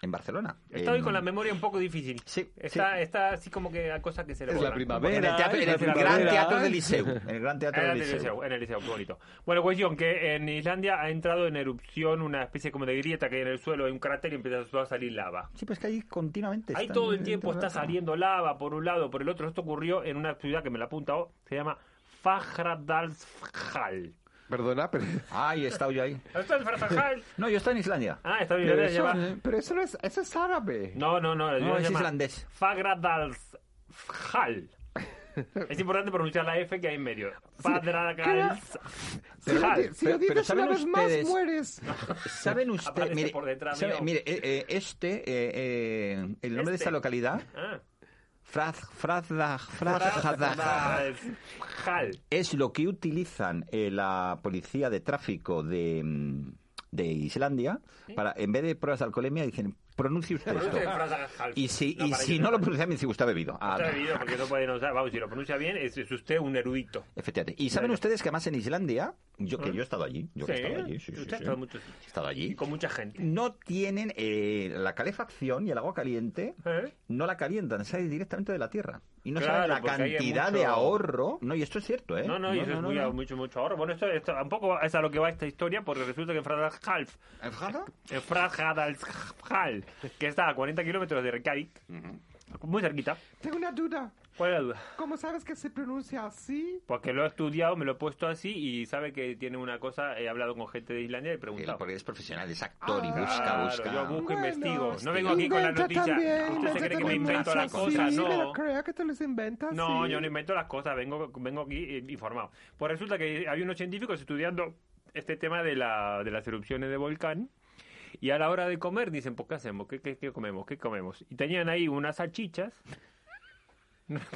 A: en Barcelona.
E: Está hoy
A: En-
E: con la memoria un poco difícil.
A: Sí,
E: Está, está así como que a cosas que se le
D: Es la
E: borran.
D: primavera,
A: en el, teatro-
D: es
A: en
D: la
A: el gran
D: primavera.
A: teatro del
E: (laughs)
A: Liceu. En el gran teatro
E: Era
A: del
E: del
A: Liceu.
E: Liceu, era el Liceu, qué bonito. Bueno, cuestión que en Islandia ha entrado en erupción una especie como de grieta que hay en el suelo, hay un cráter y empieza a salir lava.
A: Sí, pero es que ahí continuamente.
E: Ahí
A: están-
E: todo el tiempo está
A: están-
E: saliendo lava por un lado, por el otro. Esto ocurrió en una ciudad que me la he apuntado, se llama
D: (laughs)
E: Fajradalsfjall.
D: Perdona, pero...
A: Ay, he estado yo ahí.
E: ¿Está en Fajradalsfjall?
D: (laughs)
A: No, yo estoy en Islandia.
E: Ah, está bien,
D: Pero
E: ya
D: eso,
E: lleva-
D: pero eso no es... Eso es árabe.
E: No, no, no, la ciudad
A: No,
E: se
A: es
E: llama
A: islandés.
E: Fagradalsfjall. Es importante pronunciar la F que hay en medio. Fagradalsfjall.
C: Si lo, di- si lo
A: Pero- pero
C: dices
A: ¿saben
C: una vez
A: ustedes?
C: más, mueres.
A: ¿Saben ustedes?
E: (laughs) Aparece
A: Mire,
E: por detrás
A: sabe-
E: mío.
A: mire, eh, eh, este, eh, eh, el nombre de
E: Este.
A: esta localidad,
E: Ah.
A: Fraz, Frazdag, Frazdag,
E: Fagradalsfjall.
A: es lo que utilizan eh, la policía de tráfico de, mm, de Islandia para, en vez de pruebas de alcoholemia, dicen, pronuncie usted esto. Y si, y si no lo pronuncia, me dice, usted ha bebido. Ah,
E: Está debido porque no pueden usar. Vamos, si lo pronuncia bien, es, es usted un erudito.
A: Efectivamente. Y saben
E: Claro.
A: ustedes que además en Islandia, yo que yo he estado allí, yo que
E: Sí, ¿eh?
A: he estado allí, sí, sí,
E: usted
A: sí.
E: ha estado en muchos-
A: He estado allí.
E: Y con mucha gente.
A: No tienen eh, la calefacción y el agua caliente,
E: ¿Eh?
A: no la calientan, sale directamente de la tierra. Y no
E: Claro,
A: saben la
E: porque ahí hay
A: cantidad
E: mucho-
A: de ahorro. No, y esto es cierto, ¿eh?
E: No, no, y eso es muy,
A: no.
E: mucho, mucho ahorro. Bueno, esto, esto tampoco es a lo que va esta historia, porque resulta que en Fradalsfjall,
A: ¿Enfada?
E: en Fradalsfjall, que está a 40 kilómetros de Reykjavik, muy cerquita.
C: Tengo una duda.
E: ¿Cuál es la duda?
C: ¿Cómo sabes que se pronuncia así?
E: Porque lo he estudiado, me lo he puesto así y sabe que tiene una cosa. He hablado con gente de Islandia y he
A: Él,
E: preguntado.
A: Porque es profesional, es actor y
C: Ah,
A: busca,
E: Claro,
A: busca.
E: Yo busco,
C: Bueno,
E: investigo. No
C: sí.
E: vengo aquí con la
C: Inventa
E: noticia.
C: también,
E: ¿Usted
C: inventa
E: se cree que me
C: también
E: invento las
C: muchas.
E: cosas?
C: Sí, me
E: No.
C: lo creo que te los inventas.
E: No,
C: Ah, sí.
E: yo no invento las cosas, vengo, vengo aquí eh, informado. Pues resulta que hay unos científicos estudiando este tema de, la, de las erupciones de volcán y a la hora de comer dicen, pues ¿qué hacemos? ¿Qué, qué, qué comemos? ¿Qué comemos? Y tenían ahí unas salchichas. (laughs)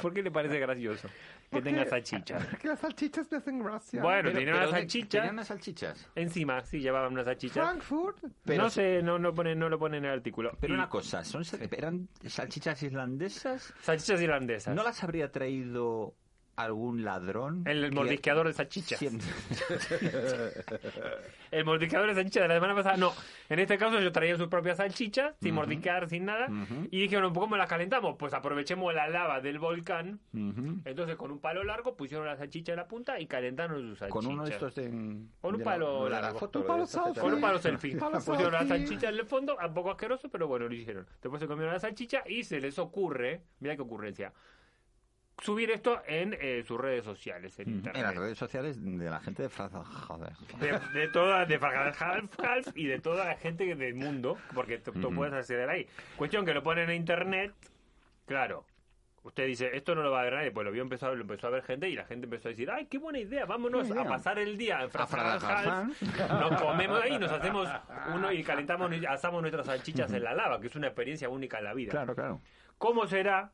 E: ¿Por qué le parece gracioso que tenga salchichas?
C: Porque las salchichas me hacen gracia.
E: Bueno,
A: Pero-
E: tenían
A: pero
E: unas
A: ¿de-
E: salchichas.
A: tenían unas salchichas.
E: Encima, sí, llevaban unas salchichas.
C: Frankfurt.
A: Pero
E: no
A: sí.
E: sé, no, no, ponen, no lo ponen en el artículo.
A: Pero
E: Y-
A: una cosa, ¿son, sal- ¿eran salchichas islandesas?
E: Salchichas irlandesas.
A: ¿No las habría traído algún ladrón?
E: El
A: Que-
E: mordisqueador de salchichas. (laughs)
A: Siempre-
E: El mordiscador de salchicha de la semana pasada, no. En este caso yo traía sus propias salchichas, sin mordiscar, sin nada. Y dije, bueno, ¿cómo las calentamos? Pues aprovechemos la lava del volcán.
A: Ujú.
E: Entonces con un palo largo pusieron la salchicha en la punta y calentaron sus salchichas.
A: Con uno de estos de...
E: Con un
A: de
E: palo
A: de
E: largo.
A: foto,
C: Un palo
A: de estos que te
E: Con un
A: dan.
E: palo selfie.
C: Palo
E: pusieron la
C: selfie.
E: salchicha en el fondo, un poco asqueroso, pero bueno, lo hicieron. Después se comieron la salchicha y se les ocurre, mira qué ocurrencia, subir esto en eh, sus redes sociales, en
A: En
E: internet.
A: las redes sociales de la gente de Fraza. Joder.
E: De, de toda, de Half, Half y de toda la gente del mundo, porque tú, tú
A: Ujú.
E: puedes acceder ahí. Cuestión que lo ponen en internet, claro. Usted dice, esto no lo va a ver nadie, pues lo vio empezó, a- lo empezó a ver gente y la gente empezó a decir, ay, qué buena idea, vámonos
A: Buena
E: a
A: idea.
E: pasar el día en Half,
A: Fragalhalf.
E: nos comemos ahí, nos hacemos uno y calentamos, y asamos nuestras salchichas en la lava, que es una experiencia única en la vida.
A: Claro, claro.
E: ¿Cómo será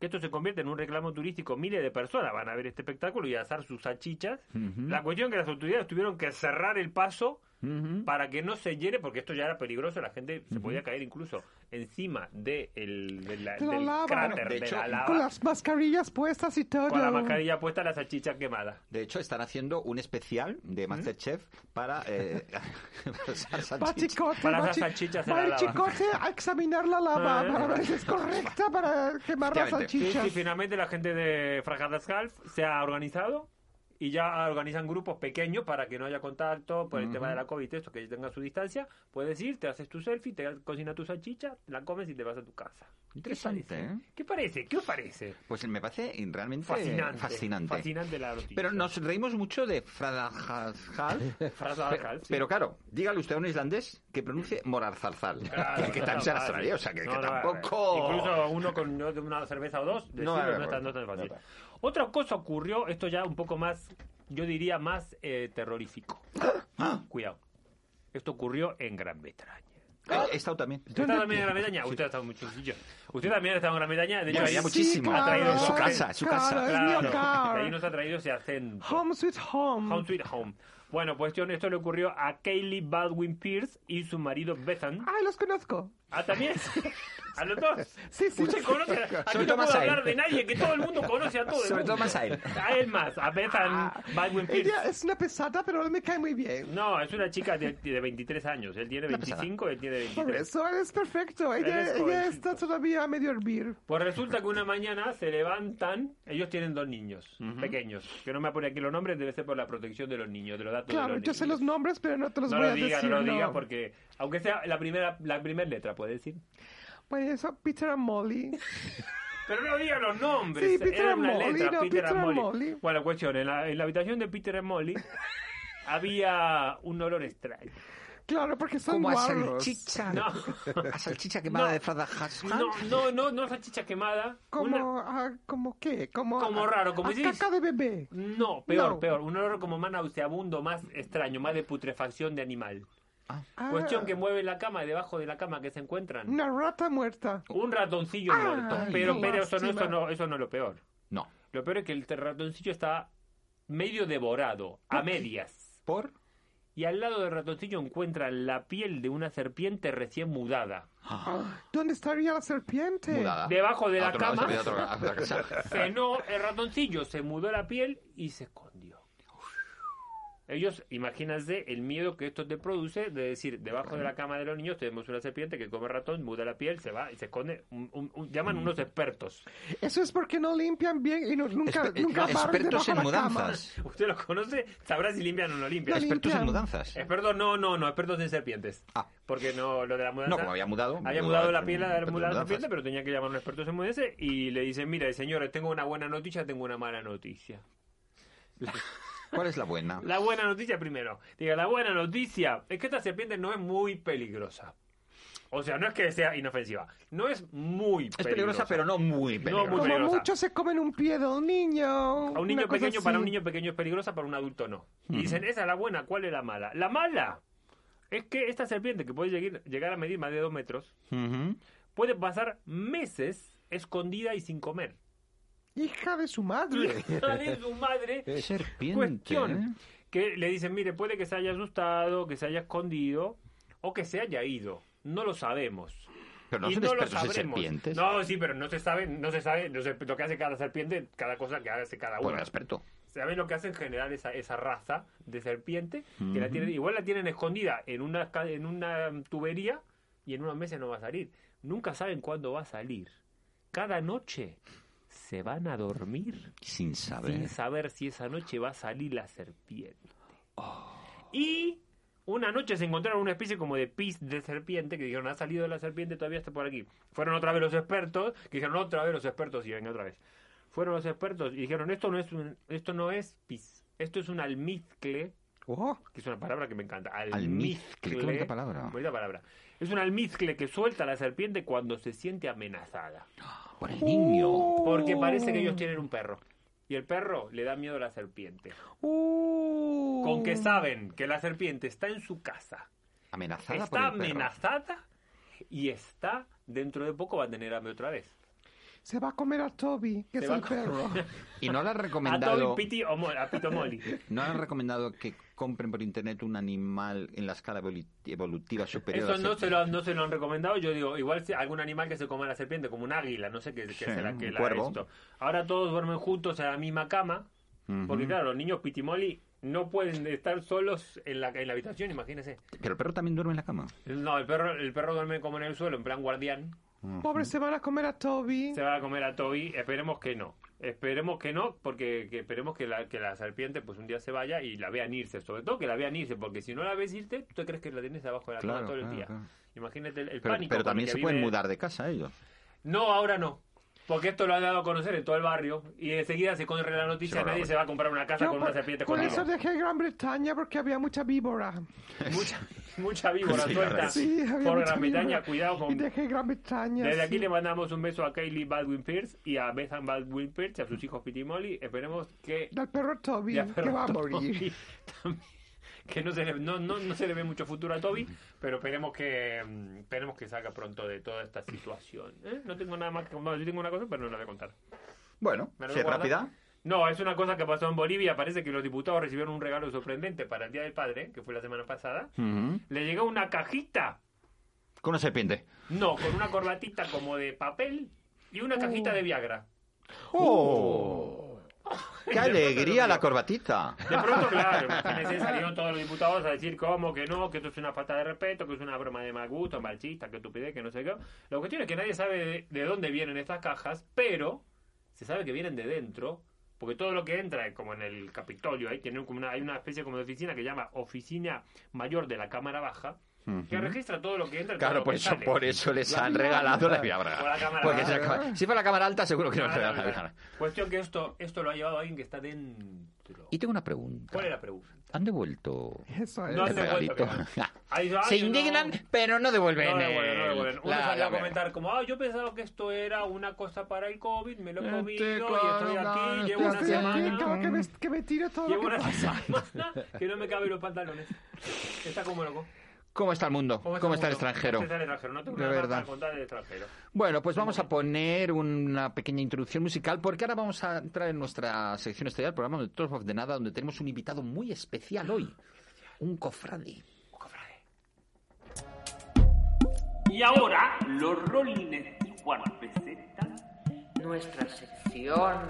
E: que esto se convierte en un reclamo turístico? Miles de personas van a ver este espectáculo y a asar sus salchichas.
A: Ujú.
E: La cuestión es que las autoridades tuvieron que cerrar el paso
A: Ujú.
E: para que no se llene, porque esto ya era peligroso, la gente se podía caer incluso encima de el, de la-
C: De la
E: del
C: lava.
E: cráter,
A: De
E: de,
A: hecho,
E: la lava,
C: Con las mascarillas puestas y todo.
E: con la mascarilla puesta, la salchicha quemada.
A: De hecho, están haciendo un especial de Masterchef para...
E: (laughs)
A: Eh, (laughs) para asar
C: Va
A: salchichas.
C: chicote,
E: Para
C: va
E: las
C: chi-
E: salchichas en
C: va
E: la
C: el
E: lava.
C: chicote a examinar la
E: Ah,
C: lava
E: eh. (laughs)
C: para ver si es correcta para quemar las
A: Efectivamente.
E: Sí,
C: salchichas.
E: sí, finalmente la gente de Frajadas Half se ha organizado y ya organizan grupos pequeños para que no haya contacto por el tema de la COVID, y esto, que tengan su distancia. Puedes ir, te haces tu selfie, te cocinas tu salchicha, la comes y te vas a tu casa.
A: Interesante, ¿eh?
E: ¿Qué parece? ¿Qué os parece?
A: Pues me parece realmente
E: Fascinante.
A: fascinante.
E: Fascinante la noticia.
A: Pero nos reímos mucho de Fradajal.
E: Fradalsfjall, sí.
A: Pero claro, dígale usted a un islandés que pronuncie Morarzarzal.
E: Claro,
A: que
E: Ah, no
A: tan
E: tan
A: se las
E: fácil.
A: trae, o sea, que,
E: No,
A: que
E: no,
A: tampoco...
E: Incluso uno con uno de una cerveza o dos, decirlo,
A: No,
E: no,
A: no,
E: es tan, no es tan
A: no,
E: fácil.
A: no.
E: Otra cosa ocurrió, esto ya un poco más, yo diría más eh,
A: (gasps)
E: terrorífico.
A: Ah.
E: Cuidado. Esto ocurrió en Gran Bretaña.
A: Eh, He estado también.
E: ¿Usted está también en Gran Bretaña? Usted ha estado mucho Usted también ha estado en Gran Bretaña. De hecho,
A: Ya,
E: ahí-
A: ya muchísimo.
E: Ha traído
A: en
E: su
A: su
E: claro,
A: casa, en su casa.
C: claro. Es mi hogar.
E: de ahí nos ha traído ese acento.
C: Home sweet home.
A: Mm.
E: Home sweet home. pues Bueno, cuestión, esto le ocurrió a Kaylee Baldwin Pierce y su marido Bethan.
C: Ay, los conozco.
A: (laughs)
E: Ah, también. A los dos.
C: Sí, sí.
E: Usted conoce. Aquí
A: Sobre
E: no
A: todo
E: puedo
A: más a él.
E: hablar de nadie, que todo el
A: (laughs)
E: mundo conoce a todo. el
A: Sobre todo
E: mundo.
A: más a él. Ah.
E: A él más. A Bethan Baldwin Pierce.
C: Ella es una pesada, pero él me cae muy bien.
E: No, es una chica de, de 23 años. Él tiene
A: Una pesada.
E: 25, él tiene
C: Por
E: 23.
C: eso él es perfecto.
E: Él es
C: Ella, ella
E: jovencito.
C: está todavía a medio hervir.
E: Pues resulta que una mañana se levantan, ellos tienen dos niños pequeños, que no me pone aquí los nombres, debe ser por la protección de los niños, de los datos
C: Claro,
E: de los
C: yo sé
E: niños.
C: los nombres, pero no te los
E: no
C: voy
E: lo
C: a
E: diga,
C: decir.
E: no lo diga, porque aunque sea la primera la primera letra, puede decir.
C: Bueno, eso, Peter and Molly.
E: Pero no diga los nombres.
C: Sí, Peter
E: era
C: and
E: una
C: Molly,
E: letra,
C: no,
E: Peter and
C: Peter and
E: Molly.
C: Molly.
E: Bueno, cuestión, en la, en la habitación de Peter and
C: (laughs)
E: Molly había un olor extraño.
C: Claro, porque son
A: Como a
C: guarros.
A: salchicha.
E: No.
A: A salchicha
E: (laughs)
A: quemada
E: No.
A: de Frada Hassan.
E: No, no, no, no salchicha quemada.
C: Como,
E: una-
C: ah, ¿como qué? Como,
E: Como
C: a-
E: raro, como
C: a
E: dices.
C: caca de bebé.
E: No, peor,
C: No.
E: peor. Un olor como más nauseabundo, más extraño, más de putrefacción de animal.
C: Ah,
E: Cuestión que mueve la cama, debajo de la cama que se encuentran.
C: Una rata muerta.
E: Un ratoncillo
C: Ay,
E: muerto. Pero,
C: qué
E: pero eso, no, eso,
C: lástima.
E: no, eso no es lo peor.
A: No.
E: Lo peor es que el ratoncillo está medio devorado, a medias.
A: ¿Por?
E: Y al lado del ratoncillo encuentran la piel de una serpiente recién mudada.
C: ¿Dónde estaría la serpiente?
A: Mudada.
E: Debajo
A: A
E: de la
A: Ah, otro lado,
E: cama.
A: se pide a otro- a otra casa.
E: Cenó el ratoncillo, se mudó la piel y se escondió. Ellos, imagínense el miedo que esto te produce de decir, debajo de la cama de los niños tenemos una serpiente que come ratón, muda la piel, se va y se esconde. Un- un- un-
A: Mm.
E: llaman unos expertos.
C: Eso es porque no limpian bien y no- (laughs) nunca,
A: Espe-
C: nunca
A: no,
C: barren
A: expertos
C: debajo
A: en
C: la cama.
A: mudanzas.
E: Usted los conoce, sabrá si limpian o no limpian.
C: La lim-
A: Expertos en
C: limpian.
A: mudanzas.
E: Expertos, no, no, no, expertos en serpientes.
A: Ah.
E: Porque no, lo de la mudanza...
A: No, como había mudado.
E: Había
A: mudó
E: mudado
A: al-
E: la piel a la
A: experto en
E: mudada
A: mudanzas.
E: serpiente, pero tenía que llamar a un experto en mudanza y le dicen, mira, señores, tengo una buena noticia, tengo una mala noticia.
A: ¿Cuál es la buena?
E: La buena noticia primero. Diga, la buena noticia es que esta serpiente no es muy peligrosa. O sea, no es que sea inofensiva. No es muy peligrosa.
A: Es peligrosa, pero no muy peligrosa.
E: muy
C: Como
E: peligrosa.
C: muchos se comen un pie de un niño.
E: A un niño
C: una cosa
E: pequeño, para un
C: así.
E: niño pequeño es peligrosa, para un adulto no. Y dicen, esa es la buena, ¿cuál es la mala? La mala es que esta serpiente, que puede llegar, llegar a medir más de dos metros,
A: Ujú.
E: puede pasar meses escondida y sin comer.
C: Hija de su madre.
E: Hija
A: (laughs)
E: de su madre
A: Serpiente.
E: cuestión
A: ¿eh?
E: que le dicen, mire, puede que se haya asustado, que se haya escondido o que se haya ido. No lo sabemos.
A: Pero no
E: y
A: son
E: no lo
A: expertos en
E: sabremos.
A: serpientes.
E: No, sí, pero no se sabe, no se sabe, no se- lo que hace cada serpiente, cada cosa que hace cada
A: Pues
E: uno.
A: no, experto.
E: ¿Saben lo que hace en general esa, esa raza de serpiente? Que la tienen, igual la tienen escondida en una, ca- en una tubería y en unos meses no va a salir. Nunca saben cuándo va a salir. Cada noche se van a dormir
A: Sin
E: sin
A: saber.
E: saber si esa noche va a salir la serpiente. Y una noche se encontraron una especie como de pis de serpiente que dijeron, ha salido la serpiente, todavía está por aquí. Fueron otra vez los expertos, que dijeron, otra vez los expertos, y venga otra vez. Fueron los expertos y dijeron, esto no es, un, esto no es pis, esto es un almizcle,
C: Oh,
E: que es una palabra que me encanta.
A: Almizcle,
E: Almizcle.
A: qué bonita palabra.
E: Bonita palabra. Es un almizcle que suelta la serpiente cuando se siente amenazada.
A: Por el niño.
C: Oh.
E: Porque parece que ellos tienen un perro. Y el perro le da miedo a la serpiente.
C: uh.
E: Con que saben que la serpiente está en su casa,
A: Amenazada por
E: está
A: el perro.
E: amenazada y está dentro de poco va a tener hambre otra vez.
C: Se va a comer a Toby, que
E: Se
C: es
E: va
C: el
E: a
C: perro.
A: Y no le han
E: A Toby
A: recomendado...
E: Pity o Mo- a
A: (laughs)
E: Pito Molly.
A: ¿No han recomendado que compren por internet un animal en la escala evolu- evolutiva superior
E: Eso
A: a
E: no
A: ser-
E: se, lo, no se lo han recomendado. Yo digo, igual si algún animal que se coma la serpiente, como un águila, no sé qué, qué
A: Sí,
E: será
A: un
E: que la
A: cuervo.
E: esto. Ahora todos duermen juntos en la misma cama,
A: Ujú.
E: porque claro, los niños Pity Molly no pueden estar solos en la, en la habitación, imagínense.
A: Pero el perro también duerme en la cama.
E: No, el perro, el perro duerme como en el suelo, en plan guardián.
C: Pobre, se van a comer a Toby.
E: se va a comer a Toby. Esperemos que no. Esperemos que no, porque que esperemos que la, que la serpiente pues un día se vaya y la vean irse. Sobre todo que la vean irse, porque si no la ves irte, tú te crees que la tienes abajo de la
A: Claro,
E: cama todo
A: claro,
E: el día.
A: claro.
E: Imagínate el, el
A: Pero,
E: pánico.
A: pero
E: con el
A: también
E: que
A: se pueden
E: vive-
A: mudar de casa ellos.
E: No, ahora no. Porque esto lo han dado a conocer en todo el barrio y enseguida se corre la
A: Se
E: noticia,
A: va a
E: nadie
A: la-
E: se va a comprar una casa
C: Yo
E: con
C: por-
E: una serpiente
C: con
E: con
C: eso dejé Gran Bretaña porque había mucha víbora.
E: mucha, (laughs) mucha víbora
A: Sí,
E: suelta
A: ahora
C: Sí, había
E: por
C: mucha
E: Ah, Gran Bretaña,
C: víbora.
E: cuidado
C: Y
E: con
C: dejé Gran Bretaña.
E: Desde aquí
C: sí.
E: le mandamos un beso a Kaylee Baldwin Pierce y a Bethan Baldwin Pierce, a sus hijos Pity y Molly. Esperemos que.
C: Del perro Toby,
E: Ya,
C: que
E: pero
C: va a
E: Toby
C: morir.
E: también- que no se, le, no, no, no se le ve mucho futuro a Toby, pero esperemos que, mm, esperemos que salga pronto de toda esta situación. ¿eh? No tengo nada más que contar. Yo tengo una cosa, pero no la voy a contar.
A: Bueno,
E: ¿Me lo
A: si es
E: guardas?
A: rápida.
E: No, es una cosa que pasó en Bolivia. Parece que los diputados recibieron un regalo sorprendente para el Día del Padre, que fue la semana pasada.
A: Ujú.
E: Le llegó una cajita
A: Con una serpiente.
E: No, con una corbatita como de papel y una cajita
C: Uh.
E: de Viagra.
A: ¡Oh! ¡Qué alegría la corbatita!
E: De
A: (laughs)
E: pronto, claro, imagínense, salieron todos los diputados a decir cómo que no, que esto es una falta de respeto, que es una broma de mal gusto, machista, que estupidez, que no sé qué. La cuestión es que nadie sabe de, de dónde vienen estas cajas, pero se sabe que vienen de dentro, porque todo lo que entra, eh, como en el Capitolio, ahí tiene como una, hay una especie como de oficina que llama Oficina Mayor de la Cámara Baja, que registra todo lo que entra. y todo
A: Claro,
E: lo que
A: por eso,
E: sale.
A: por eso les han regalado la
E: Por la
A: viabra.
E: cámara
A: Porque
E: baja.
A: se acaba- si fuera la cámara alta, seguro que no se (laughs)
E: Claro,
A: la
E: claro.
A: viabra.
E: Cuestión que esto, esto lo ha llevado alguien que está dentro.
A: Y tengo una pregunta.
E: ¿Cuál es la pregunta?
A: ¿Han devuelto
C: (laughs) Eso es.
E: No
A: el
E: han devuelto,
A: regalito?
E: claro. Ahí va,
A: se
E: Ah, yo no-
A: indignan, pero no devuelven.
E: No devuelven,
A: el-
E: no devuelven. Uno
A: la-
E: salió
A: la
E: a
A: viabra.
E: comentar como, ah, yo pensaba que esto era una cosa para el COVID, me lo he
A: Este,
E: comido y
A: claro,
E: estoy aquí,
A: claro,
E: llevo
C: Ya
E: una
C: estoy aquí,
E: semana,
C: como que me, que me tiro todo
E: llevo
C: lo que
E: una
C: pasa.
E: semana que no me caben los pantalones. Está como loco.
A: ¿Cómo está el mundo? ¿Cómo, está el
E: mundo?
A: extranjero?
E: ¿Cómo está el extranjero? No tengo
A: De
E: nada más
A: verdad.
E: para contar del extranjero.
A: Bueno, pues vamos a poner una pequeña introducción musical porque ahora vamos a entrar en nuestra sección estrella del programa de Top of the Nada, donde tenemos un invitado muy especial hoy, un cofrade.
E: Y ahora, los rolines Tijuana presentan...
I: Nuestra sección.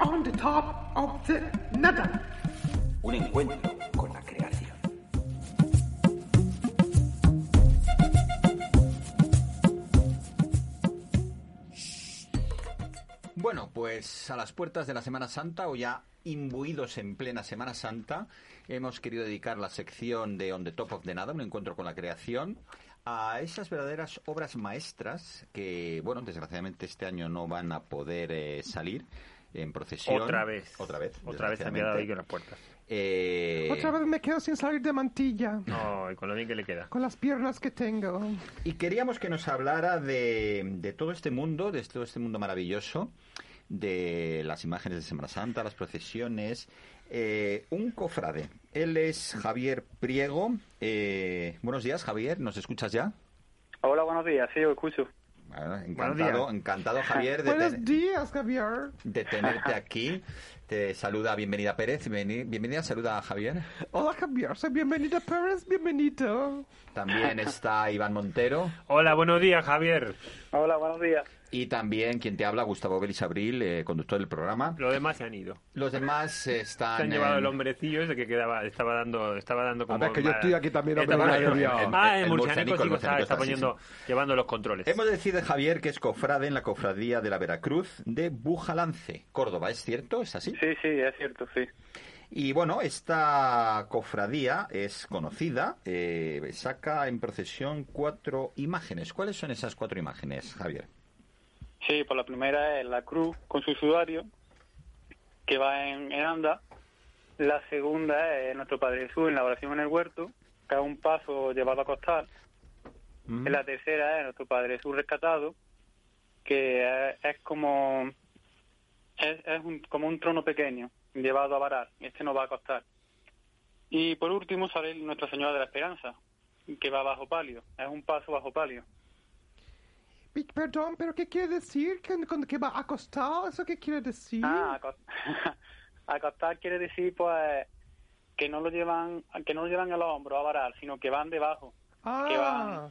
C: On the top of the nada.
K: Un encuentro con la creación.
A: Bueno, pues a las puertas de la Semana Santa o ya imbuidos en plena Semana Santa, hemos querido dedicar la sección de On the Top of the Nada, un encuentro con la creación, a esas verdaderas obras maestras que, bueno, desgraciadamente este año no van a poder eh, salir en procesión.
E: Otra vez.
A: Otra vez.
E: Otra vez se han quedado ahí con las puertas.
A: Eh,
C: Otra vez me quedo sin salir de mantilla.
E: No, y con lo bien que le queda.
C: Con las piernas que tengo.
A: Y queríamos que nos hablara de, de todo este mundo, de todo este mundo maravilloso, de las imágenes de Semana Santa, las procesiones. eh, un cofrade. Él es Javier Priego. Eh, buenos días, Javier. ¿Nos escuchas ya?
K: Hola, buenos días. Sí, os escucho.
A: Bueno,
E: días.
A: encantado, encantado, Javier, de,
C: (laughs) Buenos
A: ten-
C: días, Javier.
A: de tenerte aquí. Te saluda Bienvenida Pérez. Bienveni- Bienvenida, saluda a Javier.
C: Hola, Javier. Soy bienvenida, Pérez. Bienvenido.
A: También está Iván Montero.
E: Hola, buenos días, Javier.
K: Hola, buenos días.
A: Y también quien te habla, Gustavo Belis Abril, eh, conductor del programa.
E: Los demás se han ido.
A: Los demás eh, están.
E: Se han llevado
A: en-
E: el hombrecillo ese que quedaba, estaba dando, estaba dando como.
D: ver, que yo estoy aquí también, hombre,
E: Estaba-
D: me he nerviado.
E: Ah,
A: El-
E: el,
A: el
E: murcianico,
A: murcianico, el
E: sí, está,
A: murcianico
E: está
A: está,
E: poniendo, llevando los controles.
A: Hemos de decir de Javier que es cofrade en la cofradía de la Veracruz de Bujalance, Córdoba, ¿es cierto? ¿Es así?
K: Sí, sí, es cierto, sí.
A: Y bueno, esta cofradía es conocida, eh, saca en procesión cuatro imágenes. ¿Cuáles son esas cuatro imágenes, Javier?
K: Sí, pues la primera es la cruz con su sudario, que va en, en anda. La segunda es nuestro Padre Jesús en la oración en el huerto, que es un paso llevado a costar.
E: Mm.
K: La tercera es nuestro Padre Jesús rescatado, que es, es como es, es un- como un trono pequeño llevado a varar. Este no va a costar. Y por último sale Nuestra Señora de la Esperanza, que va bajo palio. Es un paso bajo palio.
C: Pi- Perdón, pero ¿qué quiere decir? ¿Que, con- que va acostado? ¿Eso qué quiere decir?
K: Ah, acos- (laughs) acostar quiere decir pues que no lo llevan que no lo llevan a los hombros a varar, sino que van debajo, que van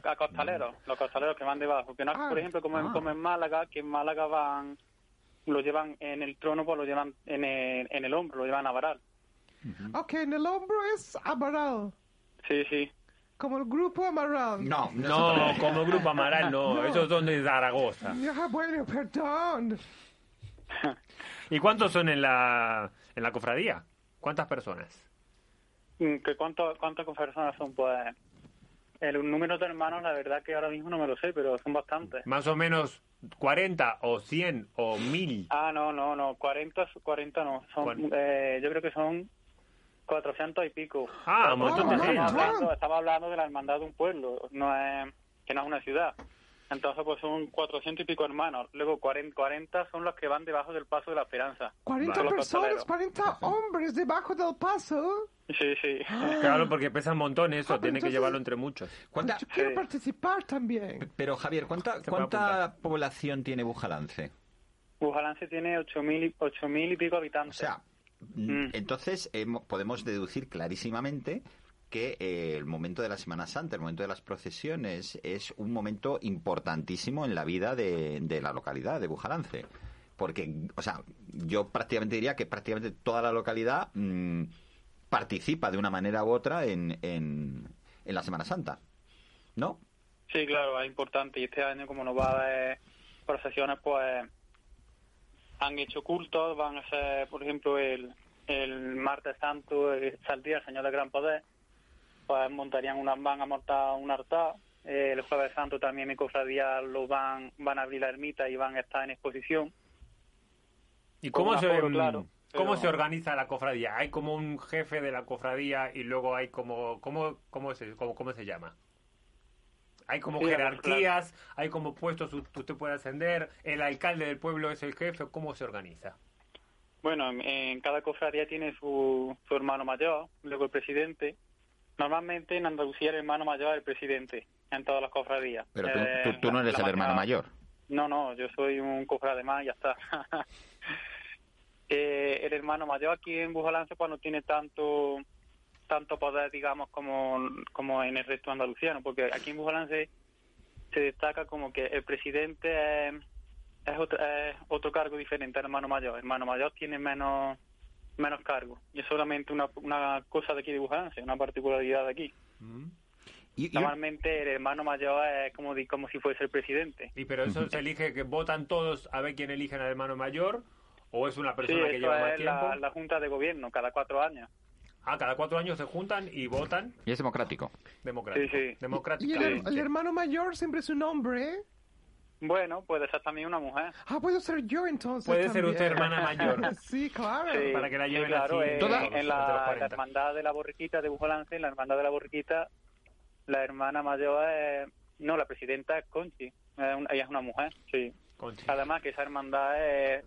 C: Ah,
K: a costaleros, los costaleros que van debajo, que no,
C: Ah,
K: por ejemplo como, en-
A: ah.
K: como en Málaga, que en Málaga van lo llevan en el trono, pues lo llevan en el, en el hombro, lo llevan a varar.
C: ok, en el hombro es amaral.
K: Sí, sí.
C: Como el grupo amaral.
A: No,
E: No, como Grupo
A: (laughs)
E: Amaral, no,
C: No.
E: Esos son de Zaragoza.
C: Ah, bueno, perdón.
E: ¿Y cuántos son en la, en la cofradía? ¿Cuántas personas?
K: Mm, ¿Que cuánto, ¿Cuántas personas son? Pues el número de hermanos, la verdad que ahora mismo no me lo sé, pero son bastantes.
E: ¿Más o menos 40 o 100 o 1000?
K: Ah, no, no, no, 40, 40 no, son,
E: Cuarenta.
K: eh, yo creo que son 400 y pico.
E: Ah, un montón de
C: Ah,
K: Estamos
E: gente.
K: hablando, estamos hablando de la hermandad de un pueblo, no es, que no es una ciudad. Entonces, pues son 400 y pipico hermanos. Luego, 40, 40 son los que van debajo del paso de la esperanza.
C: 40
K: Vale.
C: personas,
K: Costalero.
C: 40 hombres debajo del paso.
K: Sí, sí.
E: Claro, porque pesan montones eso,
C: Ah, pero
E: tienen que
C: entonces-
E: llevarlo entre muchos.
A: ¿Cuánta-
C: Yo quiero
K: Sí.
C: participar también.
A: pero Javier, ¿cuánta,
E: Se puede
A: cuánta población tiene Bujalance?
K: Bujalance tiene 8.000 y- 8.000 y pico
A: O
K: habitantes.
A: sea,
K: Mm.
A: entonces hemo- podemos deducir clarísimamente que eh, el momento de la Semana Santa, el momento de las procesiones, es un momento importantísimo en la vida de, de la localidad de Bujalance. Porque, o sea, yo prácticamente diría que prácticamente toda la localidad mm, participa de una manera u otra en, en, en la Semana Santa. ¿No?
K: Sí, claro, es importante. Y este año, como no va a haber procesiones, pues han hecho cultos, van a hacer, por ejemplo, el, el martes santo, el saldía el Señor de Gran Poder, pues montarían una, van a montar un altar. Eh, el jueves santo también en Cofradía lo van, van a abrir la ermita y van a estar en exposición.
E: ¿Y
K: Con
E: cómo
K: un
E: se,
K: aforo,
E: mm,
K: claro,
E: cómo
K: pero-
E: se organiza la cofradía? ¿Hay como un jefe de la cofradía y luego hay como... ¿Cómo, cómo, se, cómo, cómo se llama? Hay como
K: Sí,
E: jerarquías, hay como puestos que usted puede ascender, el alcalde del pueblo es el jefe, ¿cómo se organiza?
K: Bueno, en, en cada cofradía tiene su, su hermano mayor, luego el presidente. Normalmente en Andalucía el hermano mayor es el presidente, en todas las cofradías.
A: Pero tú,
K: Eh,
A: tú- tú no
K: la-
A: eres
K: la
A: el hermano
K: máxima-
A: mayor.
K: No, no, yo soy un cofrade más y ya está. (laughs) Eh, el hermano mayor aquí en Bujalance pues no tiene tanto tanto poder, digamos, como, como en el resto de Andalucía, ¿no? Porque aquí en Bujalance se destaca como que el presidente es, es otro, es otro cargo diferente al hermano mayor. El hermano mayor tiene menos menos cargo. Y es solamente una, una cosa de aquí de Bujalance, una particularidad de aquí.
A: Mm. Y- y-
K: Normalmente el hermano mayor es como, di- como si fuese el presidente.
E: Y pero
K: (laughs)
E: eso se elige, que votan todos a ver quién eligen al hermano mayor, o es una
K: Sí,
E: persona que
K: eso
E: lleva más
K: es
E: tiempo.
K: la, la Junta de Gobierno, cada cuatro años.
E: Ah, cada cuatro años se juntan y votan
A: Y es democrático.
E: democrático.
K: Sí, sí.
C: Y el,
E: Democráticamente.
C: el hermano mayor siempre es un hombre.
K: Bueno, puede ser también una mujer.
C: Ah, puedo ser yo entonces.
K: Puede ser
C: también.
K: usted hermana
C: (laughs)
K: mayor.
C: sí, claro.
K: Sí, sí, claro, eh, en la, la hermandad de la borriquita de Bujolance, en la hermandad de la borriquita, la hermana mayor es, no, la presidenta es Conchi, es un- ella es una mujer, sí. Además que esa hermandad es,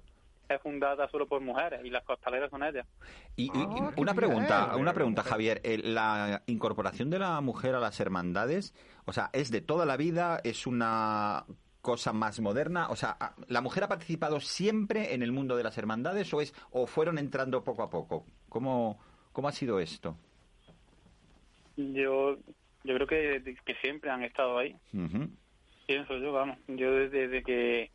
K: es fundada solo por mujeres y las costaleras son ellas.
A: Y, y- una pregunta, una pregunta, Javier. Eh, La incorporación de la mujer a las hermandades, o sea, es de toda la vida, es una cosa más moderna. O sea, ah, la mujer ha participado siempre en el mundo de las hermandades o es o fueron entrando poco a poco. ¿Cómo cómo ha sido esto?
K: Yo, yo creo que, que siempre han estado ahí.
A: Ujú.
K: Pienso yo, vamos. Yo desde, desde que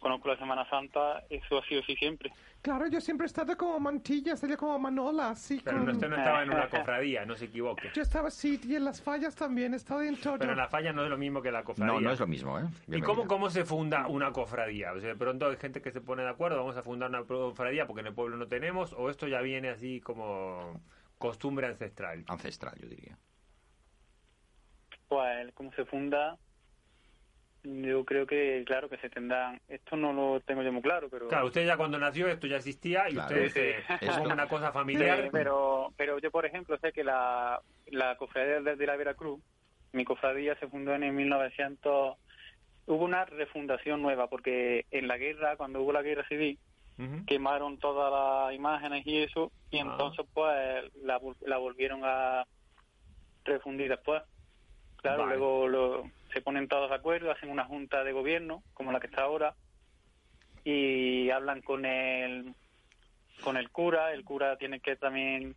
K: conozco la Semana Santa, eso ha sido así siempre.
C: Claro, yo siempre he estado como mantilla, sería como Manola, así
E: Pero
C: con-
E: no, usted
K: Ah,
E: no estaba en una cofradía, no se equivoque.
C: Yo estaba así, y en las fallas también, estaba en todo.
E: Pero la falla no es lo mismo que la cofradía.
A: No, no es lo mismo, ¿eh?
E: ¿Y cómo, cómo se funda una cofradía? O sea, de pronto hay gente que se pone de acuerdo, vamos a fundar una cofradía porque en el pueblo no tenemos, o esto ya viene así como costumbre ancestral.
A: Ancestral, yo diría.
K: Pues cómo se funda, yo creo que, claro, que se tendrán... Esto no lo tengo yo muy claro, pero...
E: Claro, usted ya cuando nació esto ya existía y
K: Claro.
E: usted
K: Sí,
E: se
K: sí.
E: es como
K: Esto-
E: una cosa familiar.
K: Sí, eh, pero, pero yo, por ejemplo, sé que la, la cofradía de, de la Veracruz, mi cofradía se fundó en el 1900... Hubo una refundación nueva, porque en la guerra, cuando hubo la guerra civil, quemaron todas las imágenes y eso, y
E: Ah.
K: entonces pues la, vol- la volvieron a refundir después. Claro,
E: Vale.
K: luego lo- se ponen todos de acuerdo, hacen una junta de gobierno, como la que está ahora, y hablan con el, con el cura, el cura tiene que también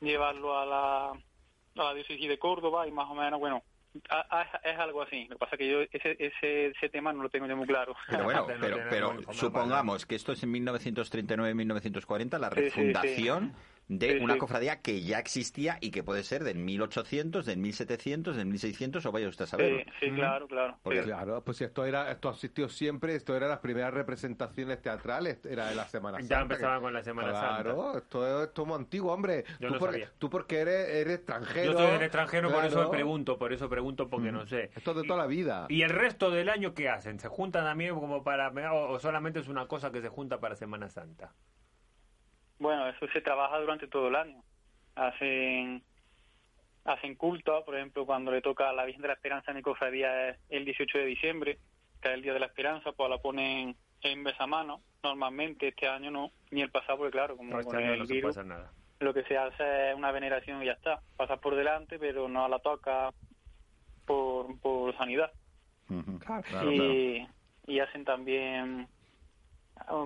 K: llevarlo a la, a la diócesis de Córdoba y más o menos, bueno, a- a- es algo así. Lo que pasa es que yo ese, ese, ese tema no lo tengo yo muy claro.
A: Pero bueno, pero, pero supongamos que esto es en 1939-1940, la
K: (laughs) Sí, sí, sí.
A: refundación de
K: Sí,
A: una
K: sí.
A: cofradía que ya existía y que puede ser del 1800, del 1700, del 1600 o vaya usted a saber.
K: Sí, sí, claro, claro.
A: Porque-
D: Claro, pues esto era, esto asistió siempre, esto eran las primeras representaciones teatrales, era de la Semana
E: Ya
D: Santa.
E: empezaban
D: que-
E: con la Semana
D: Claro, esto, esto es muy antiguo, hombre.
E: Yo
D: tú,
E: no
D: porque,
E: sabía.
D: tú porque eres, eres extranjero.
E: Yo soy del extranjero, por eso
D: claro.
E: me pregunto, por eso pregunto
A: Mm.
E: porque no sé.
D: Esto es de toda la vida.
E: ¿Y el resto del año qué hacen? ¿Se juntan también como para... o o solamente es una cosa que se junta para Semana Santa?
K: Bueno, eso se trabaja durante todo el año. Hacen hacen culto, por ejemplo, cuando le toca a la Virgen de la Esperanza en mi cofradía es el 18 de diciembre, que es el Día de la Esperanza, pues la ponen en besamano. Normalmente este año no, ni el pasado, porque claro, como
E: No, este
K: con
E: año
K: el
E: no se puede
K: virus,
E: hacer nada.
K: lo que se hace es una veneración y ya está. Pasas por delante, pero no la toca por, por sanidad.
A: Claro,
K: y, y hacen también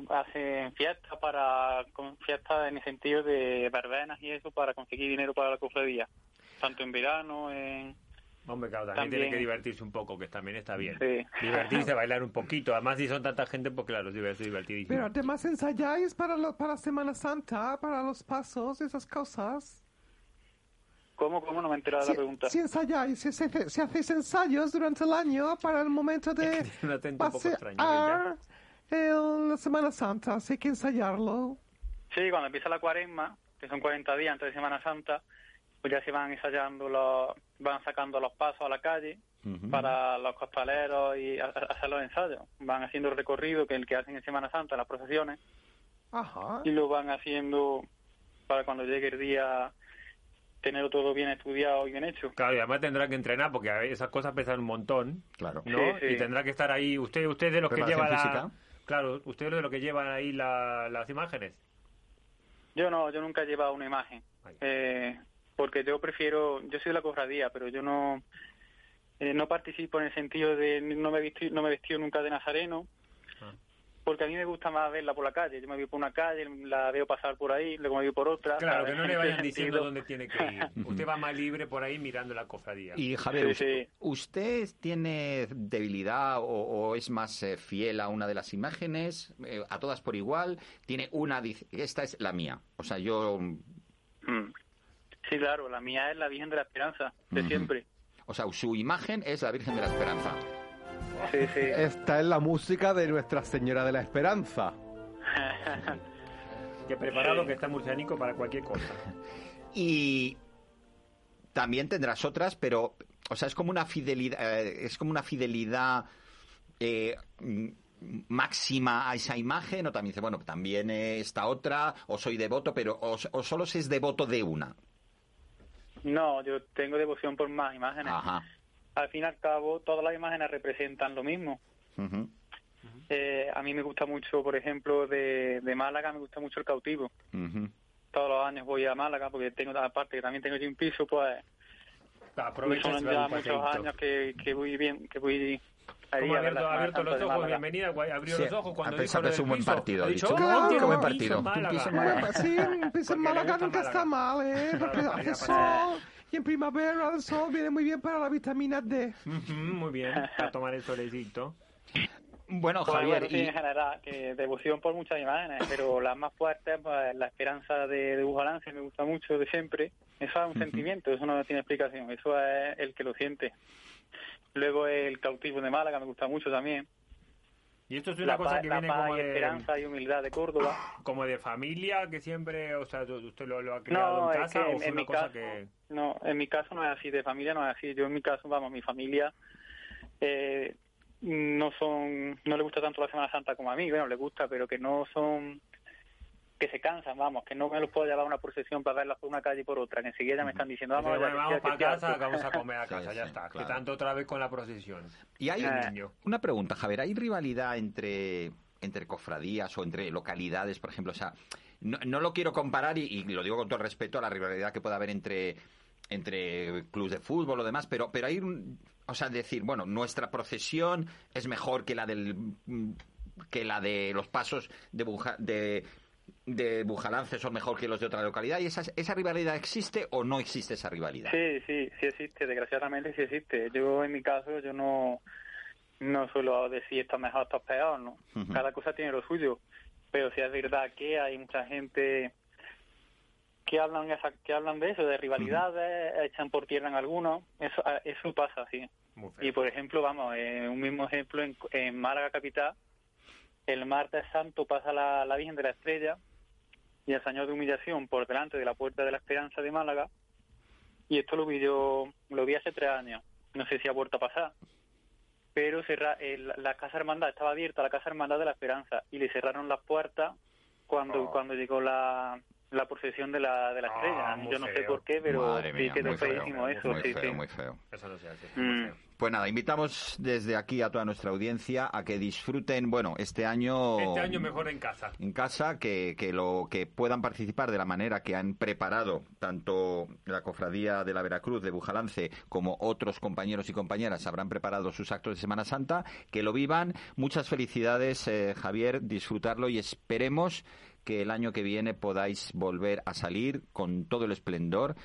K: hacen fiestas para con- fiestas en el sentido de verbenas y eso para conseguir dinero para la cofradía tanto en verano, en...
E: Hombre, claro, también,
K: También.
E: tiene que divertirse un poco, que también está bien.
K: Sí.
E: Divertirse, bailar un poquito. Además, si son tanta gente, pues claro, es divertido, divertidísimo.
C: Pero además ensayáis para, la- para Semana Santa, para los pasos, esas cosas.
K: ¿Cómo, cómo? No me he enterado de la pregunta.
C: Si ensayáis, si, se- si hacéis ensayos durante el año para el
E: (laughs)
C: momento de
E: un acento un poco extraño,
C: pasear el- la Semana Santa, así hay que ensayarlo.
K: Sí, cuando empieza la cuaresma, que son 40 días antes de Semana Santa, pues ya se van ensayando, los, van sacando los pasos a la calle para los costaleros y a- a- hacer los ensayos. Van haciendo el recorrido que el que hacen en Semana Santa, las procesiones,
C: Ajá.
K: y lo van haciendo para cuando llegue el día tenerlo todo bien estudiado y bien hecho.
E: Claro, y además tendrá que entrenar porque a ver, esas cosas pesan un montón.
A: Claro.
E: ¿no?
K: Sí, sí.
E: Y tendrá que estar ahí. Usted, usted es de los que
A: Preparación
E: lleva la.
A: física.
E: Claro, usted es de los que llevan ahí la- las imágenes.
K: Yo no, yo nunca he llevado una imagen. Eh, porque yo prefiero, yo soy de la cofradía, pero yo no eh, no participo en el sentido de no me he visti- no me he vestido nunca de nazareno.
E: Ah.
K: Porque a mí me gusta más verla por la calle. Yo me voy por una calle, la veo pasar por ahí, luego me voy por otra.
E: Claro, que
K: ¿sabes?
E: no le
K: (laughs) En
E: vayan
K: ese
E: diciendo
K: sentido.
E: dónde tiene que ir. Usted va más libre por ahí mirando la cofradía.
A: Y Javier,
K: Sí,
A: ¿us- ¿usted tiene debilidad o, o es más eh, fiel a una de las imágenes? Eh, a todas por igual. Tiene una. dice, Esta es la mía. O sea, yo.
K: Mm. Sí, claro, la mía es la Virgen de la Esperanza, de
A: Ujú.
K: siempre.
A: O sea, su imagen es la Virgen de la Esperanza.
K: Sí, sí.
D: Esta es la música de Nuestra Señora de la Esperanza.
E: Que preparado que está murcianico para cualquier cosa.
A: Y también tendrás otras, pero. O sea, es como una fidelidad. eh, es como una fidelidad. eh, mm, máxima a esa imagen o también dice bueno también eh, esta otra o soy devoto pero o, o solo se es devoto de una
K: No, yo tengo devoción por más imágenes.
A: ajá
K: Al fin y al cabo, todas las imágenes representan lo mismo.
A: Ujú.
K: Eh, a mí me gusta mucho, por ejemplo, de, de Málaga, me gusta mucho el cautivo.
A: Ujú.
K: Todos los años voy a Málaga porque tengo, aparte que también tengo yo un piso, pues
E: Aprovecha y
K: son
E: se va a
K: ya
E: un
K: muchos
E: paseíto.
K: años que, que voy bien, que voy ahí
E: Como ha
K: a ver
E: abierto,
K: la
E: ha
K: Semana
E: abierto
K: Santa
E: los
K: de
E: ojos,
K: Málaga.
E: bienvenida, guay, abrió
A: Sí,
E: los ojos cuando
A: a
E: dijo
A: pesar
E: lo
A: de
E: del
A: su buen
E: piso.
A: partido,
E: Ha
A: ha
E: dicho,
A: dicho,
E: "Oh,
A: claro,
E: tiene
A: qué buen
E: un piso
A: partido".
E: en Málaga". (laughs)
A: Un piso en
C: Bueno, pues sí, un piso en
E: Porque le
C: Málaga
E: gusta
C: nunca está mal, ¿eh?
E: (laughs)
C: Porque
E: Claro,
C: hace
E: para
C: sol y en primavera el sol viene muy bien para la vitamina D.
E: Ujú, Muy bien, para tomar el solecito.
A: Bueno,
K: Pues,
A: Javier,
K: bueno, sí,
A: y-
K: en general, que devoción por muchas imágenes, pero las más fuertes, pues, la esperanza de, de Bujalance me gusta mucho de siempre. Eso es un sentimiento, eso no tiene explicación, eso es el que lo siente. Luego el cautivo de Málaga me gusta mucho también.
E: Y esto es una cosa
K: paz-
E: que
K: la
E: viene
K: paz
E: como
K: y
E: de,
K: esperanza y humildad de Córdoba.
E: como de familia, que siempre, o sea, usted lo, lo ha criado
K: No,
E: en
K: es que
E: casa o
K: en,
E: fue
K: en
E: una
K: mi
E: cosa
K: caso,
E: que...
K: no, en mi caso no es así, de familia no es así. Yo en mi caso, vamos, mi familia eh, no son, no le gusta tanto la Semana Santa como a mí, bueno, le gusta, pero que no son, que se cansan, vamos, que no me los puedo llevar a una procesión para verlas por una calle y por otra, que enseguida ya me están diciendo, vamos,
E: Dice,
K: ya,
E: "Bueno,
K: que
E: vamos
K: sea,
E: para
K: que sea".
E: casa, que vamos a comer a casa,
A: Sí,
E: ya
A: sí,
E: está.
A: claro.
E: Que tanto otra vez con la procesión.
A: y hay
E: El
A: un-
E: niño.
A: una pregunta, Javier, ¿hay rivalidad entre, entre cofradías o entre localidades, por ejemplo? O sea, no, no lo quiero comparar y, y lo digo con todo respeto a la rivalidad que pueda haber entre entre clubes de fútbol o demás, pero pero hay un, o sea, decir, bueno, nuestra procesión es mejor que la del mm, que la de los pasos de Buja- de de Bujalance son mejor que los de otra localidad y esa esa rivalidad existe o no existe esa rivalidad.
K: Sí, sí, sí existe, desgraciadamente sí existe. Yo en mi caso, yo no, no suelo decir esto es mejor, esto es peor, ¿no?
A: Ujú.
K: Cada cosa tiene lo suyo, pero sí es verdad que hay mucha gente que hablan esa- que hablan de eso, de rivalidades, echan por tierra en algunos, eso, ah, eso pasa, sí.
E: Muy feo.
K: Y por ejemplo, vamos, eh, un mismo ejemplo en, en Málaga Capital, el martes santo pasa la, la Virgen de la Estrella y el Señor de Humillación por delante de la Puerta de la Esperanza de Málaga. Y esto lo vi yo, lo vi hace tres años, no sé si ha vuelto a pasar. Pero cerra, el- la Casa Hermandad estaba abierta, la Casa Hermandad de la Esperanza, y le cerraron las puertas cuando
E: Oh.
K: cuando llegó la, la procesión de la, de la
E: Ah,
K: Estrella.
E: muy
K: yo no sé
E: feo.
K: por qué, pero
A: Madre mía,
K: sí quedó
A: muy feo,
K: feísimo eso.
A: muy
K: sí,
A: feo,
K: sí.
A: muy feo.
E: Eso no se hace.
K: Mm.
A: Pues nada, invitamos desde aquí a toda nuestra audiencia a que disfruten, bueno, este año,
E: Este año mejor en casa.
A: en casa, que, que lo que puedan participar de la manera que han preparado tanto la cofradía de la Veracruz de Bujalance como otros compañeros y compañeras habrán preparado sus actos de Semana Santa, que lo vivan. Muchas felicidades, eh, Javier, disfrutarlo y esperemos que el año que viene podáis volver a salir con todo el esplendor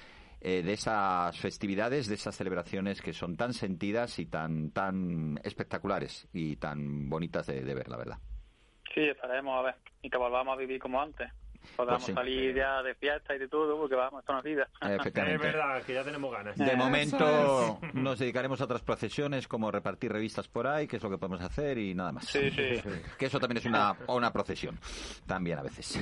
A: eh, de esas festividades, de esas celebraciones que son tan sentidas y tan, tan espectaculares y tan bonitas de, de ver, la
E: (laughs)
A: verdad.
K: Sí, esperemos a ver. Y que volvamos a vivir como antes. Podamos
A: Pues sí.
K: salir ya de fiesta y de todo, porque vamos, esto nos vida.
A: Efectivamente.
E: Es verdad, que ya tenemos ganas.
A: De momento nos dedicaremos a otras procesiones como repartir revistas por ahí, que es lo que podemos hacer y nada más.
E: Sí, sí.
A: (laughs) Que eso también es una, una procesión, también a veces.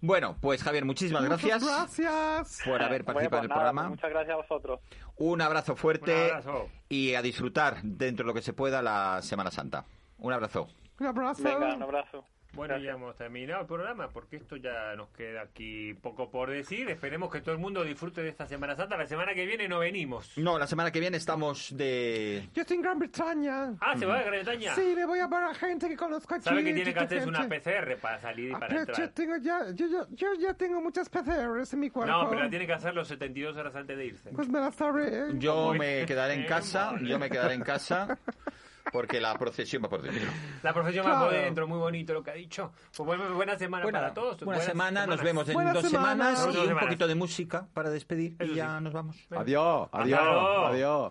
A: Bueno, pues Javier, muchísimas
C: Muchas
A: gracias
C: Gracias.
A: por
K: (laughs)
A: haber participado en el programa.
K: pues Muchas gracias a vosotros.
A: Un abrazo fuerte
K: Un abrazo.
A: y a disfrutar dentro de lo que se pueda la Semana Santa. Un abrazo.
C: Un abrazo.
K: Venga, un abrazo.
E: Bueno, ya hemos terminado el programa porque esto ya nos queda aquí poco por decir. Esperemos que todo el mundo disfrute de esta Semana Santa. La semana que viene no venimos.
A: No, la semana que viene estamos de...
C: Yo estoy en Gran Bretaña.
E: Ah, ¿se va a Gran Bretaña?
C: Sí, me voy a ver a gente que conozco aquí.
E: ¿Sabe que tiene que
C: mucha
E: hacerse una
C: gente.
E: PCR para salir y para
C: Pero yo,
E: entrar?
C: tengo ya, yo, yo, yo ya tengo muchas PCRs en mi cuerpo.
E: No, pero la tiene que hacer los 72 horas antes de irse.
C: Pues me las sabré.
A: Yo me quedaré en casa, yo me quedaré en casa porque la procesión va por dentro.
E: La profesión va
A: Claro.
E: por dentro, muy bonito lo que ha dicho. Pues bueno, buena semana
A: Buena-
E: para todos.
A: Buena, semana, nos vemos en
E: Buena
A: dos
E: semana.
A: semanas
E: Nos vemos
A: y
E: en dos
A: un
E: semanas.
A: poquito de música para despedir y ya nos vamos.
D: Adiós,
A: Hasta
D: adiós,
A: luego.
D: adiós.